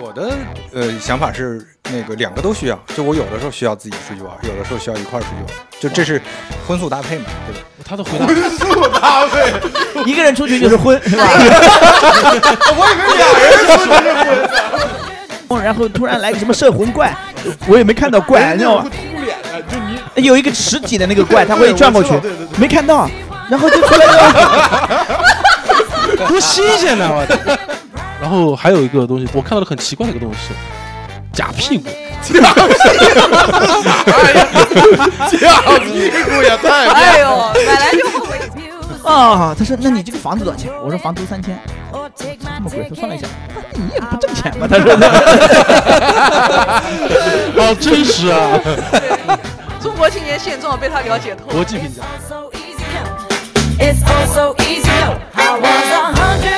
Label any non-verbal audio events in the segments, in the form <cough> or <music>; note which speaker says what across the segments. Speaker 1: 我的呃想法是，那个两个都需要，就我有的时候需要自己出去玩，有的时候需要一块儿出去玩，就这是荤素搭配嘛，对吧？
Speaker 2: 他的回答，
Speaker 3: 素搭配，
Speaker 4: <laughs> 一个人出去就是婚，是吧？
Speaker 3: <laughs> 我以为俩人出去是荤
Speaker 4: <laughs> 然后突然来个什么摄魂怪，我也没看到
Speaker 3: 哎
Speaker 4: 怪，你知道吗？
Speaker 3: 秃脸的，就你
Speaker 4: 有一个十级的那个怪，他会
Speaker 3: 对
Speaker 4: 转过去
Speaker 3: 我知道对对，对
Speaker 4: 没看到，然后就出来了。 <laughs>
Speaker 2: 多新鲜呢！我的。 <laughs> 然后还有一个东西，我看到了很奇怪的一个东西，假屁 <laughs> 股。
Speaker 3: 假屁股也太
Speaker 5: 哎呦， <laughs> 本来就后悔。
Speaker 4: 啊，他说那你这个房子多少钱？我说房租三千，
Speaker 5: 这
Speaker 4: 这么贵，他
Speaker 5: 他
Speaker 4: 算了一下，那你
Speaker 5: 你
Speaker 4: 也
Speaker 5: 也
Speaker 4: <laughs> 不
Speaker 5: 不
Speaker 4: 挣
Speaker 5: 挣
Speaker 4: 钱
Speaker 5: 钱
Speaker 3: <laughs>
Speaker 4: 吧？
Speaker 5: 吧
Speaker 4: 他说的，
Speaker 2: 好真实啊！
Speaker 5: 中国青年现状被他了解透。
Speaker 2: 国际评价。
Speaker 5: It's also easy. I was
Speaker 2: 哈
Speaker 5: 110.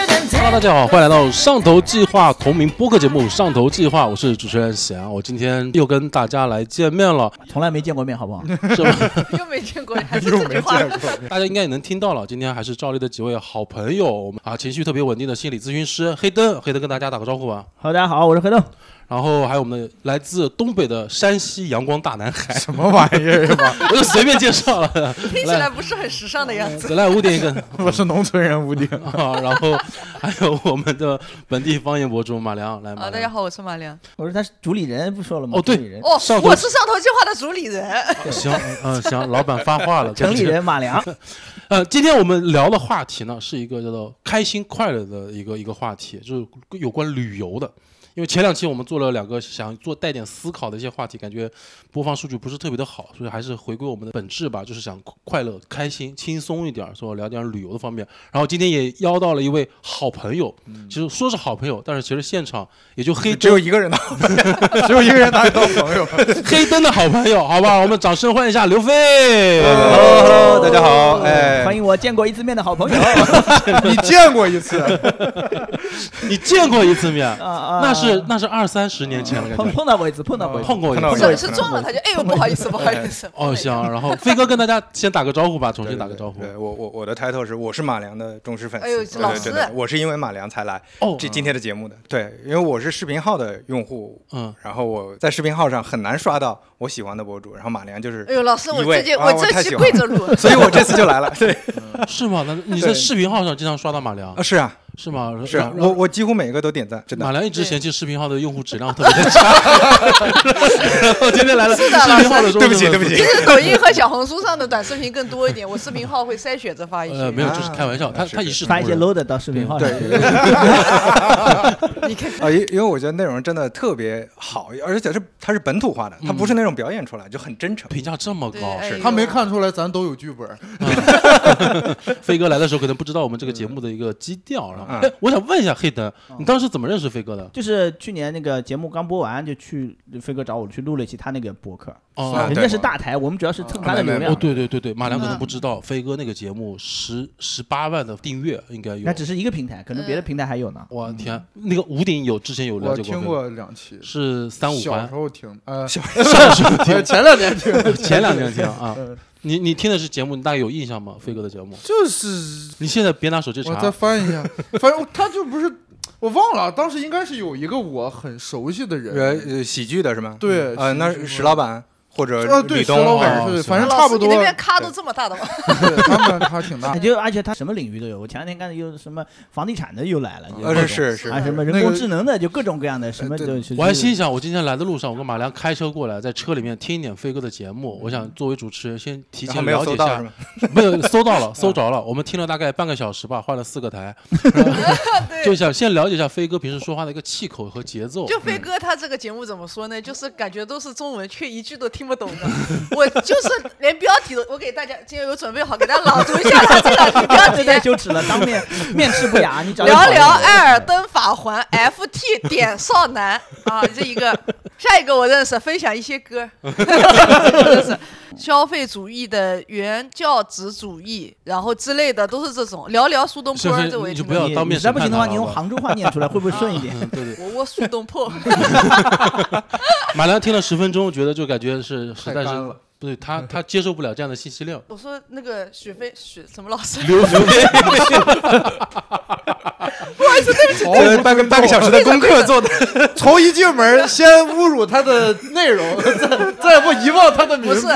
Speaker 2: 喽，大家好，欢迎来到上头计划同名播客节目《上头计划》，我是主持人贤啊，我今天又跟大家来见面了，
Speaker 4: 从来没见过面，好不好？
Speaker 2: 是 <laughs> 吧？
Speaker 5: 又没见过，还是
Speaker 1: 又
Speaker 5: 这
Speaker 1: 没
Speaker 5: 句话
Speaker 1: 见。过，
Speaker 2: 大家应该也能听到了，今天还是照例的几位好朋友，我们啊情绪特别稳定的心理咨询师黑灯，黑灯跟大家打个招呼吧。
Speaker 4: 好，大家好，我是黑豆。
Speaker 2: 然后还有我们的来自东北的山西阳光大男孩，
Speaker 1: 什么玩意儿吧？
Speaker 2: <laughs> 我就随便介绍
Speaker 1: <laughs>
Speaker 2: 了，
Speaker 5: 听起来不是很时尚的样子。
Speaker 2: 来污点一个。
Speaker 1: 我是农村人屋顶，
Speaker 2: <laughs> 啊，然后还有我们的本地方言博主马良，来，马
Speaker 5: 啊，大家
Speaker 2: 良，
Speaker 5: 好，我是马亮。
Speaker 4: 我说他是主理人，不说了吗？
Speaker 2: 哦对
Speaker 4: 哎主理人，
Speaker 5: 哦
Speaker 2: 上，头
Speaker 5: 我是上头计划的主理人。
Speaker 2: 行，嗯，行，老板发话
Speaker 1: <laughs>
Speaker 2: 了，
Speaker 4: 城里
Speaker 2: 感觉
Speaker 4: 人马良，
Speaker 2: 呃，今天我们聊的话题呢，是一个叫做“开心快乐”的一个一个话题，就是有关旅游的。因为前两期我们做了两个想做带点思考的一些话题，感觉播放数据不是特别的好，所以还是回归我们的本质吧，就是想快乐、开心、轻松一点儿，说聊点旅游的方面。然后今天也邀到了一位好朋友，其实说是好朋友，但是其实现场也就黑
Speaker 1: 嗯 <laughs> 只有一个人的，只有一个人拿当朋友。
Speaker 2: 黑灯的好朋友，好不好？我们掌声欢迎一下刘
Speaker 1: <laughs>
Speaker 2: 飞。
Speaker 1: Hello Hello，大家好，哎， <laughs>
Speaker 4: 欢迎我见过一次面的好朋
Speaker 3: <laughs>
Speaker 4: 友。
Speaker 1: 你见过一次，
Speaker 2: 你见过一次面，
Speaker 1: 嗯
Speaker 4: 啊啊，
Speaker 2: 那是那是二三十年前了，感
Speaker 4: 碰
Speaker 1: <laughs>
Speaker 2: 觉
Speaker 4: 碰到过一次，碰到过一次，
Speaker 2: 碰过一
Speaker 1: 碰到
Speaker 2: 次
Speaker 1: 过。
Speaker 5: 是是撞了他就，哎呦，不好意思，不好意思。
Speaker 2: 哦，行。然后飞哥跟大家先打个招呼吧，重新打个招呼
Speaker 1: 对。对对我我我的 title 是我是马良的忠实粉丝，
Speaker 5: 哎呦
Speaker 1: 对对
Speaker 5: 老
Speaker 1: 对
Speaker 5: 师
Speaker 1: 对我是因为马良才来
Speaker 2: 哦
Speaker 1: 这今天的节目的，对，因为我是视频号的用户，
Speaker 2: 嗯，
Speaker 1: 然后我在视频号上很难刷到我喜欢的博主，然后马良就是
Speaker 5: 哎呦，老师，我
Speaker 1: 一位
Speaker 5: 最近
Speaker 1: 啊我
Speaker 5: 这
Speaker 1: 太
Speaker 5: 期
Speaker 1: 喜欢
Speaker 5: 跪着录，
Speaker 1: 所以我这次就来了。对，
Speaker 2: 是吗？
Speaker 1: <laughs>
Speaker 2: 那你在
Speaker 1: 对
Speaker 2: 视频号上经常刷到马良
Speaker 1: 啊，是啊，
Speaker 2: 是吗？
Speaker 1: 是啊
Speaker 2: 然，啊
Speaker 1: 我我几乎每一个都点赞，真
Speaker 2: 马
Speaker 1: 的。
Speaker 2: 良一直
Speaker 5: 对
Speaker 2: 嫌弃视频号的用户质量特别
Speaker 1: <laughs>
Speaker 2: 差，然后今天来了视
Speaker 5: 是的老师
Speaker 2: 频号的时候，
Speaker 1: 对不起，对不。
Speaker 5: 其
Speaker 1: 起。
Speaker 5: 实抖音和小红书上的短视频更多一点，我视频号会筛选着发一些。
Speaker 2: 呃，没有，
Speaker 1: 啊
Speaker 2: 就是开玩笑，他
Speaker 1: 是
Speaker 2: 他一视
Speaker 4: 发一
Speaker 2: 同
Speaker 4: 些
Speaker 2: 仁。
Speaker 4: low 的到视频号上。
Speaker 5: <laughs>
Speaker 1: 对
Speaker 5: 你看，
Speaker 1: <laughs> 啊，因因为我觉得内容真的特别好，而且是它是本土化的，它
Speaker 2: 嗯
Speaker 1: 不是那种表演出来，就很真诚。
Speaker 2: 评价这么高，
Speaker 5: 对哎呦
Speaker 3: 他没看出来咱都有剧本，
Speaker 2: 飞哥来的时候可能不知道我们这个节目的一个基调，然后
Speaker 1: 嗯
Speaker 2: 哎，我想问一下黑灯，你当时怎么认识飞哥的？
Speaker 4: 就是去年那个节目刚播完，就去飞哥找我去录了一期他那个博客，
Speaker 2: 哦
Speaker 1: 啊
Speaker 4: 人
Speaker 1: 对
Speaker 4: 家是大台，我们主要是蹭他的流
Speaker 2: 哦，
Speaker 4: 量，
Speaker 2: 对对对对，马良可
Speaker 5: 嗯
Speaker 2: 能不知道，飞哥那个节目十十八万的订阅应该有
Speaker 4: 那。只是一个平台，可能别的平台还有呢。
Speaker 2: 我天，那个吴鼎有之前有了
Speaker 3: 嗯我
Speaker 2: 解过飞
Speaker 3: 听
Speaker 2: 哥，
Speaker 3: 过两期，
Speaker 2: 是三五
Speaker 3: 小
Speaker 2: 环
Speaker 3: 时，候听，呃，
Speaker 2: 上是
Speaker 3: <laughs> 前两年听，嗯
Speaker 2: 前两天
Speaker 3: <laughs>
Speaker 2: 听啊。你你听的是节目，你大概有印象吗？飞哥的节目，
Speaker 3: 就是
Speaker 2: 你现在别拿手机
Speaker 3: 我再
Speaker 2: 查，
Speaker 3: 翻一下，反正他就不是，我忘了，当时应该是有一个我很熟悉的
Speaker 1: 呃，
Speaker 3: 人，
Speaker 1: 呃喜剧的是吗？
Speaker 3: 对
Speaker 1: 呃，那
Speaker 3: 喜剧
Speaker 1: 是石老板或者
Speaker 3: 啊，对，
Speaker 1: 吕
Speaker 3: 石
Speaker 1: 东
Speaker 3: 老
Speaker 2: 哦
Speaker 3: 板是，
Speaker 2: 是
Speaker 3: 反正
Speaker 5: 老
Speaker 3: 差
Speaker 5: 师
Speaker 3: 不
Speaker 5: 你
Speaker 3: 多，
Speaker 5: 那边咖都这么大的吗？
Speaker 3: 对他们他挺大
Speaker 4: 哎。就而且他什么领域都有，我前两天看的又什么房地产的又来了，就各
Speaker 1: 呃，
Speaker 4: 种
Speaker 1: 是是
Speaker 4: 啊什么人工智能的，就各种各样的什么
Speaker 3: 对
Speaker 4: 就
Speaker 2: 呃
Speaker 4: 就
Speaker 2: 我还心想，我今天来的路上，我跟马良开车过来，在车里面听一点飞哥的节目。我想作为主持人，先提
Speaker 1: 然后
Speaker 2: 前
Speaker 1: 没有
Speaker 2: 了解
Speaker 1: 搜
Speaker 2: 一
Speaker 1: 到
Speaker 2: 下
Speaker 1: 是，吗？
Speaker 2: 没有搜到
Speaker 3: <laughs>
Speaker 2: 了，搜着了。我们听了大概半个小时吧，换了四个台，就
Speaker 5: <laughs> 对。
Speaker 2: 想先了解一下飞哥平时说话的一个气口和节奏。
Speaker 5: 就飞哥他这个节目怎么说呢？就是感觉都是中文，却一句都听不懂的。我就是连标题都，我给大家今天有准备好，给大家朗读一下他这两题
Speaker 4: <laughs>
Speaker 5: 标
Speaker 4: 这
Speaker 5: 题
Speaker 4: 太羞耻了，当
Speaker 2: <laughs>
Speaker 4: 面面吃不雅，你找
Speaker 5: 聊聊
Speaker 4: 哎，
Speaker 5: 艾尔登法环 FT 点少男啊，这一个，下一个我认识，分享一些歌， <laughs> 认识消费主义的原教旨主义，然后之类的都是这种。聊聊苏东坡
Speaker 2: 是，是
Speaker 5: 这我也
Speaker 2: 你就
Speaker 5: 听
Speaker 2: 不要
Speaker 5: 过。
Speaker 4: 你
Speaker 2: 当面
Speaker 4: 实在不行的话，
Speaker 2: 审判他
Speaker 4: 你用
Speaker 2: 好吧
Speaker 4: 杭州话念出来会不会顺一点？
Speaker 2: <laughs> 对对，
Speaker 5: 我我苏东坡， <laughs>
Speaker 2: <laughs> 马良听了十分钟，觉得就感觉是实在
Speaker 3: 太
Speaker 2: 是
Speaker 3: 干了
Speaker 2: 不对，他他接受不了这样的信息量。
Speaker 5: 我说那个
Speaker 2: <laughs>
Speaker 5: 许飞许什么老师，
Speaker 2: 刘刘飞，
Speaker 5: 不好意思，对不起，
Speaker 1: <laughs>
Speaker 2: 哦
Speaker 3: 毫
Speaker 1: 这
Speaker 3: 无
Speaker 1: 半个半个小时的功课做的，
Speaker 3: 从一进门先侮辱他的内容，再再不遗忘他的名
Speaker 5: 不是
Speaker 3: 字。，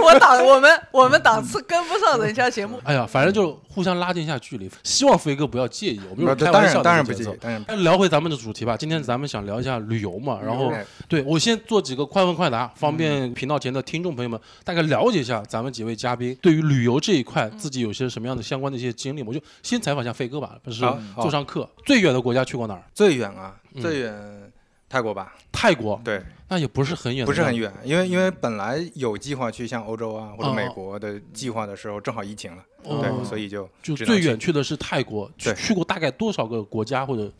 Speaker 5: <laughs> 是我档我们我们档次跟不上人家节目。
Speaker 2: 哎呀，反正就是互相拉近一下距离。希望飞哥不要介意，我们有开
Speaker 1: 当
Speaker 2: 玩笑
Speaker 1: 然
Speaker 2: 的
Speaker 1: 当然不
Speaker 2: 这个
Speaker 1: 介
Speaker 2: 节
Speaker 1: 意
Speaker 2: 奏，
Speaker 1: 当然不介
Speaker 2: 那聊回咱们的主题吧，今天咱们想聊一下旅游嘛，然后
Speaker 1: 哎
Speaker 2: 对我先做几个快问快答，
Speaker 1: 嗯
Speaker 2: 方便频道前的听众朋友们大概了解一下咱们几位嘉宾对于旅游这一
Speaker 1: 嗯
Speaker 2: 块自己有些什么样的相关的一些经历。我就先采访一下飞哥吧，不是
Speaker 1: 好好
Speaker 2: 做上课，最远的国家去过哪儿？
Speaker 1: 意。最远啊，
Speaker 2: 嗯
Speaker 1: 最远泰国吧？
Speaker 2: 泰国，
Speaker 1: 对，
Speaker 2: 那也不是很远，
Speaker 1: 不是很，远，因为因为本来有计划去像欧洲啊或者美国的计划的时候，正好疫情了，
Speaker 2: 哦
Speaker 1: 对，所以就
Speaker 2: 就
Speaker 1: 只能
Speaker 2: 最
Speaker 1: 去
Speaker 2: 远去的是泰国，去
Speaker 1: 对
Speaker 2: 去过大概多少个国家或者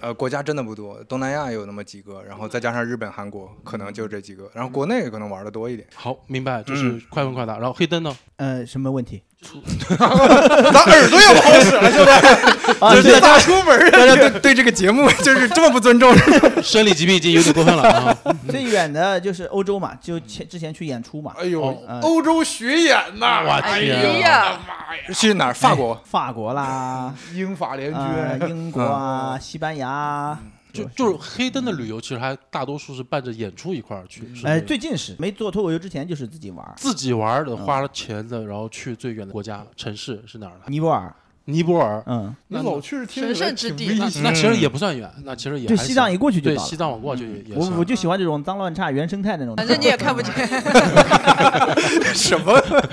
Speaker 1: 呃，国家真的不多，东南亚有那么几个，然后再加上日本、韩国，可能就这几个。然后国内可能玩的多一点。
Speaker 2: 好明白，就是
Speaker 1: 嗯
Speaker 2: 快问快答。然后黑灯呢？
Speaker 4: 呃，什么
Speaker 2: <laughs>
Speaker 4: 问题？
Speaker 1: 咱耳朵也不好使了，现在
Speaker 4: 啊，这
Speaker 1: 大出门儿，大家对 <laughs> 对这个节目就是这么不尊重。 <laughs>
Speaker 2: 生理疾病已经有点过分了啊！
Speaker 4: 最远的就是欧洲嘛，就前之前去演出嘛，
Speaker 3: 哎呦，
Speaker 2: 哦
Speaker 3: 欧洲巡演呐！
Speaker 2: 我
Speaker 5: 哎
Speaker 2: 天啊
Speaker 5: 呀，
Speaker 1: 去哪儿？法国。
Speaker 4: <laughs> 法国啦，
Speaker 3: 英法
Speaker 2: 嗯
Speaker 3: 联
Speaker 4: 啊，
Speaker 3: 军，
Speaker 4: 英国啊，西班牙啊，
Speaker 2: 就就是黑灯的旅游，其实还大多数是伴着演出一块儿去。是
Speaker 4: 哎，
Speaker 2: 不
Speaker 4: 嗯
Speaker 2: 是
Speaker 4: 最近是没做脱口秀之前就是自己玩儿，
Speaker 2: 自己玩儿的，花了钱的，然后去最远的国家城市是哪儿呢？
Speaker 4: 尼泊尔，
Speaker 2: 尼泊尔。
Speaker 4: 嗯，
Speaker 3: 你老去听
Speaker 5: 神圣之地
Speaker 2: 那
Speaker 1: 嗯
Speaker 2: 那其实也不算远，那其实也
Speaker 4: 就
Speaker 2: 还
Speaker 4: 西藏
Speaker 2: 行
Speaker 4: 一过去就
Speaker 2: 对
Speaker 4: 到
Speaker 2: 西
Speaker 4: 了。嗯
Speaker 2: 藏往过去也也
Speaker 4: 我
Speaker 2: 行
Speaker 4: 我就喜欢这种脏乱差、原生态那种。
Speaker 5: 反正
Speaker 4: <laughs>
Speaker 5: 你也看不 <laughs> 见，
Speaker 1: 什么？
Speaker 5: 啊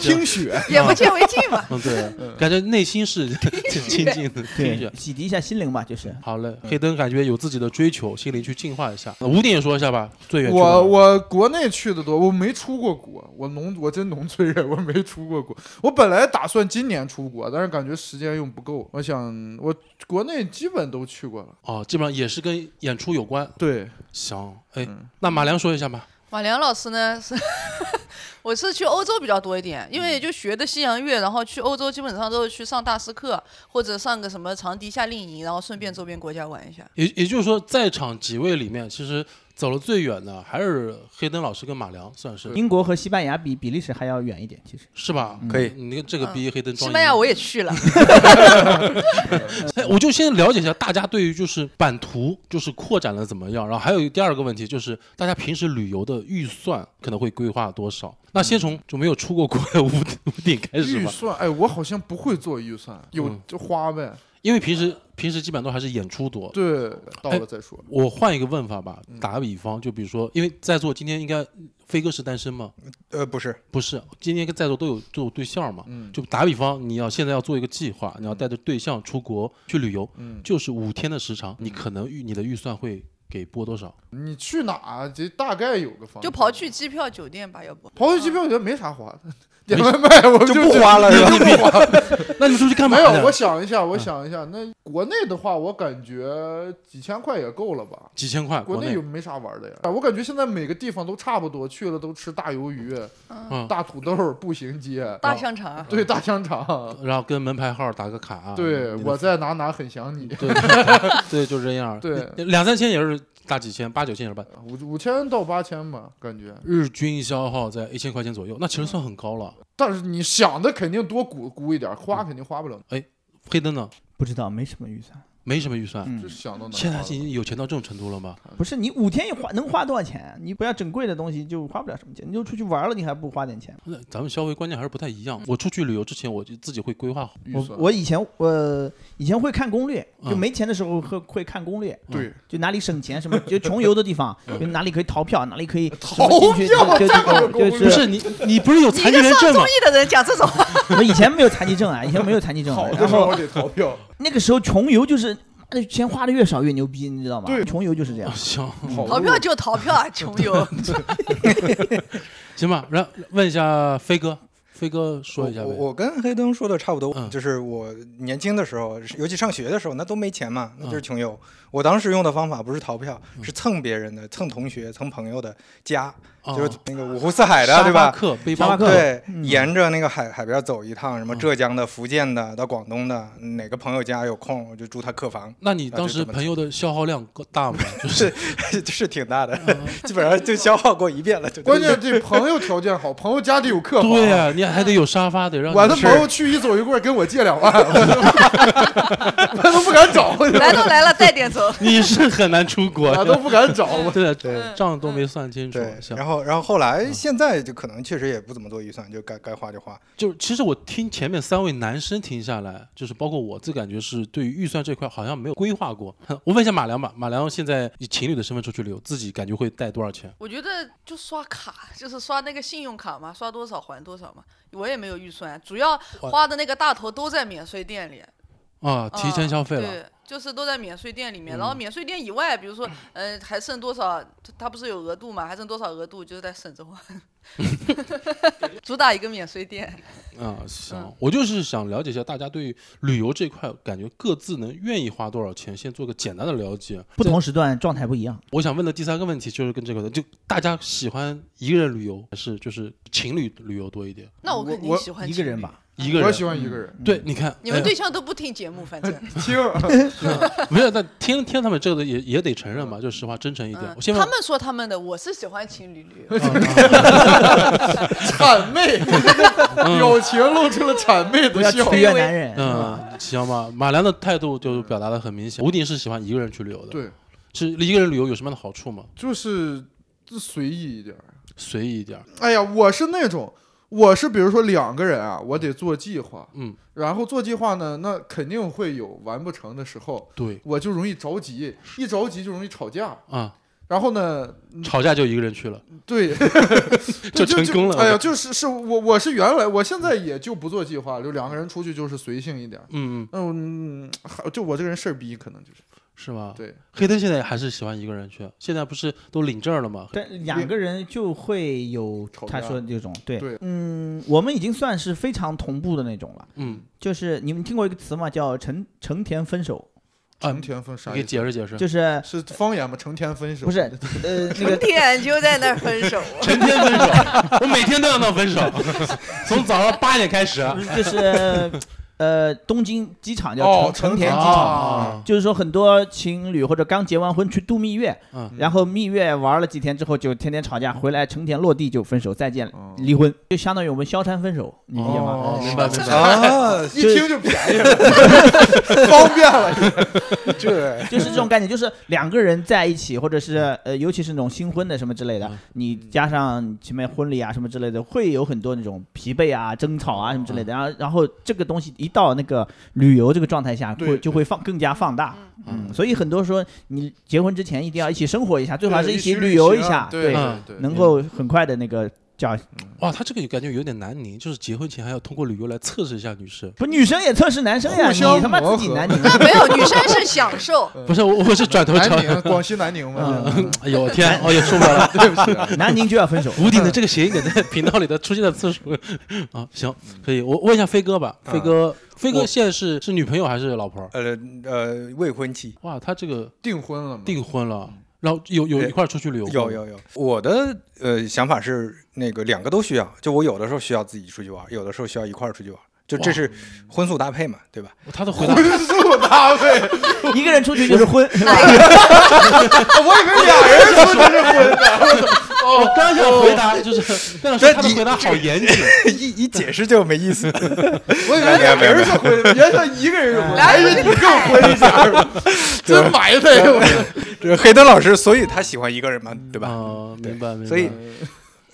Speaker 3: 听雪，
Speaker 5: 眼不见为净嘛。
Speaker 2: 嗯对，感觉内心是 <laughs> 挺亲近的，听
Speaker 4: 对嗯
Speaker 2: 着，。
Speaker 4: 洗涤一下心灵吧，就是。
Speaker 2: 好嘞，黑灯感觉有自己的追求，心里去净化一下。五点说一下吧，最远去
Speaker 3: 我
Speaker 2: 过哪儿
Speaker 3: 我国内去的多，我没出过国，我农我真农村人，我 <laughs> 没出过国。我本来打算今年出国，但是感觉时间用不够，我想我国内基本都去过了。
Speaker 2: 哦，基本上也是跟演出有关。
Speaker 3: 对，
Speaker 2: 行，哎
Speaker 3: 嗯，
Speaker 2: 那马良说一下吧。
Speaker 5: <laughs> 马良老师呢是，我是去欧洲比较多一点，因为就学的西洋乐，然后去欧洲基本上都是去上大师课或者上个什么长笛夏令营，然后顺便周边国家玩一下。
Speaker 2: 也也就是说，在场几位里面，其实走了最远的还是黑灯老师跟马良，算是
Speaker 4: 英国和西班牙比比利时还要远一点，其实。
Speaker 2: 是吧？
Speaker 1: 可以
Speaker 2: 你看这个逼黑灯装
Speaker 5: 西
Speaker 2: 一样。
Speaker 5: 班牙我也去了，
Speaker 2: 哎，我就先了解一下大家对于就是版图就是扩展的怎么样，然后还有第二个问题就是大家平时旅游的预算可能会规划多少？那先从就没有出过国的屋屋顶开始
Speaker 3: 预
Speaker 2: 吧，
Speaker 3: 算，哎，我好像不会做预算，有
Speaker 2: 嗯
Speaker 3: 就花呗。
Speaker 2: 因为平时平时基本上都还是演出多。
Speaker 3: 对，到了再说。
Speaker 2: 我换一个问法吧，打个比方，就比如说，因为在座今天应该飞哥是单身吗？
Speaker 1: 呃，不是，
Speaker 2: 不是，今天跟在座都有都有对象嘛。
Speaker 3: 嗯，
Speaker 2: 就打比方，你要现在要做一个计划，你要带着对象出国去旅游，
Speaker 3: 嗯，
Speaker 2: 就是五天的时长，你可能预你的预算会给拨多少？
Speaker 3: 你去哪儿这大概有个方向。
Speaker 5: 就刨去机票、酒店吧，要不
Speaker 3: 刨去机票，我觉得没啥花的，点外卖我
Speaker 1: 就
Speaker 3: 就
Speaker 1: 不花了是吧
Speaker 3: 就不花。
Speaker 2: 那你出去干嘛
Speaker 3: 没
Speaker 2: 呢？
Speaker 3: 有，我想一下，我想一下，那国内的话，我感觉几千块也够了吧。
Speaker 2: 几千块，
Speaker 3: 国内有没啥玩的呀？我感觉现在每个地方都差不多，去了都吃大鱿鱼、
Speaker 2: 嗯，
Speaker 3: 大土豆、步行街、
Speaker 5: 大啊香肠。
Speaker 3: 对大香肠。
Speaker 2: 然后跟门牌号打个卡、啊。
Speaker 3: 对，
Speaker 2: 你的
Speaker 3: 我在哪哪很想你，
Speaker 2: 对对， <laughs> 就这样。
Speaker 3: 对
Speaker 2: 两三千也是大几千，八九千也是吧。
Speaker 3: 五五千到八千吧，感觉。
Speaker 2: 日均消耗在一千块钱左右，那其实算很高了。
Speaker 3: 但是你想的肯定多估估一点，花肯定花不了，
Speaker 2: 黑灯呢，
Speaker 4: 不知道，没什么预算。
Speaker 2: 没什么预算。
Speaker 3: 就
Speaker 4: 嗯，
Speaker 3: 想到哪儿花了。
Speaker 2: 现在已经有钱到这种程度了吗？
Speaker 4: 不是你五天也花能花多少钱？你不要整贵的东西就花不了什么钱，你就出去玩了，你还不花点钱？
Speaker 2: 那咱们消费观念还是不太一样。我出去旅游之前，我就自己会规划好。
Speaker 3: 预
Speaker 4: 我
Speaker 3: 算
Speaker 4: 我以前我以前会看攻略，就
Speaker 2: 嗯
Speaker 4: 没钱的时候会会看攻略，
Speaker 3: 对
Speaker 4: 就哪里省钱什么， <laughs> 就穷游的地
Speaker 3: <laughs>
Speaker 4: 方，就哪里可以逃票，哪里可以
Speaker 3: 嗯逃
Speaker 4: 什么进去
Speaker 3: 票
Speaker 4: 就
Speaker 3: 这还有攻
Speaker 4: 就
Speaker 3: 略
Speaker 4: 就
Speaker 1: 啊
Speaker 2: 不是你，你不是有
Speaker 5: 你
Speaker 2: 残
Speaker 5: 一
Speaker 2: 疾
Speaker 5: 个
Speaker 2: 人
Speaker 5: 上
Speaker 2: 证吗。
Speaker 5: 综？艺的人讲这种话，
Speaker 4: 我以前没有残疾证啊，以前没有残疾证啊，
Speaker 3: 好的
Speaker 4: 然
Speaker 3: 时
Speaker 4: 后
Speaker 3: 候得逃票，
Speaker 4: 那个时候穷游就是那钱花的越少越牛逼，你知道吗？
Speaker 3: 对
Speaker 4: 穷游就是这样
Speaker 2: 啊行
Speaker 3: 好
Speaker 5: 逃票就逃票啊，穷 <laughs> 游。
Speaker 2: 行吧，然后问一下飞哥，飞哥说一下呗。
Speaker 1: 我我跟黑灯说的差不多，
Speaker 2: 嗯
Speaker 1: 就是我年轻的时候，尤其上学的时候，那都没钱嘛，那就是
Speaker 2: 嗯
Speaker 1: 穷游。我当时用的方法不是逃票，是蹭别人的，蹭同学、蹭朋友的家，
Speaker 2: 啊
Speaker 1: 就是那个五湖四海的，
Speaker 2: 沙
Speaker 1: 对吧？
Speaker 2: 巴克背
Speaker 4: 沙
Speaker 2: 包
Speaker 4: 巴克
Speaker 1: 对，
Speaker 4: 嗯
Speaker 1: 沿着那个海海边走一趟，什么
Speaker 2: 嗯
Speaker 1: 浙江的、福建的，到广东的，嗯哪个朋友家有空，我就住他客房， <laughs>
Speaker 2: 那你
Speaker 1: 啊
Speaker 2: 当
Speaker 1: 就
Speaker 2: 时
Speaker 1: 这么
Speaker 2: 朋友的消耗量够
Speaker 1: <laughs>
Speaker 2: 大吗？就是
Speaker 1: 是挺大 <laughs> 的，基本上就消耗过一遍了。就
Speaker 3: 关键这朋友条件好，朋友家里有客房，
Speaker 2: 对呀、你你还得有沙发，得让
Speaker 3: 我的
Speaker 2: 你
Speaker 3: 朋友去一走一过跟我借两万， <laughs> 我都我都不敢找，
Speaker 5: 来都来了，带点走。
Speaker 2: <laughs> 你是很难出国的，
Speaker 3: 我都不敢找。我
Speaker 2: 对
Speaker 1: 对
Speaker 2: 账都没算清楚
Speaker 1: 对，，
Speaker 2: 像
Speaker 1: 然后然后后来现在就可能确实也不怎么做预算，就该该花就花。
Speaker 2: 就其实我听前面三位男生听下来，就是包括我自感觉是对于预算这块好像没有规划过。 <laughs> 我问一下马良吧，马良现在以情侣的身份出去旅游，自己感觉会带多少钱？
Speaker 5: 我觉得就刷卡，就是刷那个信用卡嘛，刷多少还多少嘛。我也没有预算，啊主要花的那个大头都在免税店里，
Speaker 2: 啊，提前消费
Speaker 5: 嗯
Speaker 2: 了，嗯
Speaker 5: 对，就是都在免税店里面。然后免税店以外，比如说，嗯、还剩多少？它它不是有额度嘛？还剩多少额度？就是在省着花。 <laughs> 主打一个免税店。
Speaker 2: 啊，行、
Speaker 5: 嗯
Speaker 2: 我就是想了解一下大家对于旅游这块感觉各自能愿意花多少钱，先做个简单的了解。
Speaker 4: 不同时段状态不一样。
Speaker 2: 我想问的第三个问题就是跟这个的，就大家喜欢一个人旅游还是就是情侣旅游多一点？
Speaker 5: 那
Speaker 3: 我
Speaker 5: 肯定
Speaker 3: 我
Speaker 5: 喜欢
Speaker 4: 一个人
Speaker 5: 情侣。
Speaker 4: 吧，
Speaker 2: 一个
Speaker 3: 我
Speaker 2: 人
Speaker 3: 喜欢一个人，
Speaker 2: 对，你看
Speaker 5: 你们
Speaker 2: 哎呀
Speaker 5: 对象都不听节目，反正
Speaker 3: 听 <laughs>
Speaker 2: <laughs> 没有，但听听他们这个的也也得承认吧，就实话真诚 <laughs> 一点。
Speaker 5: 嗯
Speaker 2: 我先问
Speaker 5: 他们说他们的，我是喜欢情侣
Speaker 2: <laughs>
Speaker 5: 旅游。
Speaker 3: 谄媚，
Speaker 2: 嗯
Speaker 3: 表情露出了谄媚
Speaker 4: 不
Speaker 3: 的
Speaker 4: 要
Speaker 3: 笑。
Speaker 4: 取悦男人，是吧？
Speaker 2: 嗯，行吧，马良的态度就是表达的很明显。吴迪是喜欢一个人去旅游的，，
Speaker 3: 对，
Speaker 2: 是一个人旅游有什么样的好处吗？
Speaker 3: 就是随意一点儿。
Speaker 2: 随意一点儿，
Speaker 3: 哎呀，我是那种，我是比如说两个人啊，我得做计划，
Speaker 2: 嗯，
Speaker 3: 然后做计划呢，那肯定会有完不成的时候，
Speaker 2: 对
Speaker 3: 我就容易着急，一着急就容易吵架。
Speaker 2: 啊、
Speaker 3: 然后呢，嗯
Speaker 2: 吵架就一个人去了， <laughs>
Speaker 3: 对，
Speaker 2: 就
Speaker 3: 对
Speaker 2: 成功了。
Speaker 3: 哎呀，就是是我我是原来我现在也就不做计划，就两个人出去就是随性一点儿。
Speaker 2: 嗯，嗯，
Speaker 3: 嗯，还就我这个人事儿逼，可能就是
Speaker 2: 是吧？
Speaker 3: 对，
Speaker 2: 黑灯现在还是喜欢一个人去，现在不是都领证了吗？
Speaker 4: 但两个人就会有
Speaker 3: 吵
Speaker 4: 他
Speaker 3: 架
Speaker 4: 说的这种对
Speaker 3: 对
Speaker 4: 嗯，我们已经算是非常同步的那种了。
Speaker 2: 嗯，
Speaker 4: 就是你们听过一个词吗？叫成成田分手，
Speaker 2: 啊
Speaker 3: 成，天分啥
Speaker 2: 你给
Speaker 3: 意思？
Speaker 2: 解释解释。
Speaker 4: 就是
Speaker 3: 是方言吗？成天分手？
Speaker 4: 不是呃那
Speaker 5: 成
Speaker 4: 个
Speaker 5: 天就在那儿分
Speaker 2: <laughs>
Speaker 5: 手，
Speaker 2: 成天分手，我每天都要闹分手，从早上八点开始。
Speaker 4: 不是就是呃东京机场叫
Speaker 3: 哦，
Speaker 4: 成成
Speaker 3: 田
Speaker 4: 田机场。
Speaker 3: 啊，
Speaker 4: 就是说，很多情侣或者刚结完婚去度蜜月，
Speaker 2: 嗯
Speaker 4: 然后蜜月玩了几天之后就天天吵架，回来成田落地就分手，再见
Speaker 3: 哦
Speaker 4: 离婚，就相当于我们萧山分手，你理解
Speaker 2: 哦
Speaker 4: 吗？，
Speaker 2: 明白明白。
Speaker 1: <laughs> 啊，
Speaker 3: 一听就便宜了，方便了。
Speaker 1: 对，
Speaker 4: 就是这种概念，就是两个人在一起，或者是呃，尤其是那种新婚的什么之类的
Speaker 2: 嗯，
Speaker 4: 你加上前面婚礼啊什么之类的，会有很多那种疲惫啊、争吵啊什么之类的。然后，然后这个东西一到那个旅游这个状态下，
Speaker 3: 对
Speaker 4: 会就会放更加放大。
Speaker 2: 嗯
Speaker 4: 嗯，所以很多说你结婚之前一定要一起生活一下，最好还是
Speaker 3: 对
Speaker 4: 起
Speaker 3: 旅
Speaker 4: 旅游
Speaker 3: 行啊
Speaker 4: 一下，
Speaker 3: 对
Speaker 2: 嗯
Speaker 3: 对对，
Speaker 4: 能够很快的那个叫
Speaker 2: 哇，他这个感觉有点难拧，就是结婚前还要通过旅游来测试一下女生。
Speaker 4: 不女生也测试男生呀，
Speaker 3: 互
Speaker 4: 你
Speaker 3: 相
Speaker 4: 他妈
Speaker 3: 磨
Speaker 4: 自己
Speaker 3: 合
Speaker 4: 男女。
Speaker 5: 那没有，女生是享受。
Speaker 2: 不是，我我是转头
Speaker 3: 南
Speaker 2: 瞧。
Speaker 1: 啊
Speaker 3: 宁，广西南宁嘛，
Speaker 4: 嗯
Speaker 2: <laughs> 哎呦我天，哦也受不了了。，
Speaker 3: 对不起啊，
Speaker 4: 南宁就要分手
Speaker 2: 吴鼎的这个谐音梗在频道里的出现的次数啊，行，可以。我问一下飞哥吧，
Speaker 1: 啊
Speaker 2: 飞哥，飞
Speaker 1: 嗯
Speaker 2: 哥
Speaker 1: 我
Speaker 2: 现在是是女朋友还是老婆？
Speaker 1: 呃呃，未婚妻
Speaker 2: 哇，他这个
Speaker 3: 订婚了 <laughs> 嘛？
Speaker 2: 订婚了，然后有有
Speaker 1: 嗯对
Speaker 2: 一块儿出去旅游，
Speaker 1: 有，有有，我的呃想法是那个两个都需要，就我有的时候需要自己出去玩，有的时候需要一块儿出去玩，就这
Speaker 2: 哇
Speaker 1: 是荤素搭配嘛，对吧？
Speaker 2: 他的回答
Speaker 3: 婚素搭
Speaker 4: 嗯
Speaker 3: 配，
Speaker 4: 一个人出去就是婚，是吧？
Speaker 3: 我以为俩人说的是婚呢。
Speaker 1: <laughs>
Speaker 2: 我哦刚想回答就是，但是
Speaker 1: 哦这
Speaker 2: 他的
Speaker 1: 你
Speaker 2: 回答好严
Speaker 1: <laughs>
Speaker 2: 谨，
Speaker 1: 一一解释就没意思。
Speaker 3: <laughs> 我以为俩人是婚，别说一个人是婚，
Speaker 5: 俩
Speaker 3: 还
Speaker 5: 人
Speaker 3: 是
Speaker 5: 是
Speaker 3: 你更婚一下儿，真埋汰我。
Speaker 1: 这黑灯老师，所以他喜欢一个人嘛， <laughs> 对吧？
Speaker 2: 啊，明白明白。
Speaker 1: 所以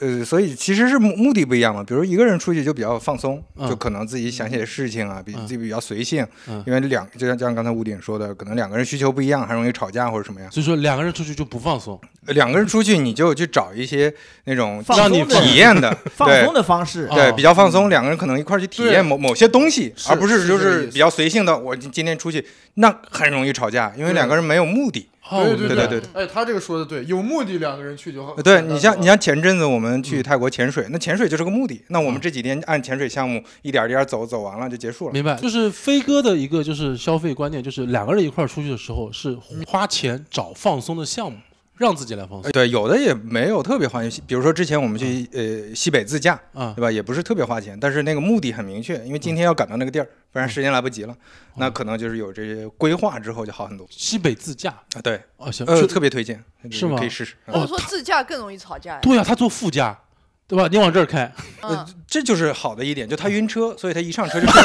Speaker 1: 呃，所以其实是目目的不一样嘛。比如一个人出去就比较放松，
Speaker 2: 嗯
Speaker 1: 就可能自己想些事情啊，比
Speaker 2: 嗯
Speaker 1: 自己比较随性。
Speaker 2: 嗯
Speaker 1: 因为两就像就像刚才吴鼎说的，可能两个人需求不一样，还容易吵架或者什么呀。
Speaker 2: 所以说两个人出去就不放松，
Speaker 1: 呃两个人出去，你就去找一些那种
Speaker 4: 放松
Speaker 2: 让你
Speaker 4: 的
Speaker 1: 体验的，
Speaker 4: 放
Speaker 1: 对
Speaker 4: 松的方式
Speaker 2: 啊，
Speaker 1: 对
Speaker 2: 哦，
Speaker 1: 比较放松，两个人可能一块儿去体
Speaker 3: 对
Speaker 1: 验某某些东西，
Speaker 3: 是
Speaker 1: 而不是
Speaker 3: 是
Speaker 1: 就
Speaker 3: 这个
Speaker 1: 是
Speaker 3: 意思
Speaker 1: 比较随性的。我今今天出去，那很容易吵架，因为
Speaker 3: 对
Speaker 1: 两个人没有目的。
Speaker 2: 哦，
Speaker 4: 嗯
Speaker 2: 我
Speaker 1: 对
Speaker 2: 明
Speaker 1: 对
Speaker 2: 白
Speaker 1: 对，
Speaker 3: 哎，他这个说的对，有目的两个人去就好
Speaker 1: 呃。 <laughs> 对你像你像前阵子我们去泰国潜水，那潜水就是个目的。那我们这几天按潜水项目一点儿一点儿走，走完了就结束了。
Speaker 2: 明白，就是飞哥的一个就是消费观念，就是两个人一块儿出去的时候是花钱找放松的项目，让自己来放松
Speaker 1: 呃对，有的也没有特别花钱，比如说之前我们去呃西北自驾，
Speaker 2: 啊
Speaker 1: 对吧？也不是特别花钱，但是那个目的很明确，因为今天要赶到那个地儿，不然时间来不及了。 <laughs> 那可能就是有这些规划之后就好很多
Speaker 2: 西北自驾
Speaker 1: 啊。对，
Speaker 2: 啊，行，
Speaker 1: 呃，
Speaker 2: 去
Speaker 1: 特别推荐，
Speaker 2: 是吗
Speaker 1: 可以试试。嗯
Speaker 5: 他们说自驾更容易吵架呀。
Speaker 2: 啊对呀、他坐副驾，对吧？你往这儿开，
Speaker 1: 呃
Speaker 5: 嗯，，
Speaker 1: 这就是好的一点，就他晕车，所以他一上车就睡，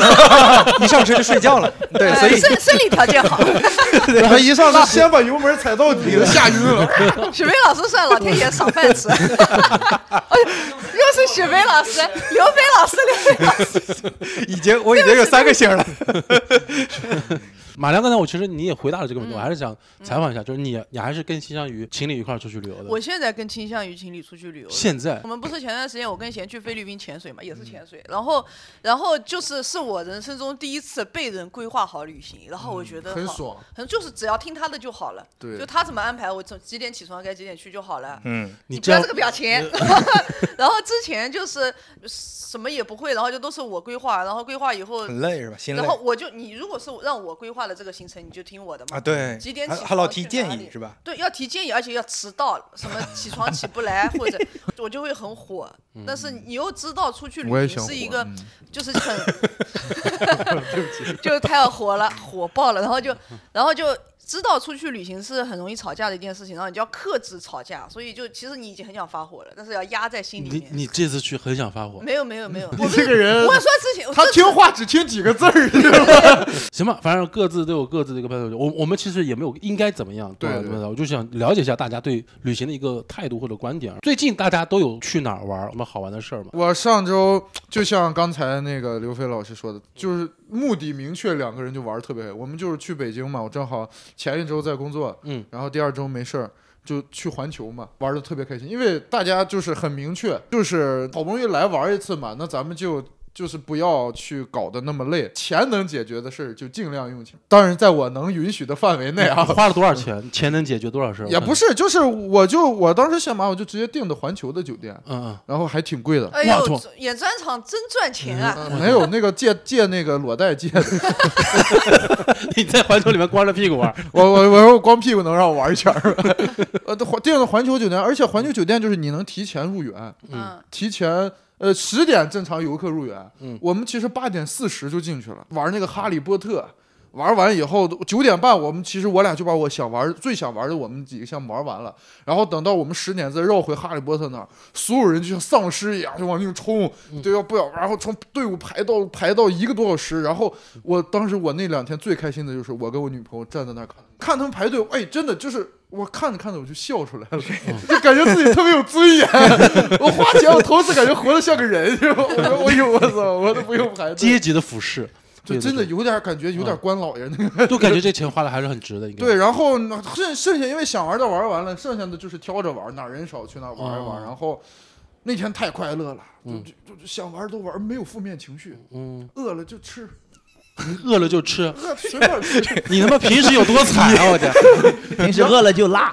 Speaker 1: 一上车就睡觉了。 <laughs> 对，
Speaker 5: 呃
Speaker 1: 所以
Speaker 5: 生生理条件好。
Speaker 3: 他一上来先把油门踩到底，了，吓晕了。
Speaker 5: 雪梅老师算老天爷赏饭吃，哎呦又是雪梅老师、刘飞老师、刘飞老师，
Speaker 1: 已经我已经有三个星了。
Speaker 2: 马良，刚才我其实你也回答了这个问
Speaker 5: 嗯
Speaker 2: 题，我还是想采访一下，就是你你还是更倾向于情侣一块儿出去旅游的
Speaker 5: 我。现在更倾向于情侣出去旅游了。
Speaker 2: 现在
Speaker 5: 我们不是前段时间我跟贤去菲律宾潜水嘛，也是潜水，然后然后就是是我人生中第一次被人规划好旅行，然后我觉得
Speaker 3: 很
Speaker 5: 好，
Speaker 3: 爽，
Speaker 5: 可能就是只要听他的就好了，
Speaker 3: 对
Speaker 5: 就他怎么安排，我从几点起床该几点去就好了。
Speaker 1: 嗯，
Speaker 2: 你
Speaker 5: 不
Speaker 2: 这
Speaker 5: 要
Speaker 2: 样
Speaker 5: 这个表情， <laughs> 然后之前就是什么也不会，然后就都是我规划，然后规划以后
Speaker 1: 很累是吧？心累
Speaker 5: 然后我就你如果是让我规划了这个行程，你就听我的嘛。
Speaker 1: 啊，对，
Speaker 5: 几点
Speaker 1: 还
Speaker 5: 起床
Speaker 1: 还老提
Speaker 5: 去哪
Speaker 1: 建议
Speaker 5: 里
Speaker 1: 是吧？
Speaker 5: 对要提建议，而且要迟到，什么起床起不来，或者我就会很火。
Speaker 2: 嗯
Speaker 5: 但是你又知道出去
Speaker 3: 我也
Speaker 5: 旅
Speaker 3: 想
Speaker 5: 行
Speaker 3: 火
Speaker 5: 是一个
Speaker 3: 嗯
Speaker 5: 就是很，就是太火了，火爆了，然后就然后就知道出去旅行是很容易吵架的一件事情，然后你就要克制吵架，所以就其实你已经很想发火了，但是要压在心里
Speaker 2: 你
Speaker 5: 面。
Speaker 2: 你这次去很想发火，
Speaker 5: 没有没有没有，我
Speaker 3: 你
Speaker 5: 不
Speaker 3: 这
Speaker 5: 是
Speaker 3: 个人
Speaker 5: 我，说之前
Speaker 3: 他
Speaker 5: 这
Speaker 3: 听话只听几个字儿，你 <laughs> 知道吗
Speaker 2: 行吧，反正各自都有各自的一个判断标准。我我们其实也没有应该怎么样，
Speaker 3: 对
Speaker 2: 吧
Speaker 3: 对
Speaker 2: 吧？我就想了解一下大家对旅行的一个态度或者观点。啊最近大家都有去哪儿玩儿什么好玩的事儿吗？
Speaker 3: 我上周就像刚才那个刘飞老师说的，就是目的明确，两个人就玩儿特别嗨。我们就是去北京嘛，我正好前一周在工作，
Speaker 2: 嗯，
Speaker 3: 然后第二周没事儿。就去环球嘛，玩的特别开心，因为大家就是很明确，就是好不容易来玩一次嘛，那咱们就就是不要去搞得那么累，钱能解决的事儿就尽量用钱，当然在我能允许的范围内啊，
Speaker 2: <laughs> 花了多少钱？钱能解决多少事儿？
Speaker 3: 也不是，就是我就我当时想嘛，我就直接订的环球的酒店，
Speaker 2: 嗯，嗯嗯，
Speaker 3: 然后还挺贵的，
Speaker 5: 哎
Speaker 2: 哇
Speaker 5: 呦
Speaker 2: 这，
Speaker 5: 演专场真赚钱啊！
Speaker 3: 呃没有那个借借那个裸贷借的， <laughs>
Speaker 2: 嗯 <laughs> 你在环球里面光着屁股玩儿，
Speaker 3: 我我我说光屁股能让我玩一圈儿吗？呃，都环订了环球酒店，而且环球酒店就是你能提前入园，
Speaker 2: 嗯
Speaker 5: 嗯，
Speaker 3: 提前呃十点正常游客入园，
Speaker 2: 嗯
Speaker 3: 我们其实八点四十就进去了，玩那个哈利波特。玩完以后九点半，我们其实我俩就把我想玩最想玩的我们几个项目玩完了，然后等到我们十点再绕回哈利波特那儿，所有人就像丧尸一样就往那个冲，
Speaker 2: 嗯
Speaker 3: 对，要不要？然后从队伍排到排到一个多小时，然后我当时我那两天最开心的就是我跟我女朋友站在那儿看，看他们排队，哎，真的就是我看着看着我就笑出来了， <laughs> 就感觉自己特别有尊严。 <laughs> 我花钱，我头一次感觉活得像个人，是吧？我我有我操，我都不用排队，
Speaker 2: 阶级的俯视，
Speaker 3: 就
Speaker 2: 对嗯
Speaker 3: 真的有点感觉，有点官老爷那个。
Speaker 2: 都感觉这钱花的还是很值的。应该
Speaker 3: 对，然后呢剩剩下因为想玩的玩完了，剩下的就是挑着玩，哪人少去哪玩一玩。
Speaker 2: 哦
Speaker 3: 然后那天太快乐了，就
Speaker 2: 嗯
Speaker 3: 就就想玩都玩，没有负面情绪，
Speaker 2: 嗯，
Speaker 3: 饿了就吃，
Speaker 2: 饿了就吃，
Speaker 3: 饿随便吃。
Speaker 2: 你他妈平时有多惨啊！我
Speaker 3: <laughs>
Speaker 2: 天，
Speaker 4: 平时饿了就拉，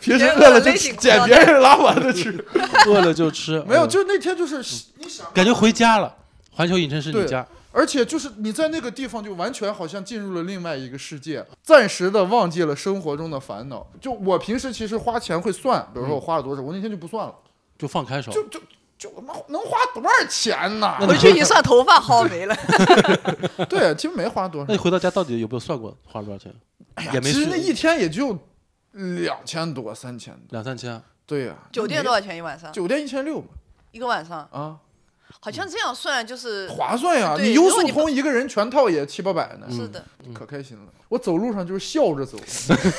Speaker 3: 平时
Speaker 5: 时
Speaker 3: 饿
Speaker 5: 饿
Speaker 3: 了
Speaker 5: 了
Speaker 3: 就
Speaker 5: 就
Speaker 3: 捡别人拉完的吃，
Speaker 2: 饿了就吃，
Speaker 3: <laughs> 没有，
Speaker 2: 嗯
Speaker 3: 就那天就是你想，
Speaker 2: 感觉回家了。环球影城是你
Speaker 3: 对
Speaker 2: 家，
Speaker 3: 而且就是你在那个地方就完全好像进入了另外一个世界，暂时的忘记了生活中的烦恼。就我平时其实花钱会算，比如说我花了多少，我那天就不算了，
Speaker 2: 就放开手。
Speaker 3: 就就就我妈能花多少钱呢？
Speaker 5: 回去一算头发薅没了，
Speaker 3: 对，其实没花多
Speaker 2: 那
Speaker 3: 少
Speaker 2: 你，回到家到底有没有算过花了多少钱？也没
Speaker 3: 哎其实那
Speaker 2: 算
Speaker 3: 一天也就两千多、三千多。
Speaker 2: 两三千，啊
Speaker 3: 对呀，
Speaker 5: 酒店多少钱一晚上？
Speaker 3: 酒店一千六嘛，
Speaker 5: 一个晚上
Speaker 3: 啊，
Speaker 5: 好像这样算就是
Speaker 3: 划算呀！
Speaker 5: 对
Speaker 3: 你优
Speaker 5: 如果
Speaker 3: 速
Speaker 5: 你不
Speaker 3: 通一个人全套也七八百
Speaker 1: 嗯
Speaker 3: 呢。
Speaker 5: 是的，
Speaker 3: 可开心了。我走路上就是笑着走， <laughs>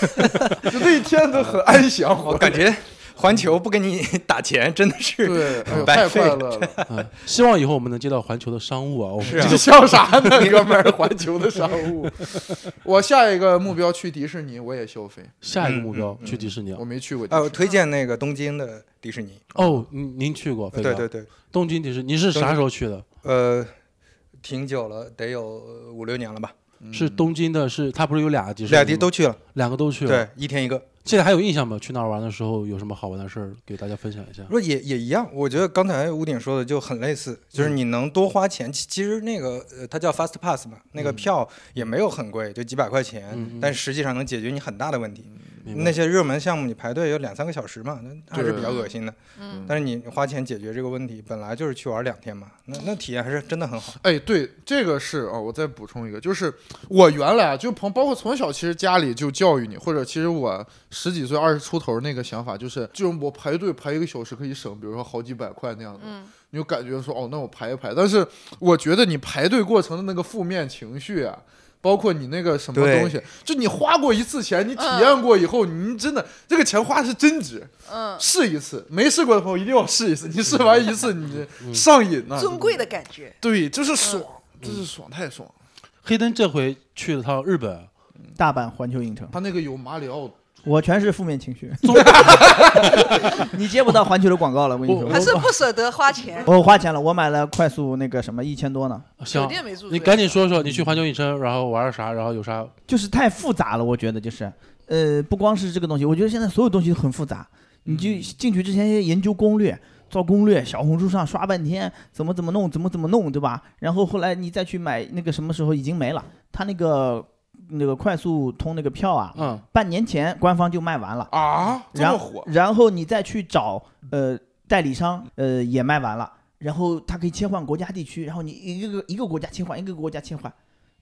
Speaker 3: 就那一天都很安详。
Speaker 1: <laughs> 我感觉环球不给你打钱，真的是
Speaker 3: 对，哎呦，
Speaker 1: 白
Speaker 3: 太
Speaker 1: 费
Speaker 3: 快乐了！
Speaker 2: 嗯，希望以后我们能接到环球的商务啊。
Speaker 1: <laughs>
Speaker 2: 我
Speaker 1: 是
Speaker 2: 们
Speaker 1: 啊
Speaker 3: 你笑啥呢，
Speaker 1: <laughs>
Speaker 3: 哥们儿？环球的商务，我下一个目标去迪士尼，我也消费。
Speaker 2: 下一个目标去迪士尼啊
Speaker 3: 我。没去过迪
Speaker 1: 啊，
Speaker 3: 士
Speaker 1: 我推荐那个东京的迪士尼。呃
Speaker 2: 哦，您您去过？飞
Speaker 1: 对
Speaker 2: 哥
Speaker 1: 对，对，
Speaker 2: 东京迪士尼，你是啥时候去的？
Speaker 1: 呃，挺久了，得有呃五六年了吧，
Speaker 3: 尼，
Speaker 2: 是东京的，是它不是有俩迪士尼吗？
Speaker 1: 俩地都去了，
Speaker 2: 两个都去了。
Speaker 1: 对，一天一个。
Speaker 2: 现在还有印象吗？去那儿玩的时候有什么好玩的事儿给大家分享一下？
Speaker 1: 不也也一样，我觉得刚才屋顶说的就很类似，就是
Speaker 3: 嗯
Speaker 1: 你能多花钱。其其实那个呃，它叫 Fast
Speaker 3: 嗯
Speaker 1: Pass 嘛，那个票也没有很贵，就几百块钱，
Speaker 2: 嗯嗯
Speaker 1: 但实际上能解决你很大的问题。
Speaker 3: 嗯
Speaker 2: 明白
Speaker 1: 那些热门项目你排队有两三个小时嘛，那还是比较恶心的。
Speaker 5: 嗯，
Speaker 1: 但是你花钱解决这个问题，本来就是去玩两天嘛，那那体验还是真的很好。
Speaker 3: 哎，对，这个是啊、我再补充一个，就是我原来啊，就朋包括从小，其实家里就教育你，或者其实我十几岁、二十出头那个想法，就是就是我排队排一个小时可以省，比如说好几百块那样子，
Speaker 5: 嗯
Speaker 3: 你就感觉说哦，那我排一排。但是我觉得你排队过程的那个负面情绪啊。包括你那个什么
Speaker 1: 对
Speaker 3: 东西，就你花过一次钱，你体
Speaker 5: 嗯
Speaker 3: 验过以后，你真的这个钱花的是真值。
Speaker 5: 嗯，
Speaker 3: 试一次，没试过的朋友一定要试一次，你试完一次你这上瘾呐、
Speaker 5: 尊贵的感觉，
Speaker 3: 对，
Speaker 5: 嗯
Speaker 3: 就是爽，
Speaker 4: 嗯
Speaker 3: 就是爽，太爽了。
Speaker 2: 黑灯这回去了趟日本，啊
Speaker 4: 大阪环球影城，
Speaker 3: 他那个有马里奥，
Speaker 4: 我全是负面情绪
Speaker 2: 中。
Speaker 4: <laughs> 你接不到环球的广告嗯了，我跟你说
Speaker 2: 我
Speaker 5: 还，是不舍得花钱，
Speaker 4: 我花钱了，我买了快速那个什么一千多呢，
Speaker 5: 酒
Speaker 2: 行，
Speaker 5: 店没住对。啊
Speaker 2: 你赶紧说说你去环球影城，然后玩了啥，然后有啥？
Speaker 4: 就是太复杂了，我觉得就是，呃，不光是这个东西，我觉得现在所有东西都很复杂，你就进去之前先研究攻略。做攻略，小红书上刷半天，怎么怎么弄，怎么怎么弄，对吧？然后后来你再去买那个什么时候已经没了，他那个那个快速通那个票啊，
Speaker 2: 嗯，
Speaker 4: 半年前官方就卖完了。
Speaker 3: 啊，这
Speaker 4: 然
Speaker 3: 么
Speaker 4: 后
Speaker 3: 火，
Speaker 4: 然后你再去找呃代理商，呃也卖完了，然后它可以切换国家地区，然后你一个个一个国家切换，一个国家切换，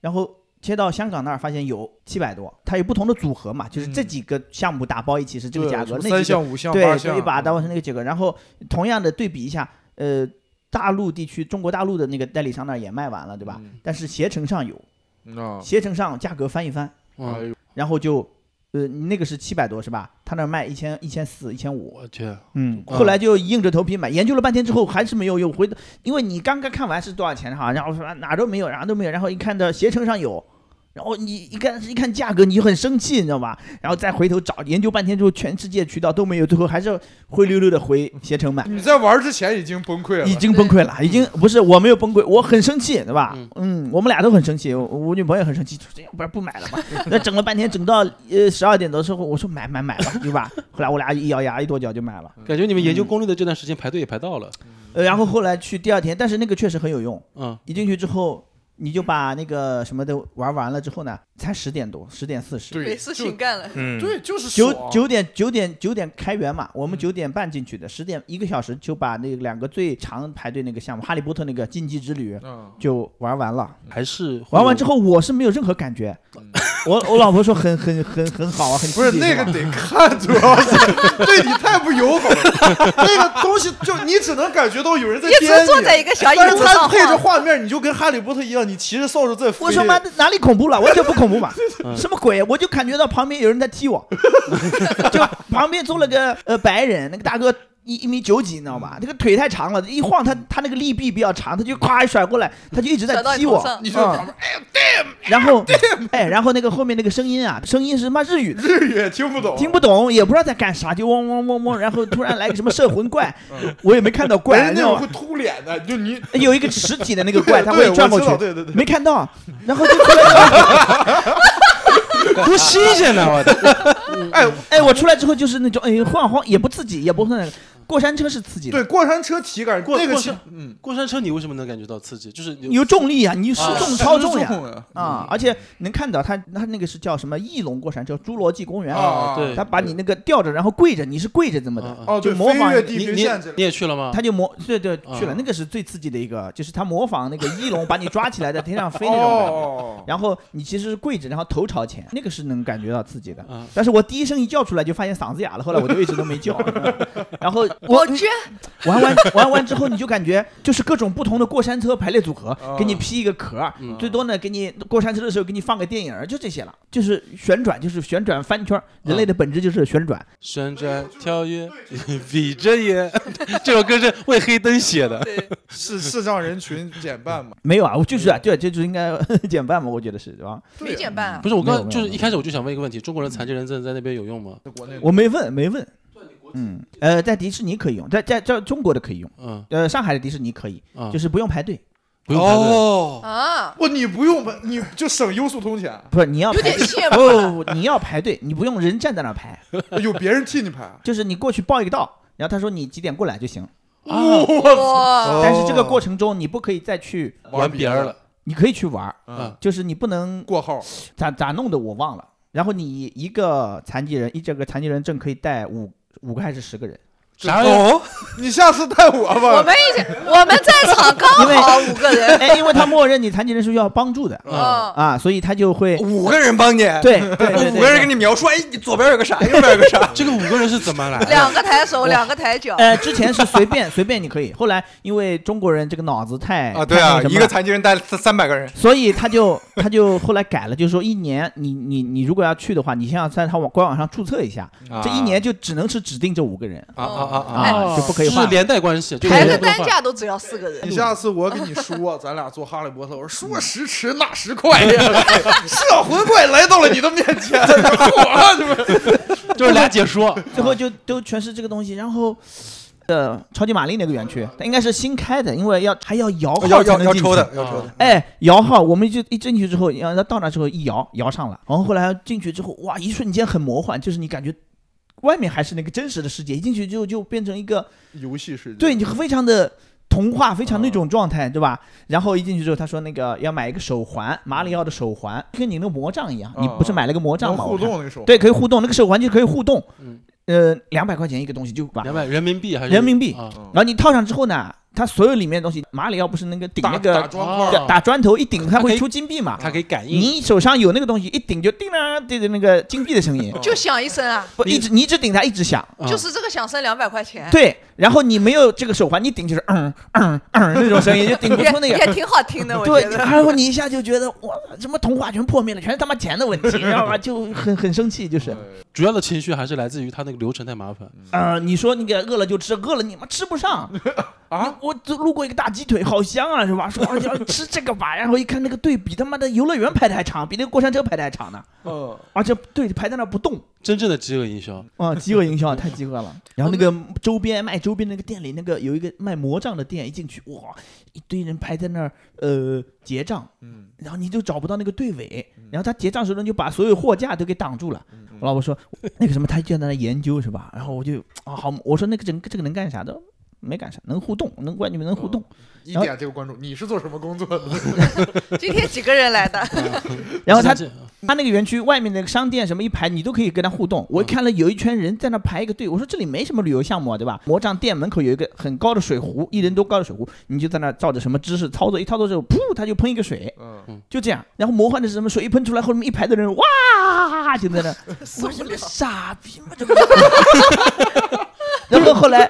Speaker 4: 然后切到香港那儿发现有七百多，它有不同的组合嘛，就是这
Speaker 3: 嗯
Speaker 4: 几个项目打包一起是这个
Speaker 3: 对
Speaker 4: 价
Speaker 3: 什
Speaker 4: 格，
Speaker 3: 么
Speaker 4: 那几
Speaker 3: 三
Speaker 4: 个
Speaker 3: 项、五项、八
Speaker 4: 对，
Speaker 3: 项，
Speaker 4: 可以把它打包成那个价格，然后同样的对比一下，呃。大陆地区，中国大陆的那个代理商那儿也卖完了，对吧？
Speaker 2: 嗯
Speaker 4: 但是携程上有，
Speaker 3: 啊，
Speaker 4: 携程上价格翻一翻，
Speaker 3: 哎
Speaker 2: 嗯，
Speaker 3: 呦，
Speaker 4: 然后就，呃，你那个是七百多是吧？他那儿卖一千一千四、一千五，
Speaker 2: 我去，
Speaker 4: 嗯，
Speaker 2: 嗯
Speaker 4: 后来就硬着头皮买，研究了半天之后还是没有用，回头因为你刚刚看完是多少钱哈，然后说啊哪都没有，哪都没有，然后一看到携程上有，然后你一看一看价格你就很生气，你知道吧？然后再回头找研究半天之后，全世界渠道都没有，最后还是灰溜溜的回携程买，
Speaker 3: 你在玩之前已经崩溃
Speaker 4: 已
Speaker 3: 了，
Speaker 4: 经崩溃了，已经不是我没有崩溃，我很生气，对吧
Speaker 2: 嗯？
Speaker 4: 嗯，我们俩都很生气，我我女朋友很生气，说这要不然不买了吧？那整了半天，整到呃十二点的时候，我说买买买吧，对吧？后来我俩一咬牙一跺脚就买了。
Speaker 2: 感觉你们研究攻略的这段时间排队也排到了，
Speaker 4: 呃，然后后来去第二天，但是那个确实很有用。
Speaker 2: 嗯，
Speaker 4: 一进去之后，你就把那个什么的玩完了之后呢，才十点多，十点四十，
Speaker 5: 没
Speaker 3: 对，
Speaker 5: 事
Speaker 3: 就
Speaker 5: 情干了，
Speaker 1: 嗯，
Speaker 3: 对，就是
Speaker 4: 九
Speaker 3: 爽
Speaker 4: 九点九点九点开园嘛，我们
Speaker 3: 嗯
Speaker 4: 九点半进去的，十点一个小时就把那两个最长排队那个项目《哈利波特》那个禁忌之旅
Speaker 3: 嗯，
Speaker 4: 就玩完了。
Speaker 2: 还是
Speaker 4: 玩完之
Speaker 2: 后
Speaker 4: 后，我是没有任何感觉。
Speaker 5: 嗯
Speaker 4: 我我老婆说很很很很好啊，很
Speaker 3: 不是
Speaker 4: 刺激
Speaker 3: 那个
Speaker 4: 吧
Speaker 3: 得看，主要是对你太不友好了。那个东西就你只能感觉到有人在
Speaker 5: 一
Speaker 3: 颠
Speaker 5: 直坐在一
Speaker 3: 你，
Speaker 5: 个小椅
Speaker 3: <laughs> 但是
Speaker 5: 子
Speaker 3: 它
Speaker 5: 上
Speaker 3: 配着
Speaker 5: 晃，
Speaker 3: 画面，你就跟哈利波特一样，你骑着扫帚在飞。
Speaker 4: 我说妈的哪里恐怖了？完全不恐怖
Speaker 3: <laughs>
Speaker 4: 嘛
Speaker 2: 嗯，
Speaker 4: 什么鬼？我就感觉到旁边有人在踢我， <laughs> 就旁边坐了个呃白人，那个大哥一一米九几，你知道吗？
Speaker 3: 嗯
Speaker 4: 那个腿太长了，一晃他他那个力臂比较长，他就咵一甩过来，他就一直在
Speaker 5: 甩到你
Speaker 4: 踢
Speaker 5: 头
Speaker 4: 我嗯
Speaker 5: 上，
Speaker 3: 你就在旁边
Speaker 4: 然后哎，然后那个后面那个声音啊，声音是妈日语的。
Speaker 3: 日语也听不懂，
Speaker 4: 听不懂，也不知道在干啥，就嗡嗡嗡嗡，然后突然来个什么摄魂怪
Speaker 3: 嗯，
Speaker 4: 我也没看到怪，
Speaker 3: 人
Speaker 4: 你知
Speaker 3: 家那
Speaker 4: 道
Speaker 3: 种
Speaker 4: 吗
Speaker 3: 会秃脸的，就你
Speaker 4: 有
Speaker 3: <laughs>
Speaker 4: 一个实体的那个怪，
Speaker 3: 对
Speaker 4: 他
Speaker 3: 对
Speaker 4: 会转
Speaker 3: 我
Speaker 4: 过
Speaker 3: 知
Speaker 4: 去
Speaker 3: 道，对对对，
Speaker 4: 没看到，然后就
Speaker 2: 多新鲜呐！我的，
Speaker 3: 哎，
Speaker 4: 哎，我出来之后就是那种哎晃晃，也不刺激，也不算那个过山车是刺激的，
Speaker 3: 对，过山车体感，
Speaker 2: 过
Speaker 3: 那个
Speaker 2: 过
Speaker 3: 是
Speaker 2: 山
Speaker 3: 嗯，
Speaker 2: 过山车你为什么能感觉到刺激？就是你
Speaker 4: 有重力啊，你失
Speaker 2: 啊
Speaker 3: <laughs>
Speaker 4: 重超重呀
Speaker 3: 呀，
Speaker 4: 啊，而且能看到它，它那个是叫什么翼龙过山车，侏罗纪公园，
Speaker 3: 啊，
Speaker 2: 对
Speaker 4: 它把你那个吊着，然后跪着，你是跪着怎么
Speaker 2: 嗯嗯
Speaker 4: 的，
Speaker 3: 哦，
Speaker 4: 就
Speaker 3: 对
Speaker 4: 模仿
Speaker 3: 飞跃地
Speaker 2: 你
Speaker 3: 平
Speaker 2: 你
Speaker 3: 线之类
Speaker 2: 你也去了
Speaker 3: 啊
Speaker 2: 吗？
Speaker 4: 它就模对对去了，
Speaker 2: 嗯
Speaker 4: 那个是最刺激的一个，就是它模仿那个翼龙把你抓起来在天上飞
Speaker 3: 哦
Speaker 4: 那种。 <laughs>
Speaker 3: 哦，哦
Speaker 4: 然后你其实是跪着，然后头朝前，那个是能感觉到刺激的。
Speaker 2: 嗯
Speaker 4: 但是我第一声一叫出来就发现嗓子哑了，后来我就一直都没叫。然后我
Speaker 5: 我捐，
Speaker 4: 玩完玩完之后，你就感觉就是各种不同的过山车排列组合
Speaker 3: 啊，
Speaker 4: 给你披一个壳儿，
Speaker 2: 嗯
Speaker 4: 最多呢给你过山车的时候给你放个电影儿，就这些了。就是旋转，就是旋转翻圈儿，人类的本质就是旋转。
Speaker 2: 旋转跳跃， <laughs> 比着也，这首歌是为黑灯写的。
Speaker 5: 对，
Speaker 3: 视视障人群减半嘛，
Speaker 4: 没有啊，我就是啊，对，这就应该 <laughs> 减半嘛，我觉得是对吧？
Speaker 3: 对
Speaker 5: 没减半啊
Speaker 2: 不，是我刚
Speaker 4: <laughs> 没有没有
Speaker 2: 就是
Speaker 4: 没有
Speaker 2: 一开始我就想问一个问题：中国人残疾人证在那边有用吗？
Speaker 3: 在国内
Speaker 4: 我没问，没问。嗯，呃，在迪士尼可以用，在在在中国的可以用，
Speaker 2: 嗯
Speaker 4: 呃，上海的迪士尼可以，
Speaker 2: 啊，
Speaker 4: 就是不用排队。
Speaker 2: 不用排队。
Speaker 1: 哦，
Speaker 3: <laughs>
Speaker 5: 啊，
Speaker 3: 不，你不用吧，你就省优速通钱，啊
Speaker 4: 不是你要
Speaker 5: 有
Speaker 4: 排
Speaker 5: 点
Speaker 4: 队，
Speaker 5: 羡慕了，
Speaker 4: 不，你要排队，你不用人站在那儿排，
Speaker 3: 有别人替你排。啊
Speaker 4: 就是你过去报一个到，然后他说你几点过来就行。
Speaker 1: 哦
Speaker 2: 啊，
Speaker 5: 哇，
Speaker 4: 但是这个过程中你不可以再去，
Speaker 3: 玩
Speaker 2: 玩
Speaker 3: 别
Speaker 2: 别
Speaker 3: 人
Speaker 2: 人
Speaker 3: 了
Speaker 2: 了，
Speaker 4: 你可以去玩儿，
Speaker 3: 嗯，
Speaker 4: 就是你不能
Speaker 3: 过号
Speaker 4: 咋咋弄的我忘了，然后你一个残疾人，一这个残疾人证可以带五五个还是十个人？
Speaker 5: <laughs>
Speaker 2: 啥呀？
Speaker 3: 哦，你下次带我
Speaker 5: 我
Speaker 3: 吧。
Speaker 5: 们一起，我们在场刚
Speaker 4: 因为
Speaker 5: 好五个人。
Speaker 4: 哎，因为他默认你残疾人是需要帮助的
Speaker 5: 嗯，
Speaker 4: 啊，所以他就会
Speaker 1: 五个人帮你，
Speaker 4: 对
Speaker 1: <laughs>
Speaker 4: 对对
Speaker 1: 五个人
Speaker 4: 对。
Speaker 1: 给你描述，哎，你左边有个啥，右边有个啥，
Speaker 2: 这个五个人是怎么来的？
Speaker 5: <laughs> 两个抬手，两个抬脚。
Speaker 4: 呃，之前是随便随便你可以，后来因为中国人这个脑子太
Speaker 1: 啊，对啊，
Speaker 4: 太那什
Speaker 1: 一
Speaker 4: 么
Speaker 1: 个
Speaker 4: 了
Speaker 1: 残疾人带了三三百个人，
Speaker 4: 所以他就 <laughs> 他就后来改了，就是说一年你你你如果要去的话，你先要在他网官网上注册一下，这一年就只能是指定这五个人
Speaker 1: 啊啊啊
Speaker 4: 哎
Speaker 1: 啊，
Speaker 4: 啊就不可以
Speaker 2: 是
Speaker 4: 换
Speaker 2: 连带关系，就
Speaker 5: 抬
Speaker 2: 是
Speaker 5: 个
Speaker 2: 不能
Speaker 5: 担
Speaker 2: 换
Speaker 5: 架都只要四个人
Speaker 3: 你，下次我给你说，咱俩做哈利波特，我说说时迟那时快呀， <laughs> 摄魂怪来到了你的面前，火了是不是？
Speaker 2: <laughs> 就是俩解说，
Speaker 4: 最后就都全是这个东西。然后，呃，超级玛丽那个园区，它应该是新开的，因为要还要摇
Speaker 1: 哦要
Speaker 3: 哦
Speaker 4: 号才
Speaker 1: 要
Speaker 4: 能
Speaker 1: 要
Speaker 4: 进
Speaker 1: 抽
Speaker 4: 去
Speaker 1: 的，要抽的，
Speaker 4: 哎，摇号，我们就一进去之后，然后到那之后一摇，摇上了。然后后来进去之后，哇，一瞬间很魔幻，就是你感觉外面还是那个真实的世界，一进去就就变成一个
Speaker 3: 游戏世界，
Speaker 4: 对你非常的童话，非常那
Speaker 3: 嗯
Speaker 4: 种状态，对吧？然后一进去之后，他说那个要买一个手环，马里奥的手环，跟你那个魔杖一样，你不是
Speaker 3: 嗯
Speaker 4: 买了个魔杖
Speaker 3: 能
Speaker 4: 吗？
Speaker 3: 互
Speaker 4: 我看
Speaker 3: 动那个手，
Speaker 4: 对，可以互动，那个手环就可以互动。
Speaker 2: 嗯
Speaker 4: 呃，两百块钱一个东西就把，
Speaker 2: 两
Speaker 4: 然
Speaker 2: 百人民币还是
Speaker 4: 人民币
Speaker 2: 啊？
Speaker 3: 嗯，
Speaker 4: 后你套上之后呢，它所有里面的东西，马里奥不是那个顶
Speaker 3: 打
Speaker 4: 那
Speaker 3: 打
Speaker 4: 个
Speaker 3: 砖块
Speaker 2: 啊
Speaker 3: 儿，
Speaker 4: 打砖头一顶，
Speaker 2: 它
Speaker 4: 它
Speaker 2: 可
Speaker 4: 会
Speaker 2: 以
Speaker 4: 出金币嘛？
Speaker 2: 它可以感应，
Speaker 4: 你手上有那个东西，一顶就叮啦，对着那个金币的声
Speaker 2: 哦
Speaker 4: 音，
Speaker 5: 就响一声啊，
Speaker 4: 不一直你一直顶它一直响，
Speaker 2: 啊
Speaker 5: 就是这个响声两百块钱，
Speaker 4: 对，然后你没有这个手环，你顶就是嗯嗯嗯那种声音，就顶不
Speaker 5: 也
Speaker 4: 出那个。
Speaker 5: 也挺好听的，我
Speaker 4: 对
Speaker 5: 觉，
Speaker 2: <laughs>
Speaker 5: 得。
Speaker 4: 然后你一下就觉得哇，什么童话全破灭了，全是他妈钱的
Speaker 5: <laughs>
Speaker 4: 问题，知道吧？就很很生气，就是，
Speaker 2: 主要的情绪还是来自于它那个流程太麻烦，
Speaker 4: 呃，你说那个饿了就吃，饿了你妈吃不上
Speaker 3: 啊！
Speaker 4: 我就路过一个大鸡腿，好香啊，是吧？说要吃这个吧，然后一看那个队比他妈的游乐园排的还长，比那个过山车排的还长呢，
Speaker 3: 嗯，
Speaker 4: 而且队排在那不动。
Speaker 2: 真正的饥饿营销。
Speaker 4: 啊，饥饿营销太饥饿了。
Speaker 3: <laughs>
Speaker 4: 然后那个周边卖周边那个店里，那个有一个卖魔杖的店，一进去哇，一堆人排在那儿呃结账，
Speaker 3: 嗯，
Speaker 4: 然后你就找不到那个队尾
Speaker 3: 嗯，
Speaker 4: 然后他结账时候就把所有货架都给挡住了。
Speaker 3: 嗯
Speaker 4: 我老婆说那个什么，他就在那研究是吧？然后我就啊好，我说那个整个这个能干啥的？没干啥，能互动，能关你们能互动。
Speaker 3: 一点这个关注，你是做什么工作的？
Speaker 5: 今天几个人来的？
Speaker 4: 然后他
Speaker 2: 这
Speaker 4: 他那个园区外面那个商店什么一排，你都可以跟他互动。我看了有一圈人在那排一个队，我说这里没什么旅游项目啊，对吧？魔杖店门口有一个很高的水壶，一人多高的水壶，你就在那照着什么姿势操作，一操作之后，噗，它就喷一个水，
Speaker 3: 嗯，
Speaker 4: 就这样。然后魔幻的是什么水一喷出来，后面一排的人哇就在那，我说这傻逼嘛，这不是。然后后来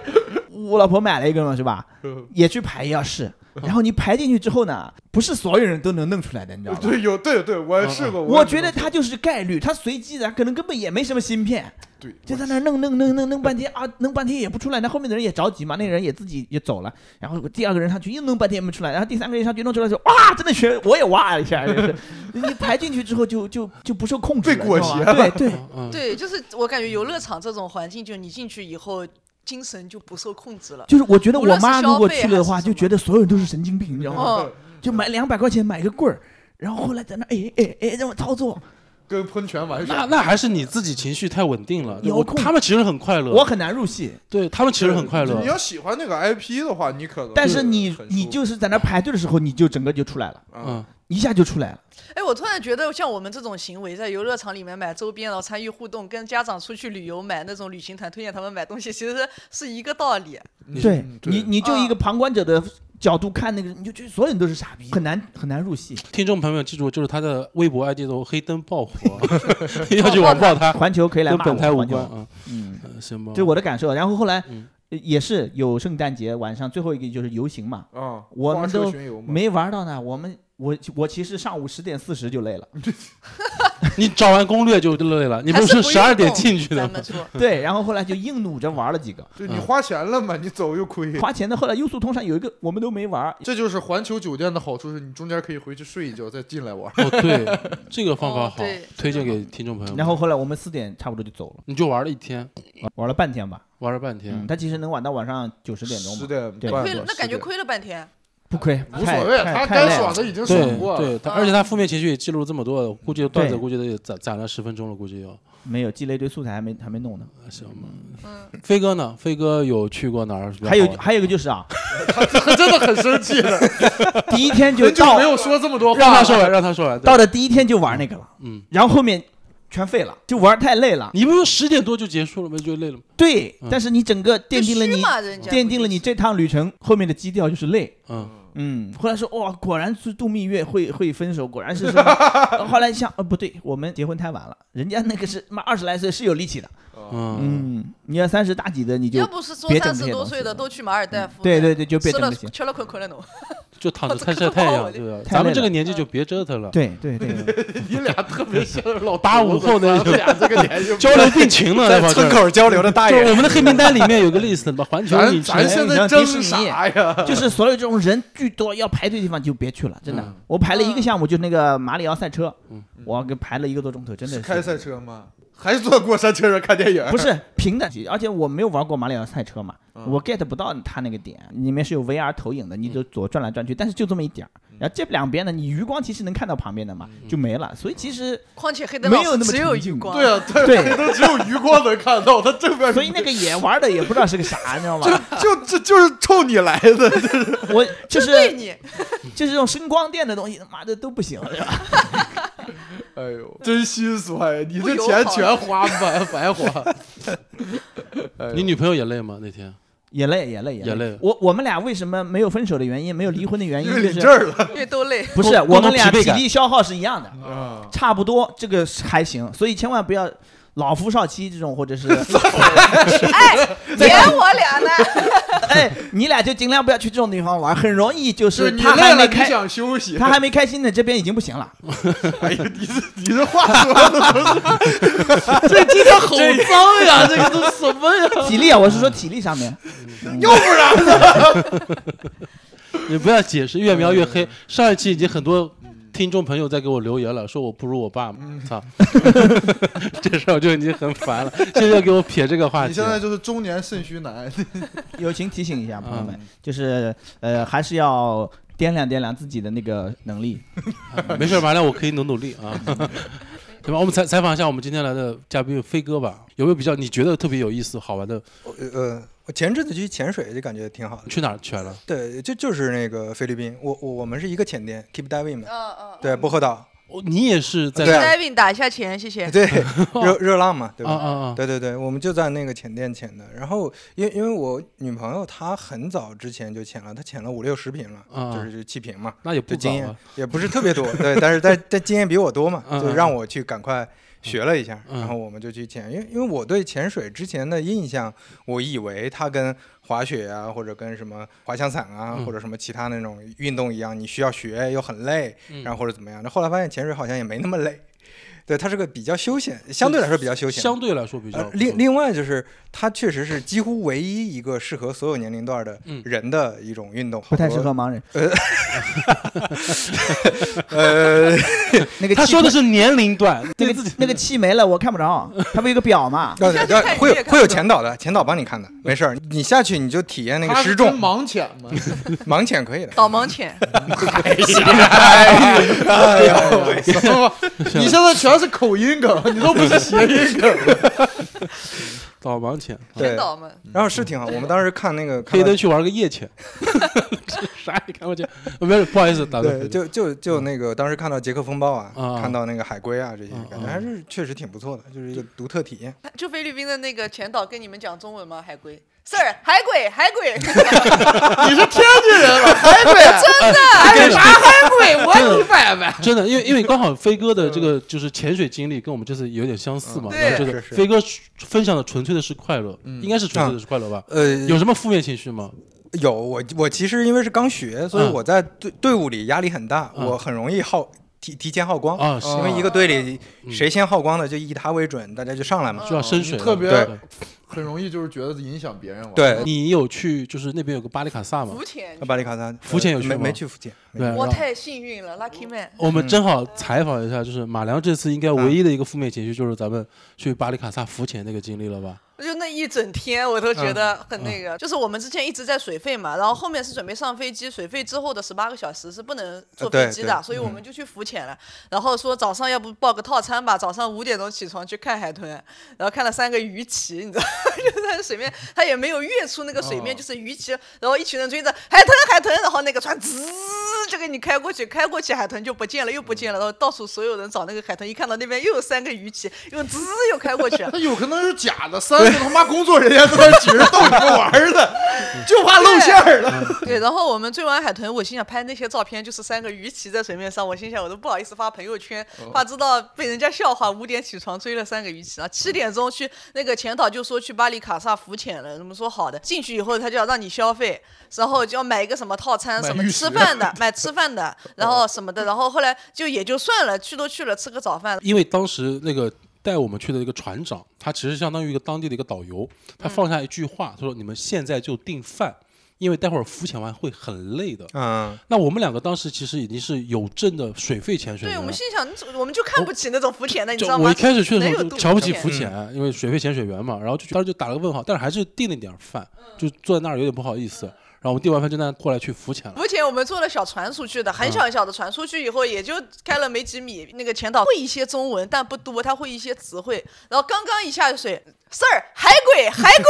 Speaker 4: 我老婆买了一个嘛，是吧？也去排也要试。然后你排进去之后呢，不是所有人都能弄出来的，你知道吧？
Speaker 3: <laughs> 对，有对对，我也试过。
Speaker 4: 嗯我
Speaker 3: 也
Speaker 4: 觉得
Speaker 3: 试过
Speaker 4: 他就是概率，他随机的，可能根本也没什么芯片，
Speaker 3: 对，
Speaker 4: 就在那儿弄弄弄弄弄半天啊，弄半天也不出来。那后面的人也着急嘛，那人也自己也走了。然后第二个人上去又弄半天也没出来，然后第三个人上去弄出来的时候，哇，真的学我也哇一下，就是你排进去之后就就就不受控制了，
Speaker 3: 被裹
Speaker 4: 你知道
Speaker 3: 挟
Speaker 4: 吗对
Speaker 5: <laughs>
Speaker 4: 对，
Speaker 2: 嗯，
Speaker 5: 对，就是我感觉游乐场这种环境，就你进去以后，精神就不受控制了。
Speaker 4: 就是我觉得
Speaker 5: 无
Speaker 4: 我
Speaker 5: 论是
Speaker 4: 妈如果
Speaker 5: 消费
Speaker 4: 去了的话，
Speaker 5: 还是什
Speaker 4: 就
Speaker 5: 么
Speaker 4: 觉得所有人都是神经病，你知
Speaker 2: 嗯
Speaker 4: 道吗？
Speaker 5: 哦，
Speaker 4: 就买两百块钱买个棍儿。然后后来在那哎哎哎让我操作，
Speaker 3: 跟喷泉玩
Speaker 2: 那
Speaker 3: 耍，
Speaker 2: 那还是你自己情绪太稳定了。
Speaker 4: 遥
Speaker 2: 我
Speaker 4: 控
Speaker 2: 他们其实很快乐，
Speaker 4: 我很难入戏。
Speaker 2: 对他们其实很快
Speaker 3: 你
Speaker 2: 乐。
Speaker 3: 要喜欢那个 IP 的话，你可能
Speaker 4: 但是
Speaker 3: 会
Speaker 4: 你
Speaker 3: 很
Speaker 4: 你
Speaker 3: 舒
Speaker 4: 就是在那排队的时候，你就整个就出来了，
Speaker 3: 服啊
Speaker 2: 嗯，
Speaker 4: 一下就出来了。
Speaker 5: 哎，我突然觉得像我们这种行为，在游乐场里面买周边，然后参与互动，跟家长出去旅游买那种旅行团推荐他们买东西，其实是一个道理。
Speaker 3: 嗯
Speaker 4: 对
Speaker 3: 嗯
Speaker 4: 你，你就一个
Speaker 5: 嗯
Speaker 4: 旁观者的角度看那个，你就觉得所有人都是傻逼，很难很难入戏。
Speaker 2: 听众朋友们记住，就是他的微博 ID 都黑灯爆火， <laughs> 要去网暴他，
Speaker 4: 啊环球可以来
Speaker 2: 跟
Speaker 4: 骂我，
Speaker 2: 本台无
Speaker 4: 环球
Speaker 2: 关。啊。
Speaker 4: 嗯，
Speaker 2: 嗯行吧
Speaker 4: 这。是我的感受。然后后来
Speaker 2: 嗯
Speaker 4: 呃也是有圣诞节晚上最后一个就是游行嘛，
Speaker 3: 啊，
Speaker 4: 我
Speaker 3: 花
Speaker 4: 们
Speaker 3: 车
Speaker 4: 都
Speaker 3: 巡游嘛，
Speaker 4: 没玩到呢。我们我我其实上午十点四十就累了，
Speaker 2: 你找完攻略就累了，你
Speaker 5: 还
Speaker 2: 不
Speaker 5: 是不
Speaker 2: 十二
Speaker 5: 运
Speaker 2: 点
Speaker 5: 动
Speaker 2: 进去的
Speaker 5: 咱
Speaker 2: 吗
Speaker 5: 们？说，
Speaker 4: 对，然后后来就硬努着玩了几个，
Speaker 3: <laughs> 对你花钱了嘛，你走又亏。
Speaker 4: 花钱的。后来优速通上有一个我们都没玩，
Speaker 3: 这就是环球酒店的好处，是你中间可以回去睡一觉，再进来玩。
Speaker 2: 哦，对，这个方法
Speaker 5: 哦
Speaker 2: 好
Speaker 5: 对，
Speaker 2: 推荐给听众朋友们。
Speaker 4: 然后后来我们四点差不多就走了，
Speaker 2: 你就玩了一天，
Speaker 4: 玩了半天吧。
Speaker 2: 玩了半
Speaker 4: 嗯，
Speaker 2: 天，
Speaker 4: 他其实能玩到晚上九十点钟嘛
Speaker 3: 十。点
Speaker 4: 对
Speaker 3: 半
Speaker 5: 亏了
Speaker 3: 吧，
Speaker 5: 那感觉
Speaker 3: 10点
Speaker 5: 亏了半天。
Speaker 4: 不亏，
Speaker 3: 无所谓，啊
Speaker 4: 太
Speaker 3: 他
Speaker 4: 太累
Speaker 3: 该爽
Speaker 4: 了
Speaker 3: 的已经
Speaker 2: 对
Speaker 3: 爽过了。
Speaker 2: 对，他
Speaker 5: 啊
Speaker 2: 而且他负面情绪也记录这么多了，估计段子
Speaker 4: 对
Speaker 2: 估计得攒攒了十分钟了，估计要。啊
Speaker 4: 没有积累一堆素材还没还没弄呢。
Speaker 2: 行吧。
Speaker 5: 嗯，
Speaker 2: 飞哥呢？飞哥有去过哪儿？
Speaker 4: 还
Speaker 2: <laughs>
Speaker 4: 有还有一个就是啊，
Speaker 3: 他真的很生气的，
Speaker 4: 第一天就
Speaker 2: <laughs>
Speaker 3: 人就
Speaker 4: 到
Speaker 3: 没有说这么多
Speaker 2: 让
Speaker 3: 话
Speaker 2: 他。说完，让他说完。对
Speaker 4: 到的第一天就玩那个了，
Speaker 2: 嗯，
Speaker 4: 然后后面全废了，就玩儿太累了。
Speaker 2: 你不是十点多就结束了吗？就累了吗？
Speaker 4: 对
Speaker 2: 嗯，
Speaker 4: 但是你整个奠
Speaker 5: 必
Speaker 4: 定了
Speaker 5: 须
Speaker 4: 你
Speaker 5: 嘛，人家
Speaker 4: 奠定了你这趟旅程后面的基调就是累。
Speaker 2: 嗯，
Speaker 4: 嗯，后来说哇，果然是度蜜月会会分手，果然是什
Speaker 2: <laughs>
Speaker 4: 么？后来一想，呃，不对，我们结婚太晚了，人家那个是妈二十来岁是有力气的，
Speaker 2: 嗯，
Speaker 4: 嗯，你要三十大几的你就
Speaker 5: 要不是说
Speaker 4: 别整
Speaker 5: 三
Speaker 4: 这
Speaker 5: 十
Speaker 4: 些
Speaker 5: 多
Speaker 4: 东
Speaker 5: 岁
Speaker 4: 西
Speaker 5: 的
Speaker 4: 了
Speaker 5: 都去马尔代夫，
Speaker 4: 对对对，就别
Speaker 5: 吃
Speaker 4: 整
Speaker 5: 了
Speaker 4: 这些，
Speaker 5: 吃了捆可乐农，
Speaker 2: 就躺着晒晒太阳，对吧？
Speaker 4: 太累了
Speaker 2: 咱们这个年纪就别折腾了，
Speaker 4: 对对对，
Speaker 3: 你俩特别像老
Speaker 2: 八五后的。
Speaker 3: 咱俩这个 <laughs> 年纪
Speaker 2: 交流病情呢，
Speaker 3: 啊
Speaker 1: 在
Speaker 2: 对吧？
Speaker 1: 村口交流的大
Speaker 2: 就是
Speaker 1: 爷
Speaker 2: 我，们的黑名单里面有个 list 吧，环球
Speaker 3: 咱
Speaker 2: 影城
Speaker 3: 咱现在争啥 <laughs> 呀？
Speaker 4: 就是所有这种人巨多要排队的地方就别去了，真的
Speaker 2: 嗯。
Speaker 4: 我排了一个项目，就是那个马里奥赛车
Speaker 2: 嗯，
Speaker 4: 我给排了一个多钟头，真的是
Speaker 3: 开赛车吗？还是坐过山车上看电影？
Speaker 4: 不是平的，而且我没有玩过马里奥赛车嘛，
Speaker 3: 嗯
Speaker 4: 我 get 不到它那个点。里面是有 VR 投影的，你就左转来转去，但是就这么一点儿。
Speaker 3: 嗯
Speaker 4: 然后这两边呢，你余光其实能看到旁边的嘛，就没了。所以其实，
Speaker 5: 况且黑灯
Speaker 4: 没
Speaker 5: 老
Speaker 4: 有
Speaker 5: 师
Speaker 4: 那么
Speaker 5: 只有
Speaker 4: 沉
Speaker 5: 余
Speaker 4: 浸
Speaker 5: 光，
Speaker 3: 对啊，对，
Speaker 4: 对
Speaker 3: <laughs> 都只有余光能看到，他正
Speaker 4: <laughs>
Speaker 3: 面
Speaker 4: 所以那个也玩的也不知道是个啥，你知道
Speaker 3: <laughs>
Speaker 4: 吗？
Speaker 3: 就这就是冲你来的，
Speaker 4: 我就
Speaker 5: 就是对你
Speaker 4: 就是这种声光电的东西，妈的都不行，对吧？
Speaker 3: 哎呦，真心酸！你这
Speaker 5: 不友
Speaker 3: 钱
Speaker 5: 好
Speaker 3: 全花白白花。哎
Speaker 2: 你
Speaker 3: 呦
Speaker 2: 女朋友也累吗？那天
Speaker 4: 也累，也累，也
Speaker 2: 也累
Speaker 4: 我我们俩为什么没有分手的原因，没有离婚的原因，
Speaker 3: 因
Speaker 4: 就
Speaker 3: 为领
Speaker 4: 是
Speaker 3: 证儿了
Speaker 5: 因为都累，
Speaker 4: 不是
Speaker 2: 共
Speaker 4: 我们俩
Speaker 2: 共同疲惫
Speaker 4: 体
Speaker 2: 感
Speaker 4: 力消耗是一样的，
Speaker 3: 啊！
Speaker 4: 差不多，这个是还行。所以千万不要老夫少妻这种，或者是。
Speaker 5: 哎，连我俩呢，
Speaker 4: 哎，你俩就尽量不要去这种地方玩，很容易就
Speaker 3: 就是
Speaker 4: 是
Speaker 3: 你
Speaker 4: 他
Speaker 3: 累
Speaker 4: 还
Speaker 3: 了，
Speaker 4: 没
Speaker 3: 你
Speaker 4: 开，
Speaker 3: 想休息。
Speaker 4: 他还没开心呢，这边已经不行了。
Speaker 3: 哎呀，你这你这话说的都是，这今天好脏呀！这个都什么呀？
Speaker 4: 体力啊，我是说体力上面，
Speaker 3: 要不然呢？
Speaker 2: 你不要解释，越描越黑。上一期已经很多听众朋友在给我留言了，说我不如我爸，操，这事儿我就已经很烦了。现在要给我撇这个话
Speaker 3: 你
Speaker 2: 题
Speaker 3: 现，在就是中年肾虚男，
Speaker 4: 友情提醒一下朋友们
Speaker 3: 嗯，
Speaker 4: 就是呃，还是要掂量掂量自己的那个能力。
Speaker 2: <laughs> 没事，完了我可以努努力啊。行吧，我们采采访一下我们今天来的嘉宾飞哥吧，有没有比较你觉得特别有意思、好玩的？
Speaker 1: 呃，我前阵子去潜水就感觉挺好的。
Speaker 2: 去哪儿去了？
Speaker 1: 对，就就是那个菲律宾，我我我们是一个潜店，Keep Diving 嘛，
Speaker 5: 嗯嗯，
Speaker 1: 对，薄荷岛，
Speaker 2: 哦你也是在
Speaker 1: 对啊
Speaker 5: Diving 打一下钱，谢谢。
Speaker 1: 对，热热浪嘛，对
Speaker 2: 啊
Speaker 1: 吧？
Speaker 2: 啊啊！
Speaker 1: 对对对，我们就在那个潜店潜的。然后，因为因为我女朋友她很早之前就潜了，她潜了五六十瓶了，
Speaker 2: 啊
Speaker 1: 就是就七瓶嘛，
Speaker 2: 那也
Speaker 1: 就
Speaker 2: 不早
Speaker 1: 经验
Speaker 2: 啊。
Speaker 1: 也不是特别多，对，但是但但经验比我多嘛，
Speaker 2: 嗯
Speaker 1: 就
Speaker 2: 嗯
Speaker 1: 让我去赶快学了一下，
Speaker 2: 嗯
Speaker 1: 然后我们就去潜。因为因为我对潜水之前的印象，我以为它跟滑雪啊，或者跟什么滑翔伞啊，
Speaker 2: 嗯
Speaker 1: 或者什么其他那种运动一样，你需要学又很累，
Speaker 2: 嗯
Speaker 1: 然后或者怎么样。那后来发现潜水好像也没那么累，对，它是个比较休闲，相对来说比较休闲的。
Speaker 2: 相对来说比嗯较
Speaker 1: 呃
Speaker 2: 不，错
Speaker 1: 另另外就是，它确实是几乎唯一一个适合所有年龄段的
Speaker 2: 嗯
Speaker 1: 人的一种运动，
Speaker 4: 不太
Speaker 1: 好
Speaker 4: 适
Speaker 1: 多
Speaker 4: 合。盲人，
Speaker 1: 呃，
Speaker 4: 那个
Speaker 2: 他
Speaker 4: 气
Speaker 2: 说的是年龄 <laughs> 段，
Speaker 4: 那个那个气没了，我看不着，他不有个
Speaker 1: <laughs>
Speaker 4: 表嘛？
Speaker 1: 对
Speaker 5: 下
Speaker 1: 对
Speaker 5: 去看
Speaker 1: 对，
Speaker 5: 你
Speaker 1: 会
Speaker 5: 也
Speaker 1: 有
Speaker 5: 看
Speaker 1: 会有
Speaker 5: 不到
Speaker 1: 前导的，前导帮你看的，没事儿，你下去你就体验那个失重，
Speaker 3: 盲潜
Speaker 2: <laughs>
Speaker 3: 嘛，
Speaker 1: 盲潜可以的。
Speaker 5: 导盲犬，
Speaker 1: 哎呦喂
Speaker 3: 什么？你现在全是口音梗，你都不是谐音梗。
Speaker 2: 导盲犬，啊
Speaker 1: 对
Speaker 5: 全导们，
Speaker 1: 然后是挺好，我们当时看那个看
Speaker 2: 黑
Speaker 1: 到
Speaker 2: 灯去玩个夜 <laughs> 潜，啥也看不见。没有，不好意思，打断
Speaker 1: 对，
Speaker 2: 你。
Speaker 1: 就就就那个当时看到捷克风暴啊
Speaker 2: 嗯啊，
Speaker 1: 看到那个海龟啊这些
Speaker 2: 嗯，
Speaker 1: 感觉还是确实挺不错的，就是一个独特体验。
Speaker 5: 就菲律宾的那个全导跟你们讲中文吗？海龟，Sir，海鬼，海鬼，
Speaker 3: 你是天津人了，海北，
Speaker 2: 真的
Speaker 3: 海北，我你拜拜。
Speaker 2: 真的，因为因为刚好飞哥的这个就是潜水经历跟我们这次有点相似嘛，
Speaker 5: 嗯
Speaker 2: 然后嗯就是
Speaker 1: 是
Speaker 2: 飞哥分享的纯粹的是快乐，
Speaker 3: 嗯
Speaker 2: 应该是纯粹的是快乐吧？
Speaker 1: 呃，
Speaker 2: 有什么负面情绪吗？
Speaker 1: 有我我其实因为是刚学，所以
Speaker 2: 嗯
Speaker 1: 我在队队伍里压力很大，
Speaker 2: 嗯
Speaker 1: 我很容易耗提提前耗光
Speaker 2: 啊，是
Speaker 1: 因为一个队里
Speaker 2: 嗯
Speaker 1: 谁先耗光的就以他为准，大家就上来嘛。
Speaker 2: 就要深水了，
Speaker 3: 特别
Speaker 2: 对
Speaker 3: 很容易就是觉得影响别人玩。
Speaker 1: 对，
Speaker 2: 你有去就是那边有个巴黎卡萨吗
Speaker 5: 浮？潜。
Speaker 1: 巴黎卡萨
Speaker 2: 嗯浮潜有去
Speaker 1: 没
Speaker 2: 吗
Speaker 1: 没去浮潜，没
Speaker 2: 对，
Speaker 1: 去
Speaker 2: 然
Speaker 5: 我
Speaker 2: 后
Speaker 5: 太幸运了，lucky man。
Speaker 2: 我们正好采访一下，嗯就是马良这次应该唯一的一个负面情绪就是咱们去巴黎卡萨浮潜那个经历了吧？
Speaker 5: 就的一整天，我都觉
Speaker 1: 嗯
Speaker 5: 得很那个。就是我们之前一直在水费嘛，然后后面是准备上飞机，水费之后的十八个小时是不能坐
Speaker 1: 呃对
Speaker 5: 飞机的，
Speaker 1: 对
Speaker 5: 所以我们就去浮潜了。然后说早上要不报个套餐吧，早上五点钟起床去看海豚，然后看了三个鱼鳍，你知道吗， <laughs> 就在水面，它也没有跃出那个水面，
Speaker 3: 哦
Speaker 5: 就是鱼鳍，然后一群人追着海豚海豚，然后那个船滋就给你开过去，开过去海豚就不见了，又不见了，
Speaker 1: 嗯
Speaker 5: 然后到处所有人找那个海豚，一看到那边又有三个鱼鳍，又滋又开过去了
Speaker 3: 那。有可能是假的，三个他妈工作人员在那举着逗你们玩儿的，就怕露馅儿了。
Speaker 5: <laughs> 对，然后我们追完海豚，我心想拍那些照片就是三个鱼鳍在水面上，我心想我都不好意思发朋友圈，
Speaker 3: 哦
Speaker 5: 怕知道被人家笑话。五点起床追了三个鱼鳍，然后七点钟去那个前导就说去巴黎卡萨浮潜了，我们说好的，进去以后他就要让你消费，然后就要买一个什么套餐，
Speaker 3: 买
Speaker 5: 什么
Speaker 3: 玉
Speaker 5: 吃
Speaker 3: 石
Speaker 5: 饭
Speaker 3: <laughs>
Speaker 5: 的，买吃饭的，然后什么的，然后后来就也就算了，去都去了，吃个早饭，
Speaker 2: 因为当时那个带我们去的一个船长，他其实相当于一个当地的一个导游，
Speaker 5: 嗯
Speaker 2: 他放下一句话，他说：“你们现在就订饭，因为待会儿浮潜完会很累的。”
Speaker 1: 嗯，
Speaker 2: 那我们两个当时其实已经是有证的水肺潜水员
Speaker 5: 对
Speaker 2: 了。
Speaker 5: 我们心想，你怎么我们就看不起那种浮潜的，你知
Speaker 2: 就
Speaker 5: 道
Speaker 2: 我
Speaker 5: 吗
Speaker 2: 一？开始去的时
Speaker 5: 哪
Speaker 2: 候
Speaker 5: 有
Speaker 2: 就
Speaker 5: 度
Speaker 2: 瞧不起
Speaker 5: 假
Speaker 2: 浮潜，因为水肺潜水员嘛，然后就当时就打了个问号，但是还是订了点饭，
Speaker 5: 嗯
Speaker 2: 就坐在那儿有点不好意思。然后我们订完饭就那样过来去浮潜了。
Speaker 5: 浮潜我们坐了小船出去的，很小很小的船出去以后，也就开了没几米。那个前导会一些中文，但不多，他会一些词汇。然后刚刚一下水，Sir，海鬼，海鬼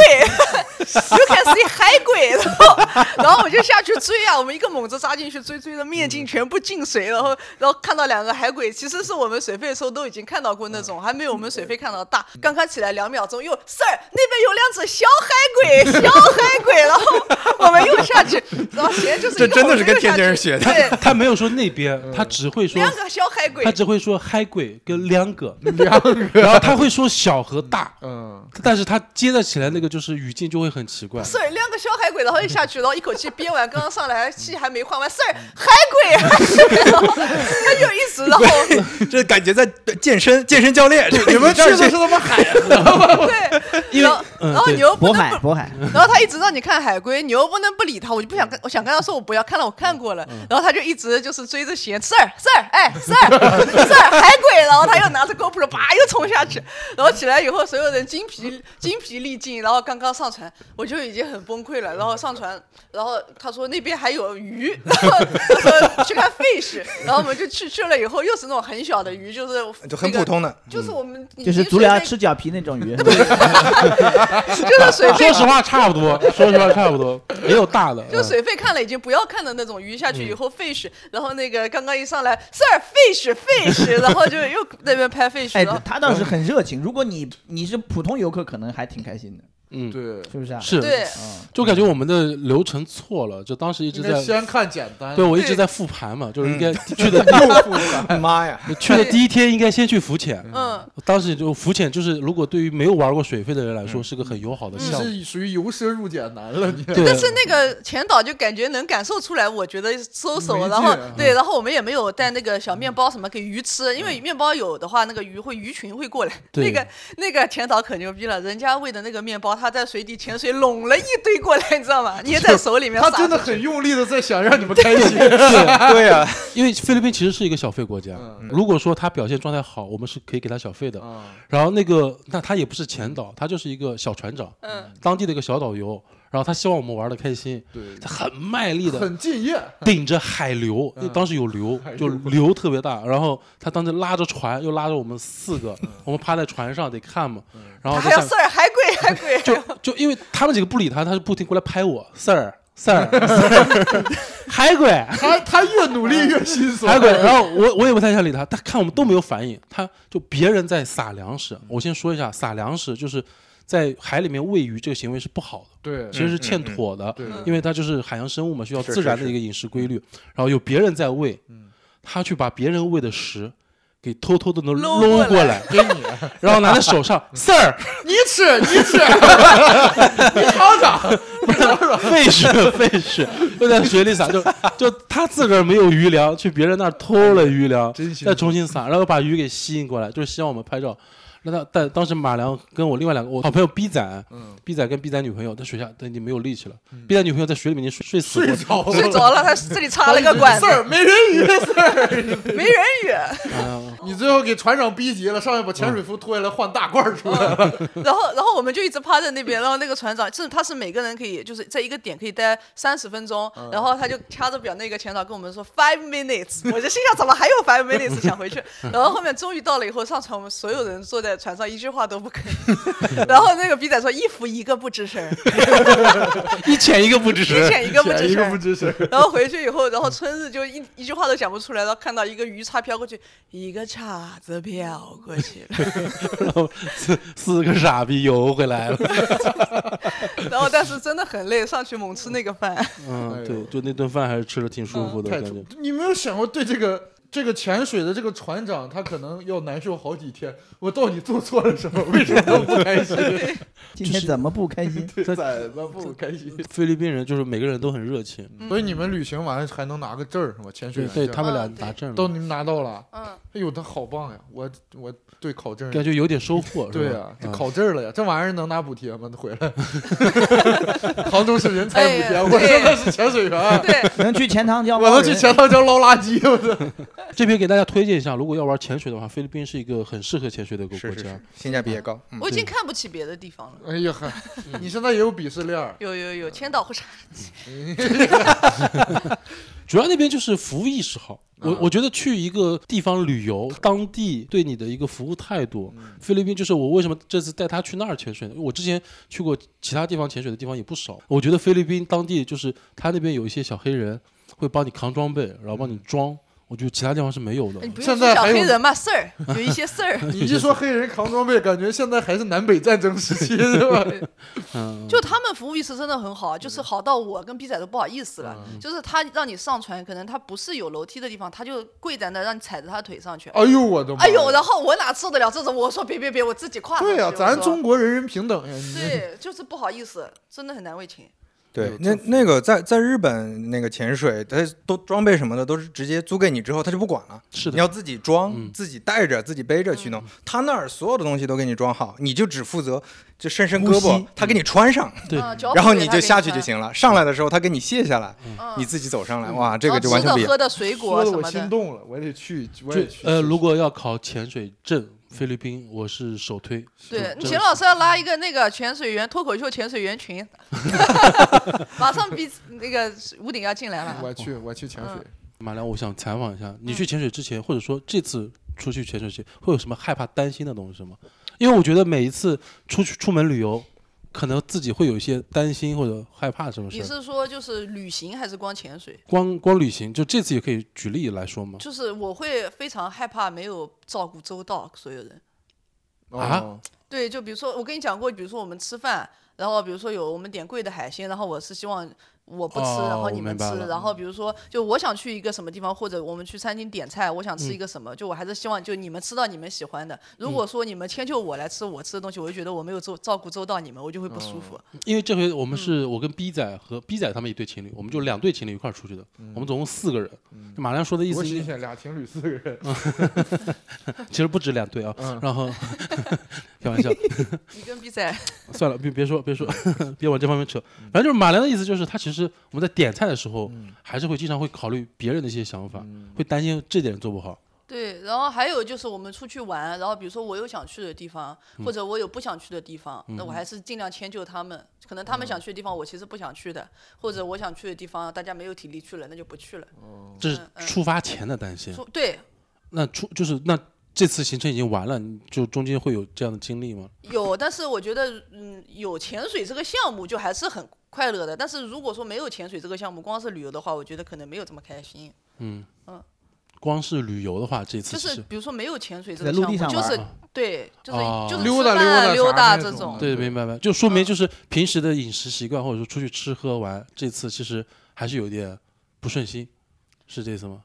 Speaker 5: <laughs> ，You can see 海鬼。 <laughs> 然后，然后我就下去追啊，我们一个猛子扎进去追，追的
Speaker 1: 嗯
Speaker 5: 面镜全部进水，然后，然后看到两个海鬼，其实是我们水费的时候都已经看到过那
Speaker 1: 嗯
Speaker 5: 种，还没有我们水费看到的大。刚刚起来两秒钟，又 Sir，那边有两只小海鬼，小海鬼，然后我们又下去，然后鞋就是一个
Speaker 1: 这真的是跟
Speaker 5: 猛子又下
Speaker 1: 天津人
Speaker 5: 去
Speaker 1: 学的
Speaker 5: 对，
Speaker 2: 他没有说那边，他只会说
Speaker 5: 两个小海鬼
Speaker 2: 他。只会说嗨鬼跟两个，然后他会说小和大，
Speaker 3: 嗯，
Speaker 2: 但是他接得起来那个就是语境就会很奇怪。
Speaker 5: Sir，两个小海鬼，然后一下去，然后一口气憋完，刚刚上来气还没换完，Sir，海鬼，
Speaker 1: 嗯
Speaker 5: 海鬼， <laughs> 然后他就一直，然后
Speaker 1: <laughs> 这感觉在健身健身教练，
Speaker 3: 你们去
Speaker 1: 这
Speaker 3: 的
Speaker 1: 儿
Speaker 3: 是他妈海，
Speaker 5: 对，
Speaker 2: 因为
Speaker 5: 然后
Speaker 2: 嗯
Speaker 5: 然后
Speaker 2: 对
Speaker 5: 你又哦不
Speaker 4: 渤
Speaker 5: 能
Speaker 4: 海，
Speaker 5: 不，嗯
Speaker 4: 渤海，
Speaker 5: 然后他一直让你看海龟，你又不能不理他，我就不想跟，我想跟他说我不要看了，我看过了，然后他就一直就是追着嫌 Sir Sir 哎 Sir Sir 海鬼，然后他又拿着 GoPro 叭又冲下去，然后起来以后所有人精疲精疲力尽，然后刚刚上船我就已经很崩溃了，然后上船，然后他说那边还有鱼， <laughs> 然后他说去看 fish，然后我们就去去了以后又是那种很小的鱼，就是
Speaker 1: 就很
Speaker 5: 那
Speaker 1: 普，
Speaker 5: 个
Speaker 1: 通的，
Speaker 5: 就是我们
Speaker 4: 嗯
Speaker 5: 已
Speaker 4: 就是
Speaker 5: 经
Speaker 4: 足
Speaker 5: 水
Speaker 4: 疗
Speaker 5: 费
Speaker 4: 吃脚皮那种鱼，
Speaker 5: 就是水费
Speaker 2: 说实话差不多，说实话差不多，也有大的。
Speaker 5: 就
Speaker 2: 嗯
Speaker 5: 水费看了已经不要看的那种鱼下去以后 fish，、然后那个刚刚一上来 sir fish fish，然后就又那边拍 fish，、
Speaker 4: 哎
Speaker 5: 然后，
Speaker 4: 他倒是很热情。如果你你是普通游客，可能还挺开心的，
Speaker 2: 嗯，
Speaker 3: 对，
Speaker 4: 是不是啊？
Speaker 2: 是，
Speaker 5: 对，
Speaker 4: 嗯，
Speaker 2: 就感觉我们的流程错了，就当时一直
Speaker 3: 应该
Speaker 2: 在。
Speaker 3: 先看简单。
Speaker 2: 对，我一直
Speaker 5: 对
Speaker 2: 在复盘嘛，就是应该 <laughs> 去的
Speaker 3: 又
Speaker 1: 妈呀！
Speaker 2: 去的第一天应该先去浮潜。
Speaker 5: 嗯，
Speaker 2: 当时就浮潜，就是如果对于没有玩过水肺的人来说，是个很友好的
Speaker 3: 你
Speaker 2: 项目。
Speaker 3: 是属于由奢入俭难了，你
Speaker 2: 对，
Speaker 5: 嗯但是那个前导就感觉能感受出来，我觉得收手，
Speaker 3: 没
Speaker 5: 然后
Speaker 3: 劲啊
Speaker 5: 对，然后我们也没有带那个小面包什么给鱼吃，因为面包有的话，那个鱼会鱼群会过来。
Speaker 2: 对
Speaker 5: 那个那个前导可牛逼了，人家喂的那个面包，他在水底潜水拢了一堆过来，你知道吗？捏在手里面撒
Speaker 3: 他
Speaker 5: 出去，
Speaker 3: 真的很用力的在想让你们开心。
Speaker 1: <laughs> 对呀，
Speaker 2: 因为菲律宾其实是一个小费国家，
Speaker 3: 嗯
Speaker 2: 如果说他表现状态好，我们是可以给他小费的。
Speaker 3: 啊
Speaker 2: 然后那个，那他也不是前导，他就是一个小船长，
Speaker 5: 嗯，
Speaker 2: 当地的一个小导游。然后他希望我们玩的开心，
Speaker 3: 对，
Speaker 2: 他很卖力的
Speaker 3: 很敬业。 <laughs>
Speaker 2: 顶着海流，
Speaker 3: 嗯
Speaker 2: 当时有流
Speaker 3: 海，流
Speaker 2: 就流特别大。然后他当时拉着船，又拉着我们四个，
Speaker 3: 嗯
Speaker 2: 我们趴在船上得看嘛。然后
Speaker 5: 还
Speaker 2: 在
Speaker 5: 要
Speaker 2: 下面
Speaker 5: sir 海鬼海鬼，
Speaker 3: 啊
Speaker 2: 就因为他们几个不理他，他就不停过来拍我，sir
Speaker 3: <laughs>
Speaker 2: sir，海鬼
Speaker 3: 他他越努力越心酸。
Speaker 2: 海鬼，然后我我也不太想理他，他看我们都没有反应，他就别人在撒粮食。
Speaker 3: 嗯
Speaker 2: 我先说一下，撒粮食就是在海里面喂鱼这个行为是不好的，
Speaker 3: 对
Speaker 2: 其实是欠妥的，
Speaker 3: 嗯对，
Speaker 2: 因为它就是海洋生物嘛，需要
Speaker 1: 是
Speaker 2: 自然的
Speaker 1: 是
Speaker 2: 一个饮食规律。然后有别人在喂，
Speaker 3: 嗯
Speaker 2: 他去把别人喂的食给偷偷的能
Speaker 5: 搂
Speaker 2: 搂
Speaker 5: 过
Speaker 2: 过
Speaker 5: 来
Speaker 2: 来，给你，然后拿在手
Speaker 3: 嗯
Speaker 2: 上
Speaker 3: <laughs>
Speaker 2: ，sir，
Speaker 3: 你吃
Speaker 2: <laughs>
Speaker 3: 你吃，你尝尝。
Speaker 2: 费事费事，又在水里撒，就就他自个儿没有余粮，去别人那儿偷了余粮
Speaker 3: 真，行
Speaker 2: 再重新撒，然后把鱼给吸引过来，就是希望我们拍照。那他但当时马良跟我另外两个我好朋友逼仔，
Speaker 3: 嗯，
Speaker 2: 逼仔跟逼仔女朋友在水下，但已经没有力气了
Speaker 3: 嗯。
Speaker 2: 逼仔女朋友在水里面已经睡睡死
Speaker 3: 睡
Speaker 2: 过
Speaker 5: <laughs>
Speaker 3: 着了，
Speaker 5: 睡着了，他这里插了个管
Speaker 3: 事
Speaker 5: 子，
Speaker 3: 儿没人鱼的事儿， <laughs>
Speaker 5: 没人语。
Speaker 2: 啊，
Speaker 3: 你最后给船长逼急了，上来把潜水服脱下来换大褂儿出来
Speaker 2: 嗯
Speaker 3: 了，
Speaker 5: 然后，然后我们就一直趴在那边，然后那个船长，就是他是每个人可以就是在一个点可以待三十分钟，
Speaker 3: 嗯
Speaker 5: 然后他就掐着表那个前导跟我们说 five minutes，我就心想怎么还有 five minutes 想回去， <laughs> 然后后面终于到了以后上船，我们所有人坐在船上一句话都不吭， <laughs> 然后那个逼仔说一浮一个不吱声儿，
Speaker 2: 一潜一个不吱
Speaker 5: 一
Speaker 2: 声。
Speaker 5: 潜一个不
Speaker 3: 选
Speaker 5: 吱
Speaker 3: 啊一
Speaker 5: 声
Speaker 3: 个不
Speaker 5: 儿。
Speaker 3: 吱声。
Speaker 5: 然后回去以后，然后春日就一一句话都讲不出来，然后看到一个鱼叉飘过去，一个叉子飘过去了，
Speaker 2: 然后四四个傻逼游回来了。
Speaker 5: <laughs> 然后但是真的很累，上去猛吃那个饭。
Speaker 2: 嗯，
Speaker 3: 哎
Speaker 2: 对
Speaker 3: 呦，
Speaker 2: 就那顿饭还是吃的挺舒服的
Speaker 3: <laughs> 太
Speaker 2: 感
Speaker 3: 丑
Speaker 2: 觉。！
Speaker 3: 你没有想过对这个这个潜水的这个船长，他可能要难受好几天。我到底做错了什么？为什么不
Speaker 2: <laughs>
Speaker 3: 开心？
Speaker 4: 今天怎么不开
Speaker 3: <laughs>
Speaker 4: 心？
Speaker 3: 怎么不开心？
Speaker 2: 菲律宾人就是每个人都很热情，
Speaker 3: 所以你们旅行完还能拿个证儿嗯是吧？潜
Speaker 2: 对，
Speaker 3: 水员
Speaker 2: 对
Speaker 3: 证
Speaker 2: 他们俩
Speaker 5: 嗯对
Speaker 2: 拿证
Speaker 3: 都
Speaker 2: 了，
Speaker 3: 你们拿到了，
Speaker 5: 嗯，
Speaker 3: 哎呦，他好棒呀！我我对考证。
Speaker 2: 感觉有点收获。是吧
Speaker 3: 对呀、这
Speaker 2: 嗯
Speaker 3: 考证了呀，这玩意儿能拿补贴吗？回
Speaker 2: <laughs>
Speaker 3: 来，杭州市人才补贴，
Speaker 5: 哎呀
Speaker 3: 我
Speaker 5: 对
Speaker 3: 真的是潜水员，
Speaker 5: <laughs> 对，
Speaker 4: 能去钱塘江
Speaker 3: 我
Speaker 4: 捞
Speaker 3: 能
Speaker 4: 人，
Speaker 3: 去钱塘江捞垃圾，我操！
Speaker 2: 这边给大家推荐一下，如果要玩潜水的话，菲律宾是一个很适合潜水的一个国
Speaker 1: 是是
Speaker 2: 家
Speaker 1: 是。，性价比也高。嗯
Speaker 5: 我已经看不起别的地方了。
Speaker 3: 哎呀呵， <laughs> 你现在也有鄙视
Speaker 2: <laughs>
Speaker 3: 链儿，
Speaker 5: 有有有，千岛湖啥？
Speaker 2: 主要那边就是服务意识好。我
Speaker 3: 嗯
Speaker 2: 我觉得去一个地方旅游，当地对你的一个服务态度，
Speaker 3: 嗯
Speaker 2: 菲律宾就是我为什么这次带他去那儿潜水呢？因为我之前去过其他地方潜水的地方也不少，我觉得菲律宾当地就是他那边有一些小黑人会帮你扛装备，然后帮你
Speaker 3: 嗯
Speaker 2: 装，我觉得其他地方是没有的呃
Speaker 5: 你。不
Speaker 3: 现
Speaker 5: 用
Speaker 3: 在
Speaker 5: 说小
Speaker 3: 还有，
Speaker 5: 黑人嘛事儿，有一些事儿
Speaker 3: 你一说黑人扛装备，感觉现在还是南北战争时期，是吧？
Speaker 2: 嗯，
Speaker 5: 就他们服务意识真的很好，啊就是好到我跟逼仔都不好意思了。就是他让你上船，可能他不是有楼梯的地方，他就跪在那儿让你踩着他腿上去。
Speaker 3: 哎呦我的妈！
Speaker 5: 哎呦，然后我哪受得了这种？我说别别别，我自己跨上去。
Speaker 3: 对呀、
Speaker 5: 我说
Speaker 3: 咱中国人人平等呀，你
Speaker 5: 对就是不好意思，真的很难为情。
Speaker 1: 对
Speaker 3: 有，
Speaker 1: 那
Speaker 3: 政府
Speaker 1: 那个在在日本那个潜水，它都装备什么的都是直接租给你之后，他就不管了。
Speaker 2: 是
Speaker 1: 你
Speaker 2: 的，
Speaker 1: 要自己装、
Speaker 2: 嗯
Speaker 1: 自己带着、自己背着去弄。他那儿所有的东西都给你装好，你就只负责就伸伸胳
Speaker 4: 呼
Speaker 1: 膊
Speaker 4: 吸，
Speaker 1: 他给你穿上，
Speaker 2: 对
Speaker 5: 嗯脚
Speaker 1: 然后
Speaker 5: 蹼也
Speaker 1: 你
Speaker 5: 他给
Speaker 1: 就下去就
Speaker 5: 穿
Speaker 1: 行了。上来的时候，他给你卸下来，
Speaker 5: 嗯哦
Speaker 1: 你自己走上来。哇，这个
Speaker 5: 然
Speaker 1: 就
Speaker 5: 后
Speaker 1: 完全不一
Speaker 5: 啊吃
Speaker 1: 样。
Speaker 5: 的喝的水
Speaker 3: 说
Speaker 5: 果
Speaker 3: 的
Speaker 5: 什
Speaker 3: 我
Speaker 5: 么
Speaker 3: 心
Speaker 5: 的，
Speaker 3: 动了，我也得去，我
Speaker 2: 就
Speaker 3: 也去。
Speaker 2: 呃，如果要考潜水证，菲律宾我是首推。
Speaker 5: 对，
Speaker 2: 真
Speaker 5: 秦
Speaker 2: 的
Speaker 5: 老师要拉一个那个潜水员脱口秀潜水员群，马上比那个屋顶要进
Speaker 2: 啊
Speaker 5: 来了。
Speaker 3: 我去，我去潜水。
Speaker 2: 马良，我想采访一下，你去潜水之前，或者说这次出去潜水前，会有什么害怕、担心的东西吗？因为我觉得每一次出去出门旅游，可能自己会有一些担心或者害怕什么事
Speaker 5: 你
Speaker 2: 儿。
Speaker 5: 是说就是旅行还是光潜水？
Speaker 2: 光光旅行，就这次也可以举例来说吗？
Speaker 5: 就是我会非常害怕没有照顾周到所有人。
Speaker 2: 啊
Speaker 3: 哦
Speaker 5: 对，就比如说我跟你讲过，比如说我们吃饭，然后比如说有我们点贵的海鲜，然后我是希望我不吃，
Speaker 2: 哦
Speaker 5: 然后你
Speaker 2: 我
Speaker 5: 们
Speaker 2: 明
Speaker 5: 吃
Speaker 2: 白了，嗯
Speaker 5: 然后比如说就我想去一个什么地方，或者我们去餐厅点菜，我想
Speaker 2: 嗯
Speaker 5: 吃一个什么，就我还是希望就你们吃到你们喜欢的。如果说你们迁就我来吃我吃的东西，我就觉得我没有照照顾周到你们，我就会不舒服。
Speaker 2: 因为这回我们是我跟 B 仔和 B 仔他们一对情侣，我们就两对情侣一块儿出去的，我们总共四个人。马良说的意
Speaker 3: 我
Speaker 2: 思嗯
Speaker 3: 心
Speaker 2: 是，
Speaker 3: 想俩情侣四个人，
Speaker 2: 其实不止两对啊。
Speaker 3: 嗯，
Speaker 2: 然后 <laughs> 开玩笑，
Speaker 5: 你跟 B 仔，
Speaker 2: <laughs> 算了，别别说别说， <laughs> 别往这方面扯。反正就是马良的意思就是，他其实我们在点菜的时候，还是会经常会考虑别人的一些想法，会担心这点做不好。
Speaker 5: 对，然后还有就是我们出去玩，然后比如说我有想去的地方，或者我有不想去的地方，那我还是尽量迁就他们。可能他们想去的地方我其实不想去的，或者我想去的地方大家没有体力去了，那就不去了。
Speaker 2: 这是
Speaker 5: 嗯嗯
Speaker 2: 出发前的担心。
Speaker 5: 说对，
Speaker 2: 那出就是那这次行程已经完了，你就中间会有这样的经历吗？
Speaker 5: 有，但是我觉得，嗯，有潜水这个项目就还是很快乐的。但是如果说没有潜水这个项目，光是旅游的话，我觉得可能没有这么开心。
Speaker 2: 嗯光是旅游的话，这次
Speaker 5: 嗯就
Speaker 2: 其
Speaker 5: 是
Speaker 2: 实
Speaker 5: 比如说没有潜水这
Speaker 4: 在
Speaker 5: 个
Speaker 4: 陆
Speaker 5: 项
Speaker 4: 地
Speaker 5: 目，
Speaker 4: 上
Speaker 5: 就
Speaker 4: 玩
Speaker 5: 是
Speaker 2: 啊
Speaker 5: 对，就是、
Speaker 2: 哦
Speaker 5: 就是
Speaker 3: 溜
Speaker 5: 吃
Speaker 3: 达溜
Speaker 5: 饭
Speaker 3: 达
Speaker 5: 溜
Speaker 3: 啥
Speaker 5: 达
Speaker 3: 那
Speaker 5: 这
Speaker 3: 种的
Speaker 2: 对，明白明白，就说
Speaker 5: 嗯
Speaker 2: 明就是平时的饮食习惯或者说出去吃喝玩，这次其实还是有点不顺心，是这意思吗？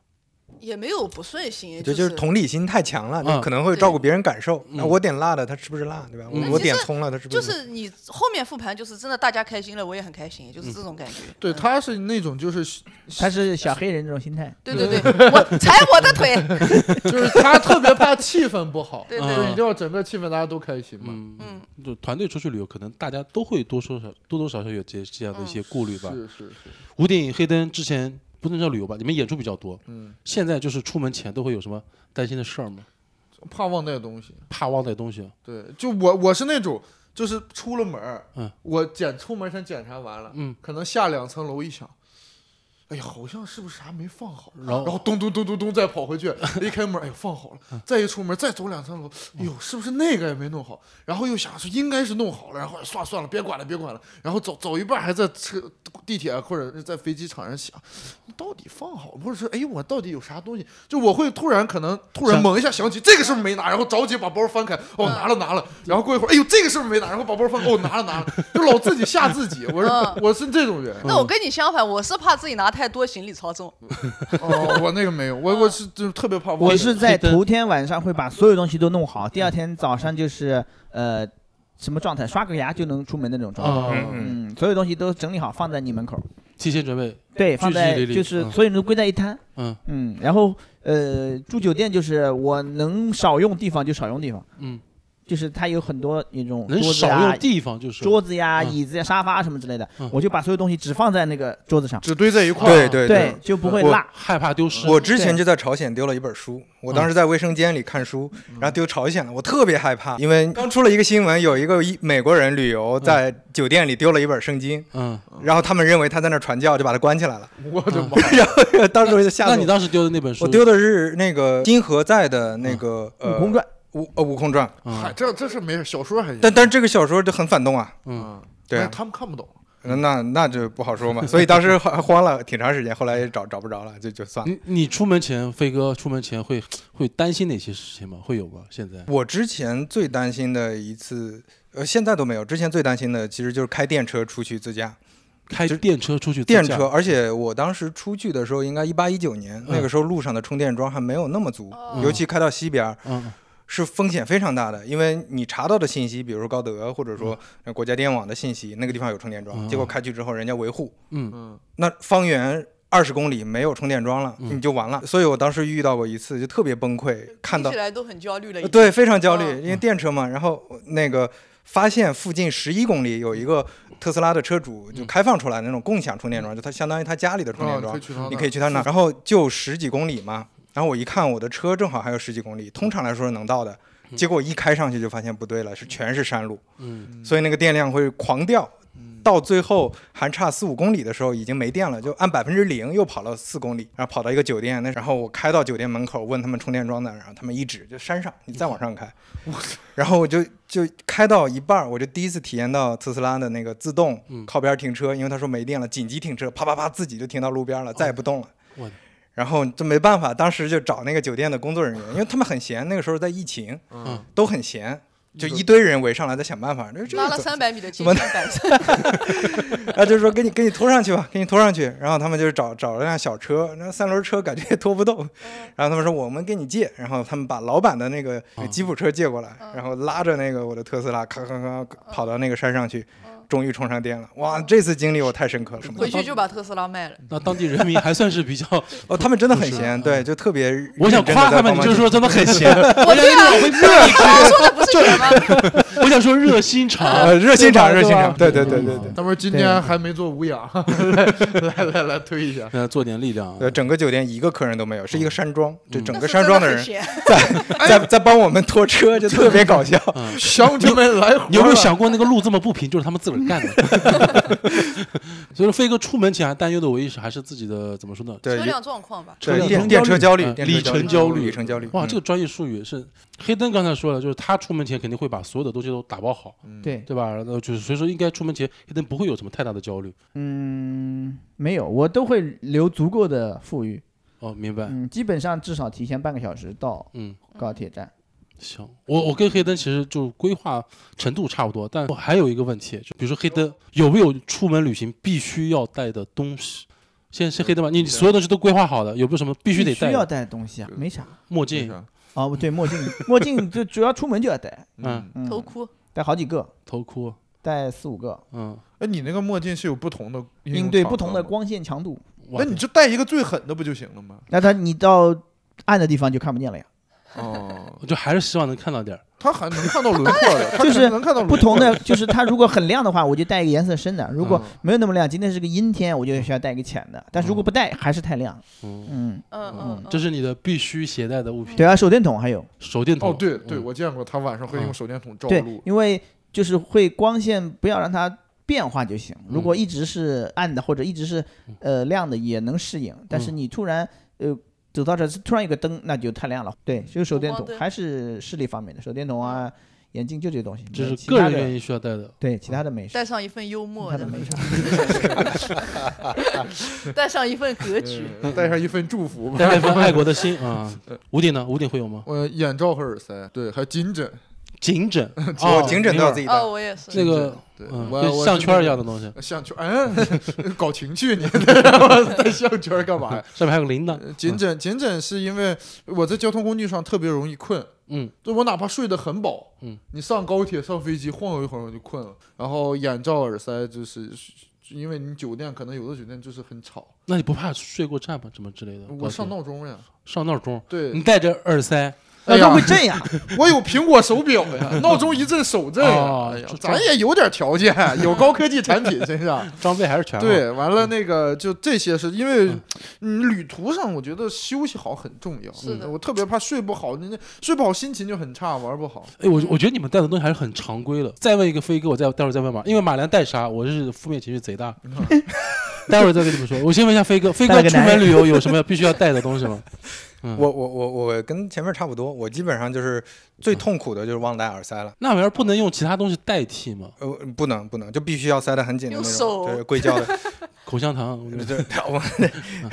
Speaker 5: 也没有不顺心，
Speaker 1: 我觉得就是
Speaker 5: 是
Speaker 1: 同理心太强了，就
Speaker 2: 嗯
Speaker 1: 可能会照顾别人感受。那
Speaker 2: 嗯
Speaker 1: 我点辣的，它是不是辣，对吧？
Speaker 2: 嗯
Speaker 1: 我我
Speaker 5: 其
Speaker 1: 点
Speaker 5: 实
Speaker 1: 葱了，它是不？
Speaker 5: 就是是你后面复盘，就是真的大家开心了，我也很开心，就是这种感觉。
Speaker 3: 对，
Speaker 5: 嗯
Speaker 3: 他是那种就是
Speaker 4: 他是小黑人这种心态，
Speaker 5: 对对对，我踩我的腿，
Speaker 2: <laughs>
Speaker 3: 就是他特别怕气氛不好，
Speaker 5: 对
Speaker 2: 嗯
Speaker 5: 对
Speaker 3: 就
Speaker 5: 对，
Speaker 3: 一定要整个气氛大家都开心嘛。
Speaker 2: 嗯，
Speaker 5: 嗯，
Speaker 2: 就团队出去旅游，可能大家都会多说少多多少少有这这样的一些顾虑吧。
Speaker 3: 是是是，
Speaker 2: 吴电影黑灯之前不能叫旅游吧，你们演出比较多，
Speaker 3: 嗯，
Speaker 2: 现在就是出门前都会有什么担心的事儿吗？
Speaker 3: 怕忘带东西。
Speaker 2: 怕忘带东西，
Speaker 3: 对，就我我是那种，就是出了门儿，
Speaker 2: 嗯
Speaker 3: 我检出门先检查完了，
Speaker 2: 嗯，
Speaker 3: 可能下两层楼一想，哎呀，好像是不是啥没放好，
Speaker 2: 然后嗯
Speaker 3: 然后咚咚咚咚咚再
Speaker 2: <laughs>
Speaker 3: 跑回去，一开门，哎呀放好了，再一出门再走两层楼，哎呦，是不是那个也没弄好？然后又想说应该是弄好了，然后哎算了算了，别管了别管了，然后走走一半还在车地铁啊或者是在飞机场上想，到底放好了，或者是哎我到底有啥东西？就我会突然可能突然
Speaker 2: 想
Speaker 3: 猛一下想起这个是不是没拿，然后着急把包翻开，哦拿了拿了，然后过一会儿哎呦这个是不是没拿，然后把包翻开，哦拿了拿了，就老自己吓自己，我是
Speaker 5: 嗯
Speaker 3: 我是这种人。
Speaker 5: 那我跟你相反，我是怕自己拿太多，行李超重。
Speaker 3: 哦，我那个没有，我我是就是特别怕忘记。
Speaker 4: 我是在
Speaker 2: 黑灯
Speaker 4: 头天晚上会把所有东西都弄好，第二天早上就是呃什么状态，刷个牙就能出门的那种状态。
Speaker 3: 哦
Speaker 2: 啊、
Speaker 1: 嗯嗯，
Speaker 4: 嗯，所有东西都整理好放在你门口，
Speaker 2: 提前准备，
Speaker 4: 对，放
Speaker 2: 聚集
Speaker 4: 在
Speaker 2: 地里
Speaker 4: 就是
Speaker 2: 嗯
Speaker 4: 所有人都归在一摊。
Speaker 2: 嗯
Speaker 4: 嗯，然后呃住酒店就是我能少用地方就少用地方，
Speaker 2: 嗯，
Speaker 4: 就是它有很多那种
Speaker 2: 能
Speaker 4: 桌子
Speaker 2: 少
Speaker 4: 啊
Speaker 2: 用、地方就是
Speaker 4: 桌子呀、
Speaker 2: 嗯
Speaker 4: 椅子呀、沙发什么之类的
Speaker 2: 嗯，
Speaker 4: 我就把所有东西只放在那个桌子上，
Speaker 3: 只堆在一块
Speaker 1: 对
Speaker 3: 儿，
Speaker 1: 对
Speaker 4: 对，就不会
Speaker 1: 我
Speaker 4: 落。
Speaker 2: 害怕丢失，
Speaker 1: 我之前就在朝鲜丢了一本书，我当时在卫生间里看书，然后丢朝鲜了，我特别害怕，因为刚出了一个新闻，有一个一美国人旅游在酒店里丢了一本圣经，
Speaker 2: 嗯，
Speaker 1: 然后他们认为他在那儿传教，就把他关起来了。
Speaker 3: 我的妈！
Speaker 1: 然后当时我就吓
Speaker 2: <laughs> 那
Speaker 1: 死
Speaker 2: 你
Speaker 1: 我。
Speaker 2: 当时丢的那本书，
Speaker 1: 我丢的是那个金河在的那个《
Speaker 4: 悟
Speaker 1: 呃
Speaker 4: 空传，
Speaker 1: 悟呃《悟空传》，
Speaker 2: 嗯
Speaker 3: 嗨，这这是没事，小说还行。
Speaker 1: 但但是这个小说就很反动啊，
Speaker 2: 嗯，
Speaker 3: 嗯，
Speaker 1: 对啊
Speaker 3: 但是他们看不懂。
Speaker 1: 那那那就不好说嘛。所以当时还慌了挺长时间，后来也找找不着了，就就算了。
Speaker 2: 你你出门前，飞哥出门前会会担心哪些事情吗？会有吗？现在
Speaker 1: 我之前最担心的一次，呃，现在都没有。之前最担心的其实就是开电车出去自驾，
Speaker 2: 开电车出去自驾，
Speaker 1: 电车，而且我当时出去的时候应该一八一九年，那
Speaker 2: 嗯
Speaker 1: 个时候路上的充电桩还没有那么足，
Speaker 5: 哦
Speaker 1: 尤其开到西边儿
Speaker 2: 嗯，
Speaker 1: 是风险非常大的，因为你查到的信息，比如说高德或者说呃国家电网的信息，那个地方有充电
Speaker 2: 嗯
Speaker 1: 桩，结果开去之后人家维护，
Speaker 2: 嗯
Speaker 3: 嗯，
Speaker 1: 那方圆。二十公里没有充电桩了，
Speaker 2: 嗯
Speaker 1: 你就完了。所以我当时遇到过一次，就特别崩溃，看到
Speaker 5: 听起来都很焦虑了已
Speaker 1: 呃
Speaker 5: 经。
Speaker 1: 对，非常焦虑，
Speaker 5: 嗯
Speaker 1: 因为电车嘛。然后那个发现附近十一公里有一个特斯拉的车主就
Speaker 2: 嗯哦
Speaker 1: 开放出来的那种共享充电桩，就他相当于他家里的充
Speaker 3: 啊，
Speaker 1: 电桩
Speaker 3: 你可以，去他那儿，
Speaker 1: 嗯你可以去他那儿。然后就十几公里嘛，然后我一看我的车正好还有十几公里，通常来说是能到的。结果一开上去就发现不对了，是全是山路，
Speaker 2: 嗯，
Speaker 3: 嗯
Speaker 1: 所以那个电量会狂掉
Speaker 3: 嗯。
Speaker 1: 到最后还差四五公里的时候，已经没电了，就按百分之零又跑了四公里，然后跑到一个酒店，那然后我开到酒店门口问他们充电桩在哪儿，然后他们一指就山上，你再往上开，然后我就就开到一半儿，我就第一次体验到特斯拉的那个自动
Speaker 2: 嗯
Speaker 1: 靠边儿停车，因为他说没电了，紧急停车，啪啪啪自己就停到路边儿了，再也不动了。
Speaker 2: 哦我的
Speaker 1: 然后这没办法，当时就找那个酒店的工作人员，因为他们很闲，那个时候在疫情，
Speaker 3: 嗯
Speaker 1: 都很闲，就一堆人围上来在想办法。这这
Speaker 5: 拉了
Speaker 1: 怎
Speaker 5: 三百米的接
Speaker 1: 怎么
Speaker 5: 近板车，
Speaker 1: 然后就说给你给你拖上去吧，给你拖上去。然后他们就找找了辆小车，那三轮车感觉也拖不
Speaker 5: 嗯
Speaker 1: 动。然后他们说我们给你借，然后他们把老板的那个
Speaker 2: 嗯
Speaker 1: 吉普车借过来
Speaker 5: 嗯，
Speaker 1: 然后拉着那个我的特斯拉，咔咔咔跑到那个山上去
Speaker 5: 嗯，
Speaker 1: 终于充上电了。哇，这次经历我太深刻了。什么
Speaker 5: 回
Speaker 1: 都
Speaker 5: 去就把特斯拉卖了。
Speaker 2: 那当地人民还算是比较，
Speaker 1: 哦，他们真的很
Speaker 2: 不是啊
Speaker 1: 闲，对，就特别认真地在帮忙解决。
Speaker 2: 我想夸他们，你就说真的很
Speaker 1: <laughs>
Speaker 2: 闲，
Speaker 5: 我对啊， <laughs> 你刚刚说的不是你吗？
Speaker 2: <laughs> 我想说热心
Speaker 1: <laughs>
Speaker 2: 肠，
Speaker 1: 呃，热心肠，
Speaker 4: 对吧
Speaker 1: 热心肠，
Speaker 4: 对
Speaker 1: 对
Speaker 4: 吧
Speaker 1: 对对对对。
Speaker 3: 大妹儿今
Speaker 4: 对
Speaker 3: 天还没做无氧， <laughs> 来来来来推一下。
Speaker 2: 呃，做点力量啊，
Speaker 1: 呃，整个酒店一个客人都没有，
Speaker 2: 嗯
Speaker 1: 是一个山庄，就整
Speaker 5: <laughs> 那
Speaker 1: 个
Speaker 5: 是
Speaker 1: 山
Speaker 5: 真
Speaker 1: 庄的
Speaker 5: 很
Speaker 1: 人
Speaker 5: 闲
Speaker 1: 在在帮我们拖车，就特别搞笑。
Speaker 2: 啊
Speaker 3: 乡亲们来活
Speaker 2: 你有没有
Speaker 3: 了
Speaker 2: 想过那个路这么不平，就是他们自个儿干的？ <laughs> 所以说，飞哥出门前还担忧的唯一是还是自己的怎么说呢？
Speaker 1: 对，
Speaker 5: 车
Speaker 1: 有
Speaker 5: 辆状况吧。
Speaker 2: 车
Speaker 1: 对
Speaker 2: 辆
Speaker 1: 电
Speaker 2: 中
Speaker 1: 电车焦虑
Speaker 2: 嗯，
Speaker 1: 电车
Speaker 2: 里程焦虑
Speaker 1: 里程焦虑。
Speaker 2: 哇，
Speaker 1: 嗯
Speaker 2: 这个专业术语是黑灯刚才说了，就是他出门前肯定会把所有的东西都打包好，
Speaker 1: 嗯
Speaker 4: 对，
Speaker 2: 对吧？然后就是所以说应该出门前黑灯不会有什么太大的焦虑。
Speaker 4: 嗯，没有，我都会留足够的富裕，
Speaker 2: 哦，明白。
Speaker 4: 嗯，基本上至少提前半个小时到
Speaker 2: 嗯，
Speaker 4: 高铁站。
Speaker 2: 行，我我跟黑灯其实就规划程度差不多，但我还有一个问题，就比如说黑灯有没有出门旅行必须要带的东西？现在是黑的嘛，你所有东西都规划好的，有没有什么必须得
Speaker 4: 需要
Speaker 2: 戴？
Speaker 4: 带的东西啊，没啥
Speaker 2: 墨
Speaker 3: 没
Speaker 2: 镜，
Speaker 3: 啥
Speaker 4: 啊。对，墨镜，墨镜就主要出门就要戴，
Speaker 2: 嗯，
Speaker 4: 嗯
Speaker 5: 头箍，
Speaker 4: 戴好几个，
Speaker 2: 头箍，
Speaker 4: 戴四五个，
Speaker 2: 嗯，
Speaker 3: 哎，你那个墨镜是有不同的
Speaker 4: 应
Speaker 3: 用
Speaker 4: 对
Speaker 3: 场
Speaker 4: 不同
Speaker 3: 合
Speaker 4: 的
Speaker 3: 吗，
Speaker 4: 光线强度。
Speaker 2: 哇
Speaker 3: 那你就戴一个最狠的不就行了吗？
Speaker 4: 那它你到暗的地方就看不见了呀。
Speaker 3: 哦，
Speaker 2: 我就还是希望能看到点儿。
Speaker 3: 他还能看到轮廓的，他
Speaker 4: 就
Speaker 3: 肯
Speaker 4: 是
Speaker 3: 定能看到轮
Speaker 4: 不
Speaker 3: 廓
Speaker 4: 同的就是它如果很亮的话，我就带一个颜色深的；如果
Speaker 2: 嗯
Speaker 4: 没有那么亮，今天是个阴天，我就需要带一个浅的。但是如果不带，还是太亮。
Speaker 2: 嗯，
Speaker 4: 嗯，
Speaker 5: 嗯
Speaker 4: 嗯
Speaker 5: 嗯，
Speaker 2: 这是你的必须携带的物品，
Speaker 4: 对啊，手电筒还有
Speaker 2: 手电筒。
Speaker 3: 哦，对对，
Speaker 2: 嗯
Speaker 3: 我见过他晚上会用
Speaker 2: 嗯
Speaker 3: 手电筒照
Speaker 4: 对
Speaker 3: 路，，
Speaker 4: 因为就是会光线不要让它变化就行。
Speaker 3: 嗯
Speaker 4: 如果一直是暗的或者一直是呃亮的也能适应，但是
Speaker 3: 嗯
Speaker 4: 你突然呃。走到这突然有个灯，那就太亮了。对，就是手电
Speaker 5: 不
Speaker 4: 筒
Speaker 5: 光，嗯灯
Speaker 4: 还是视力方面的手电筒啊，眼镜就这些东西。
Speaker 2: 这是
Speaker 4: 其
Speaker 2: 个
Speaker 4: 他
Speaker 2: 人
Speaker 4: 的
Speaker 2: 原因需要带的。
Speaker 4: 对其他的没事，
Speaker 5: 嗯带上一份幽默
Speaker 4: 他的
Speaker 5: 的
Speaker 4: 没
Speaker 5: 美
Speaker 4: 事。
Speaker 5: 带上一份格局。
Speaker 3: 嗯带上一份祝福吧。
Speaker 2: <laughs> 带上一份爱国的心啊！五顶呢？五顶会有吗？
Speaker 3: <laughs> 我眼罩和耳塞，对，还有金针，
Speaker 2: 颈枕，
Speaker 1: 我颈枕都哦要自
Speaker 2: 己。
Speaker 1: 己戴。
Speaker 5: 哦，我也是。
Speaker 2: 那个，
Speaker 3: 对，
Speaker 2: 嗯，
Speaker 3: 我
Speaker 2: 跟
Speaker 3: 我
Speaker 2: 项
Speaker 3: 是
Speaker 2: 圈
Speaker 3: 那
Speaker 2: 一样
Speaker 3: 个
Speaker 2: 的东西，
Speaker 3: 项圈，嗯， <laughs> 搞情趣你 <laughs> 戴项圈干嘛呀？
Speaker 2: 上面还有个铃铛。
Speaker 3: 呃颈枕，颈枕是因为我在交通工具上特别容易困，
Speaker 2: 嗯，
Speaker 3: 就我哪怕睡得很饱，
Speaker 2: 嗯，
Speaker 3: 你上高铁、上飞机晃悠一会儿我就困了。然后眼罩、耳塞就是。就因为你酒店可能有的酒店就是很吵，
Speaker 2: 那你不怕睡过站吗？怎么之类的？嗯高铁
Speaker 3: 我
Speaker 2: 嗯
Speaker 3: 上闹钟呀，
Speaker 2: 上闹钟，你
Speaker 3: 对，
Speaker 2: 戴着耳塞，
Speaker 3: 哎
Speaker 4: 那
Speaker 3: 呀
Speaker 4: 他会震呀，
Speaker 3: 我有苹果手表呀，闹钟一阵手震呀
Speaker 2: 哦，
Speaker 3: 哎呀
Speaker 2: 这，
Speaker 3: 咱也有点条件，有高科技产品身上，
Speaker 2: 装备还是全了。
Speaker 3: 对，完了那个就这些是因为
Speaker 2: 嗯
Speaker 3: 你旅途上，我觉得休息好很重要。嗯
Speaker 5: 是的
Speaker 3: 我特别怕睡不好，那那睡不好心情就很差，玩不好。
Speaker 2: 哎，我我觉得你们带的东西还是很常规的。再问一个飞哥，我再待会儿再问吧，因为马良带啥，我是负面情绪贼
Speaker 1: 嗯
Speaker 2: 大。 <laughs> 待会儿再跟你们说。我先问一下飞哥，飞
Speaker 4: 带
Speaker 2: 哥
Speaker 4: 了个
Speaker 2: 出
Speaker 4: 男
Speaker 2: 门
Speaker 4: 人
Speaker 2: 旅游有什么必须要带的东西吗？ <laughs> 嗯
Speaker 1: 我我我我跟前面差不多，我基本上就是最痛苦的就是忘带耳塞了，
Speaker 2: 那玩意儿不能用其他东西代替吗？
Speaker 1: 呃，不能不能，就必须要塞得很紧的
Speaker 5: 用
Speaker 1: 那
Speaker 5: 手
Speaker 1: 种，就是硅胶的。
Speaker 2: 口香糖，我跟你说
Speaker 1: 这
Speaker 2: <laughs>
Speaker 1: 我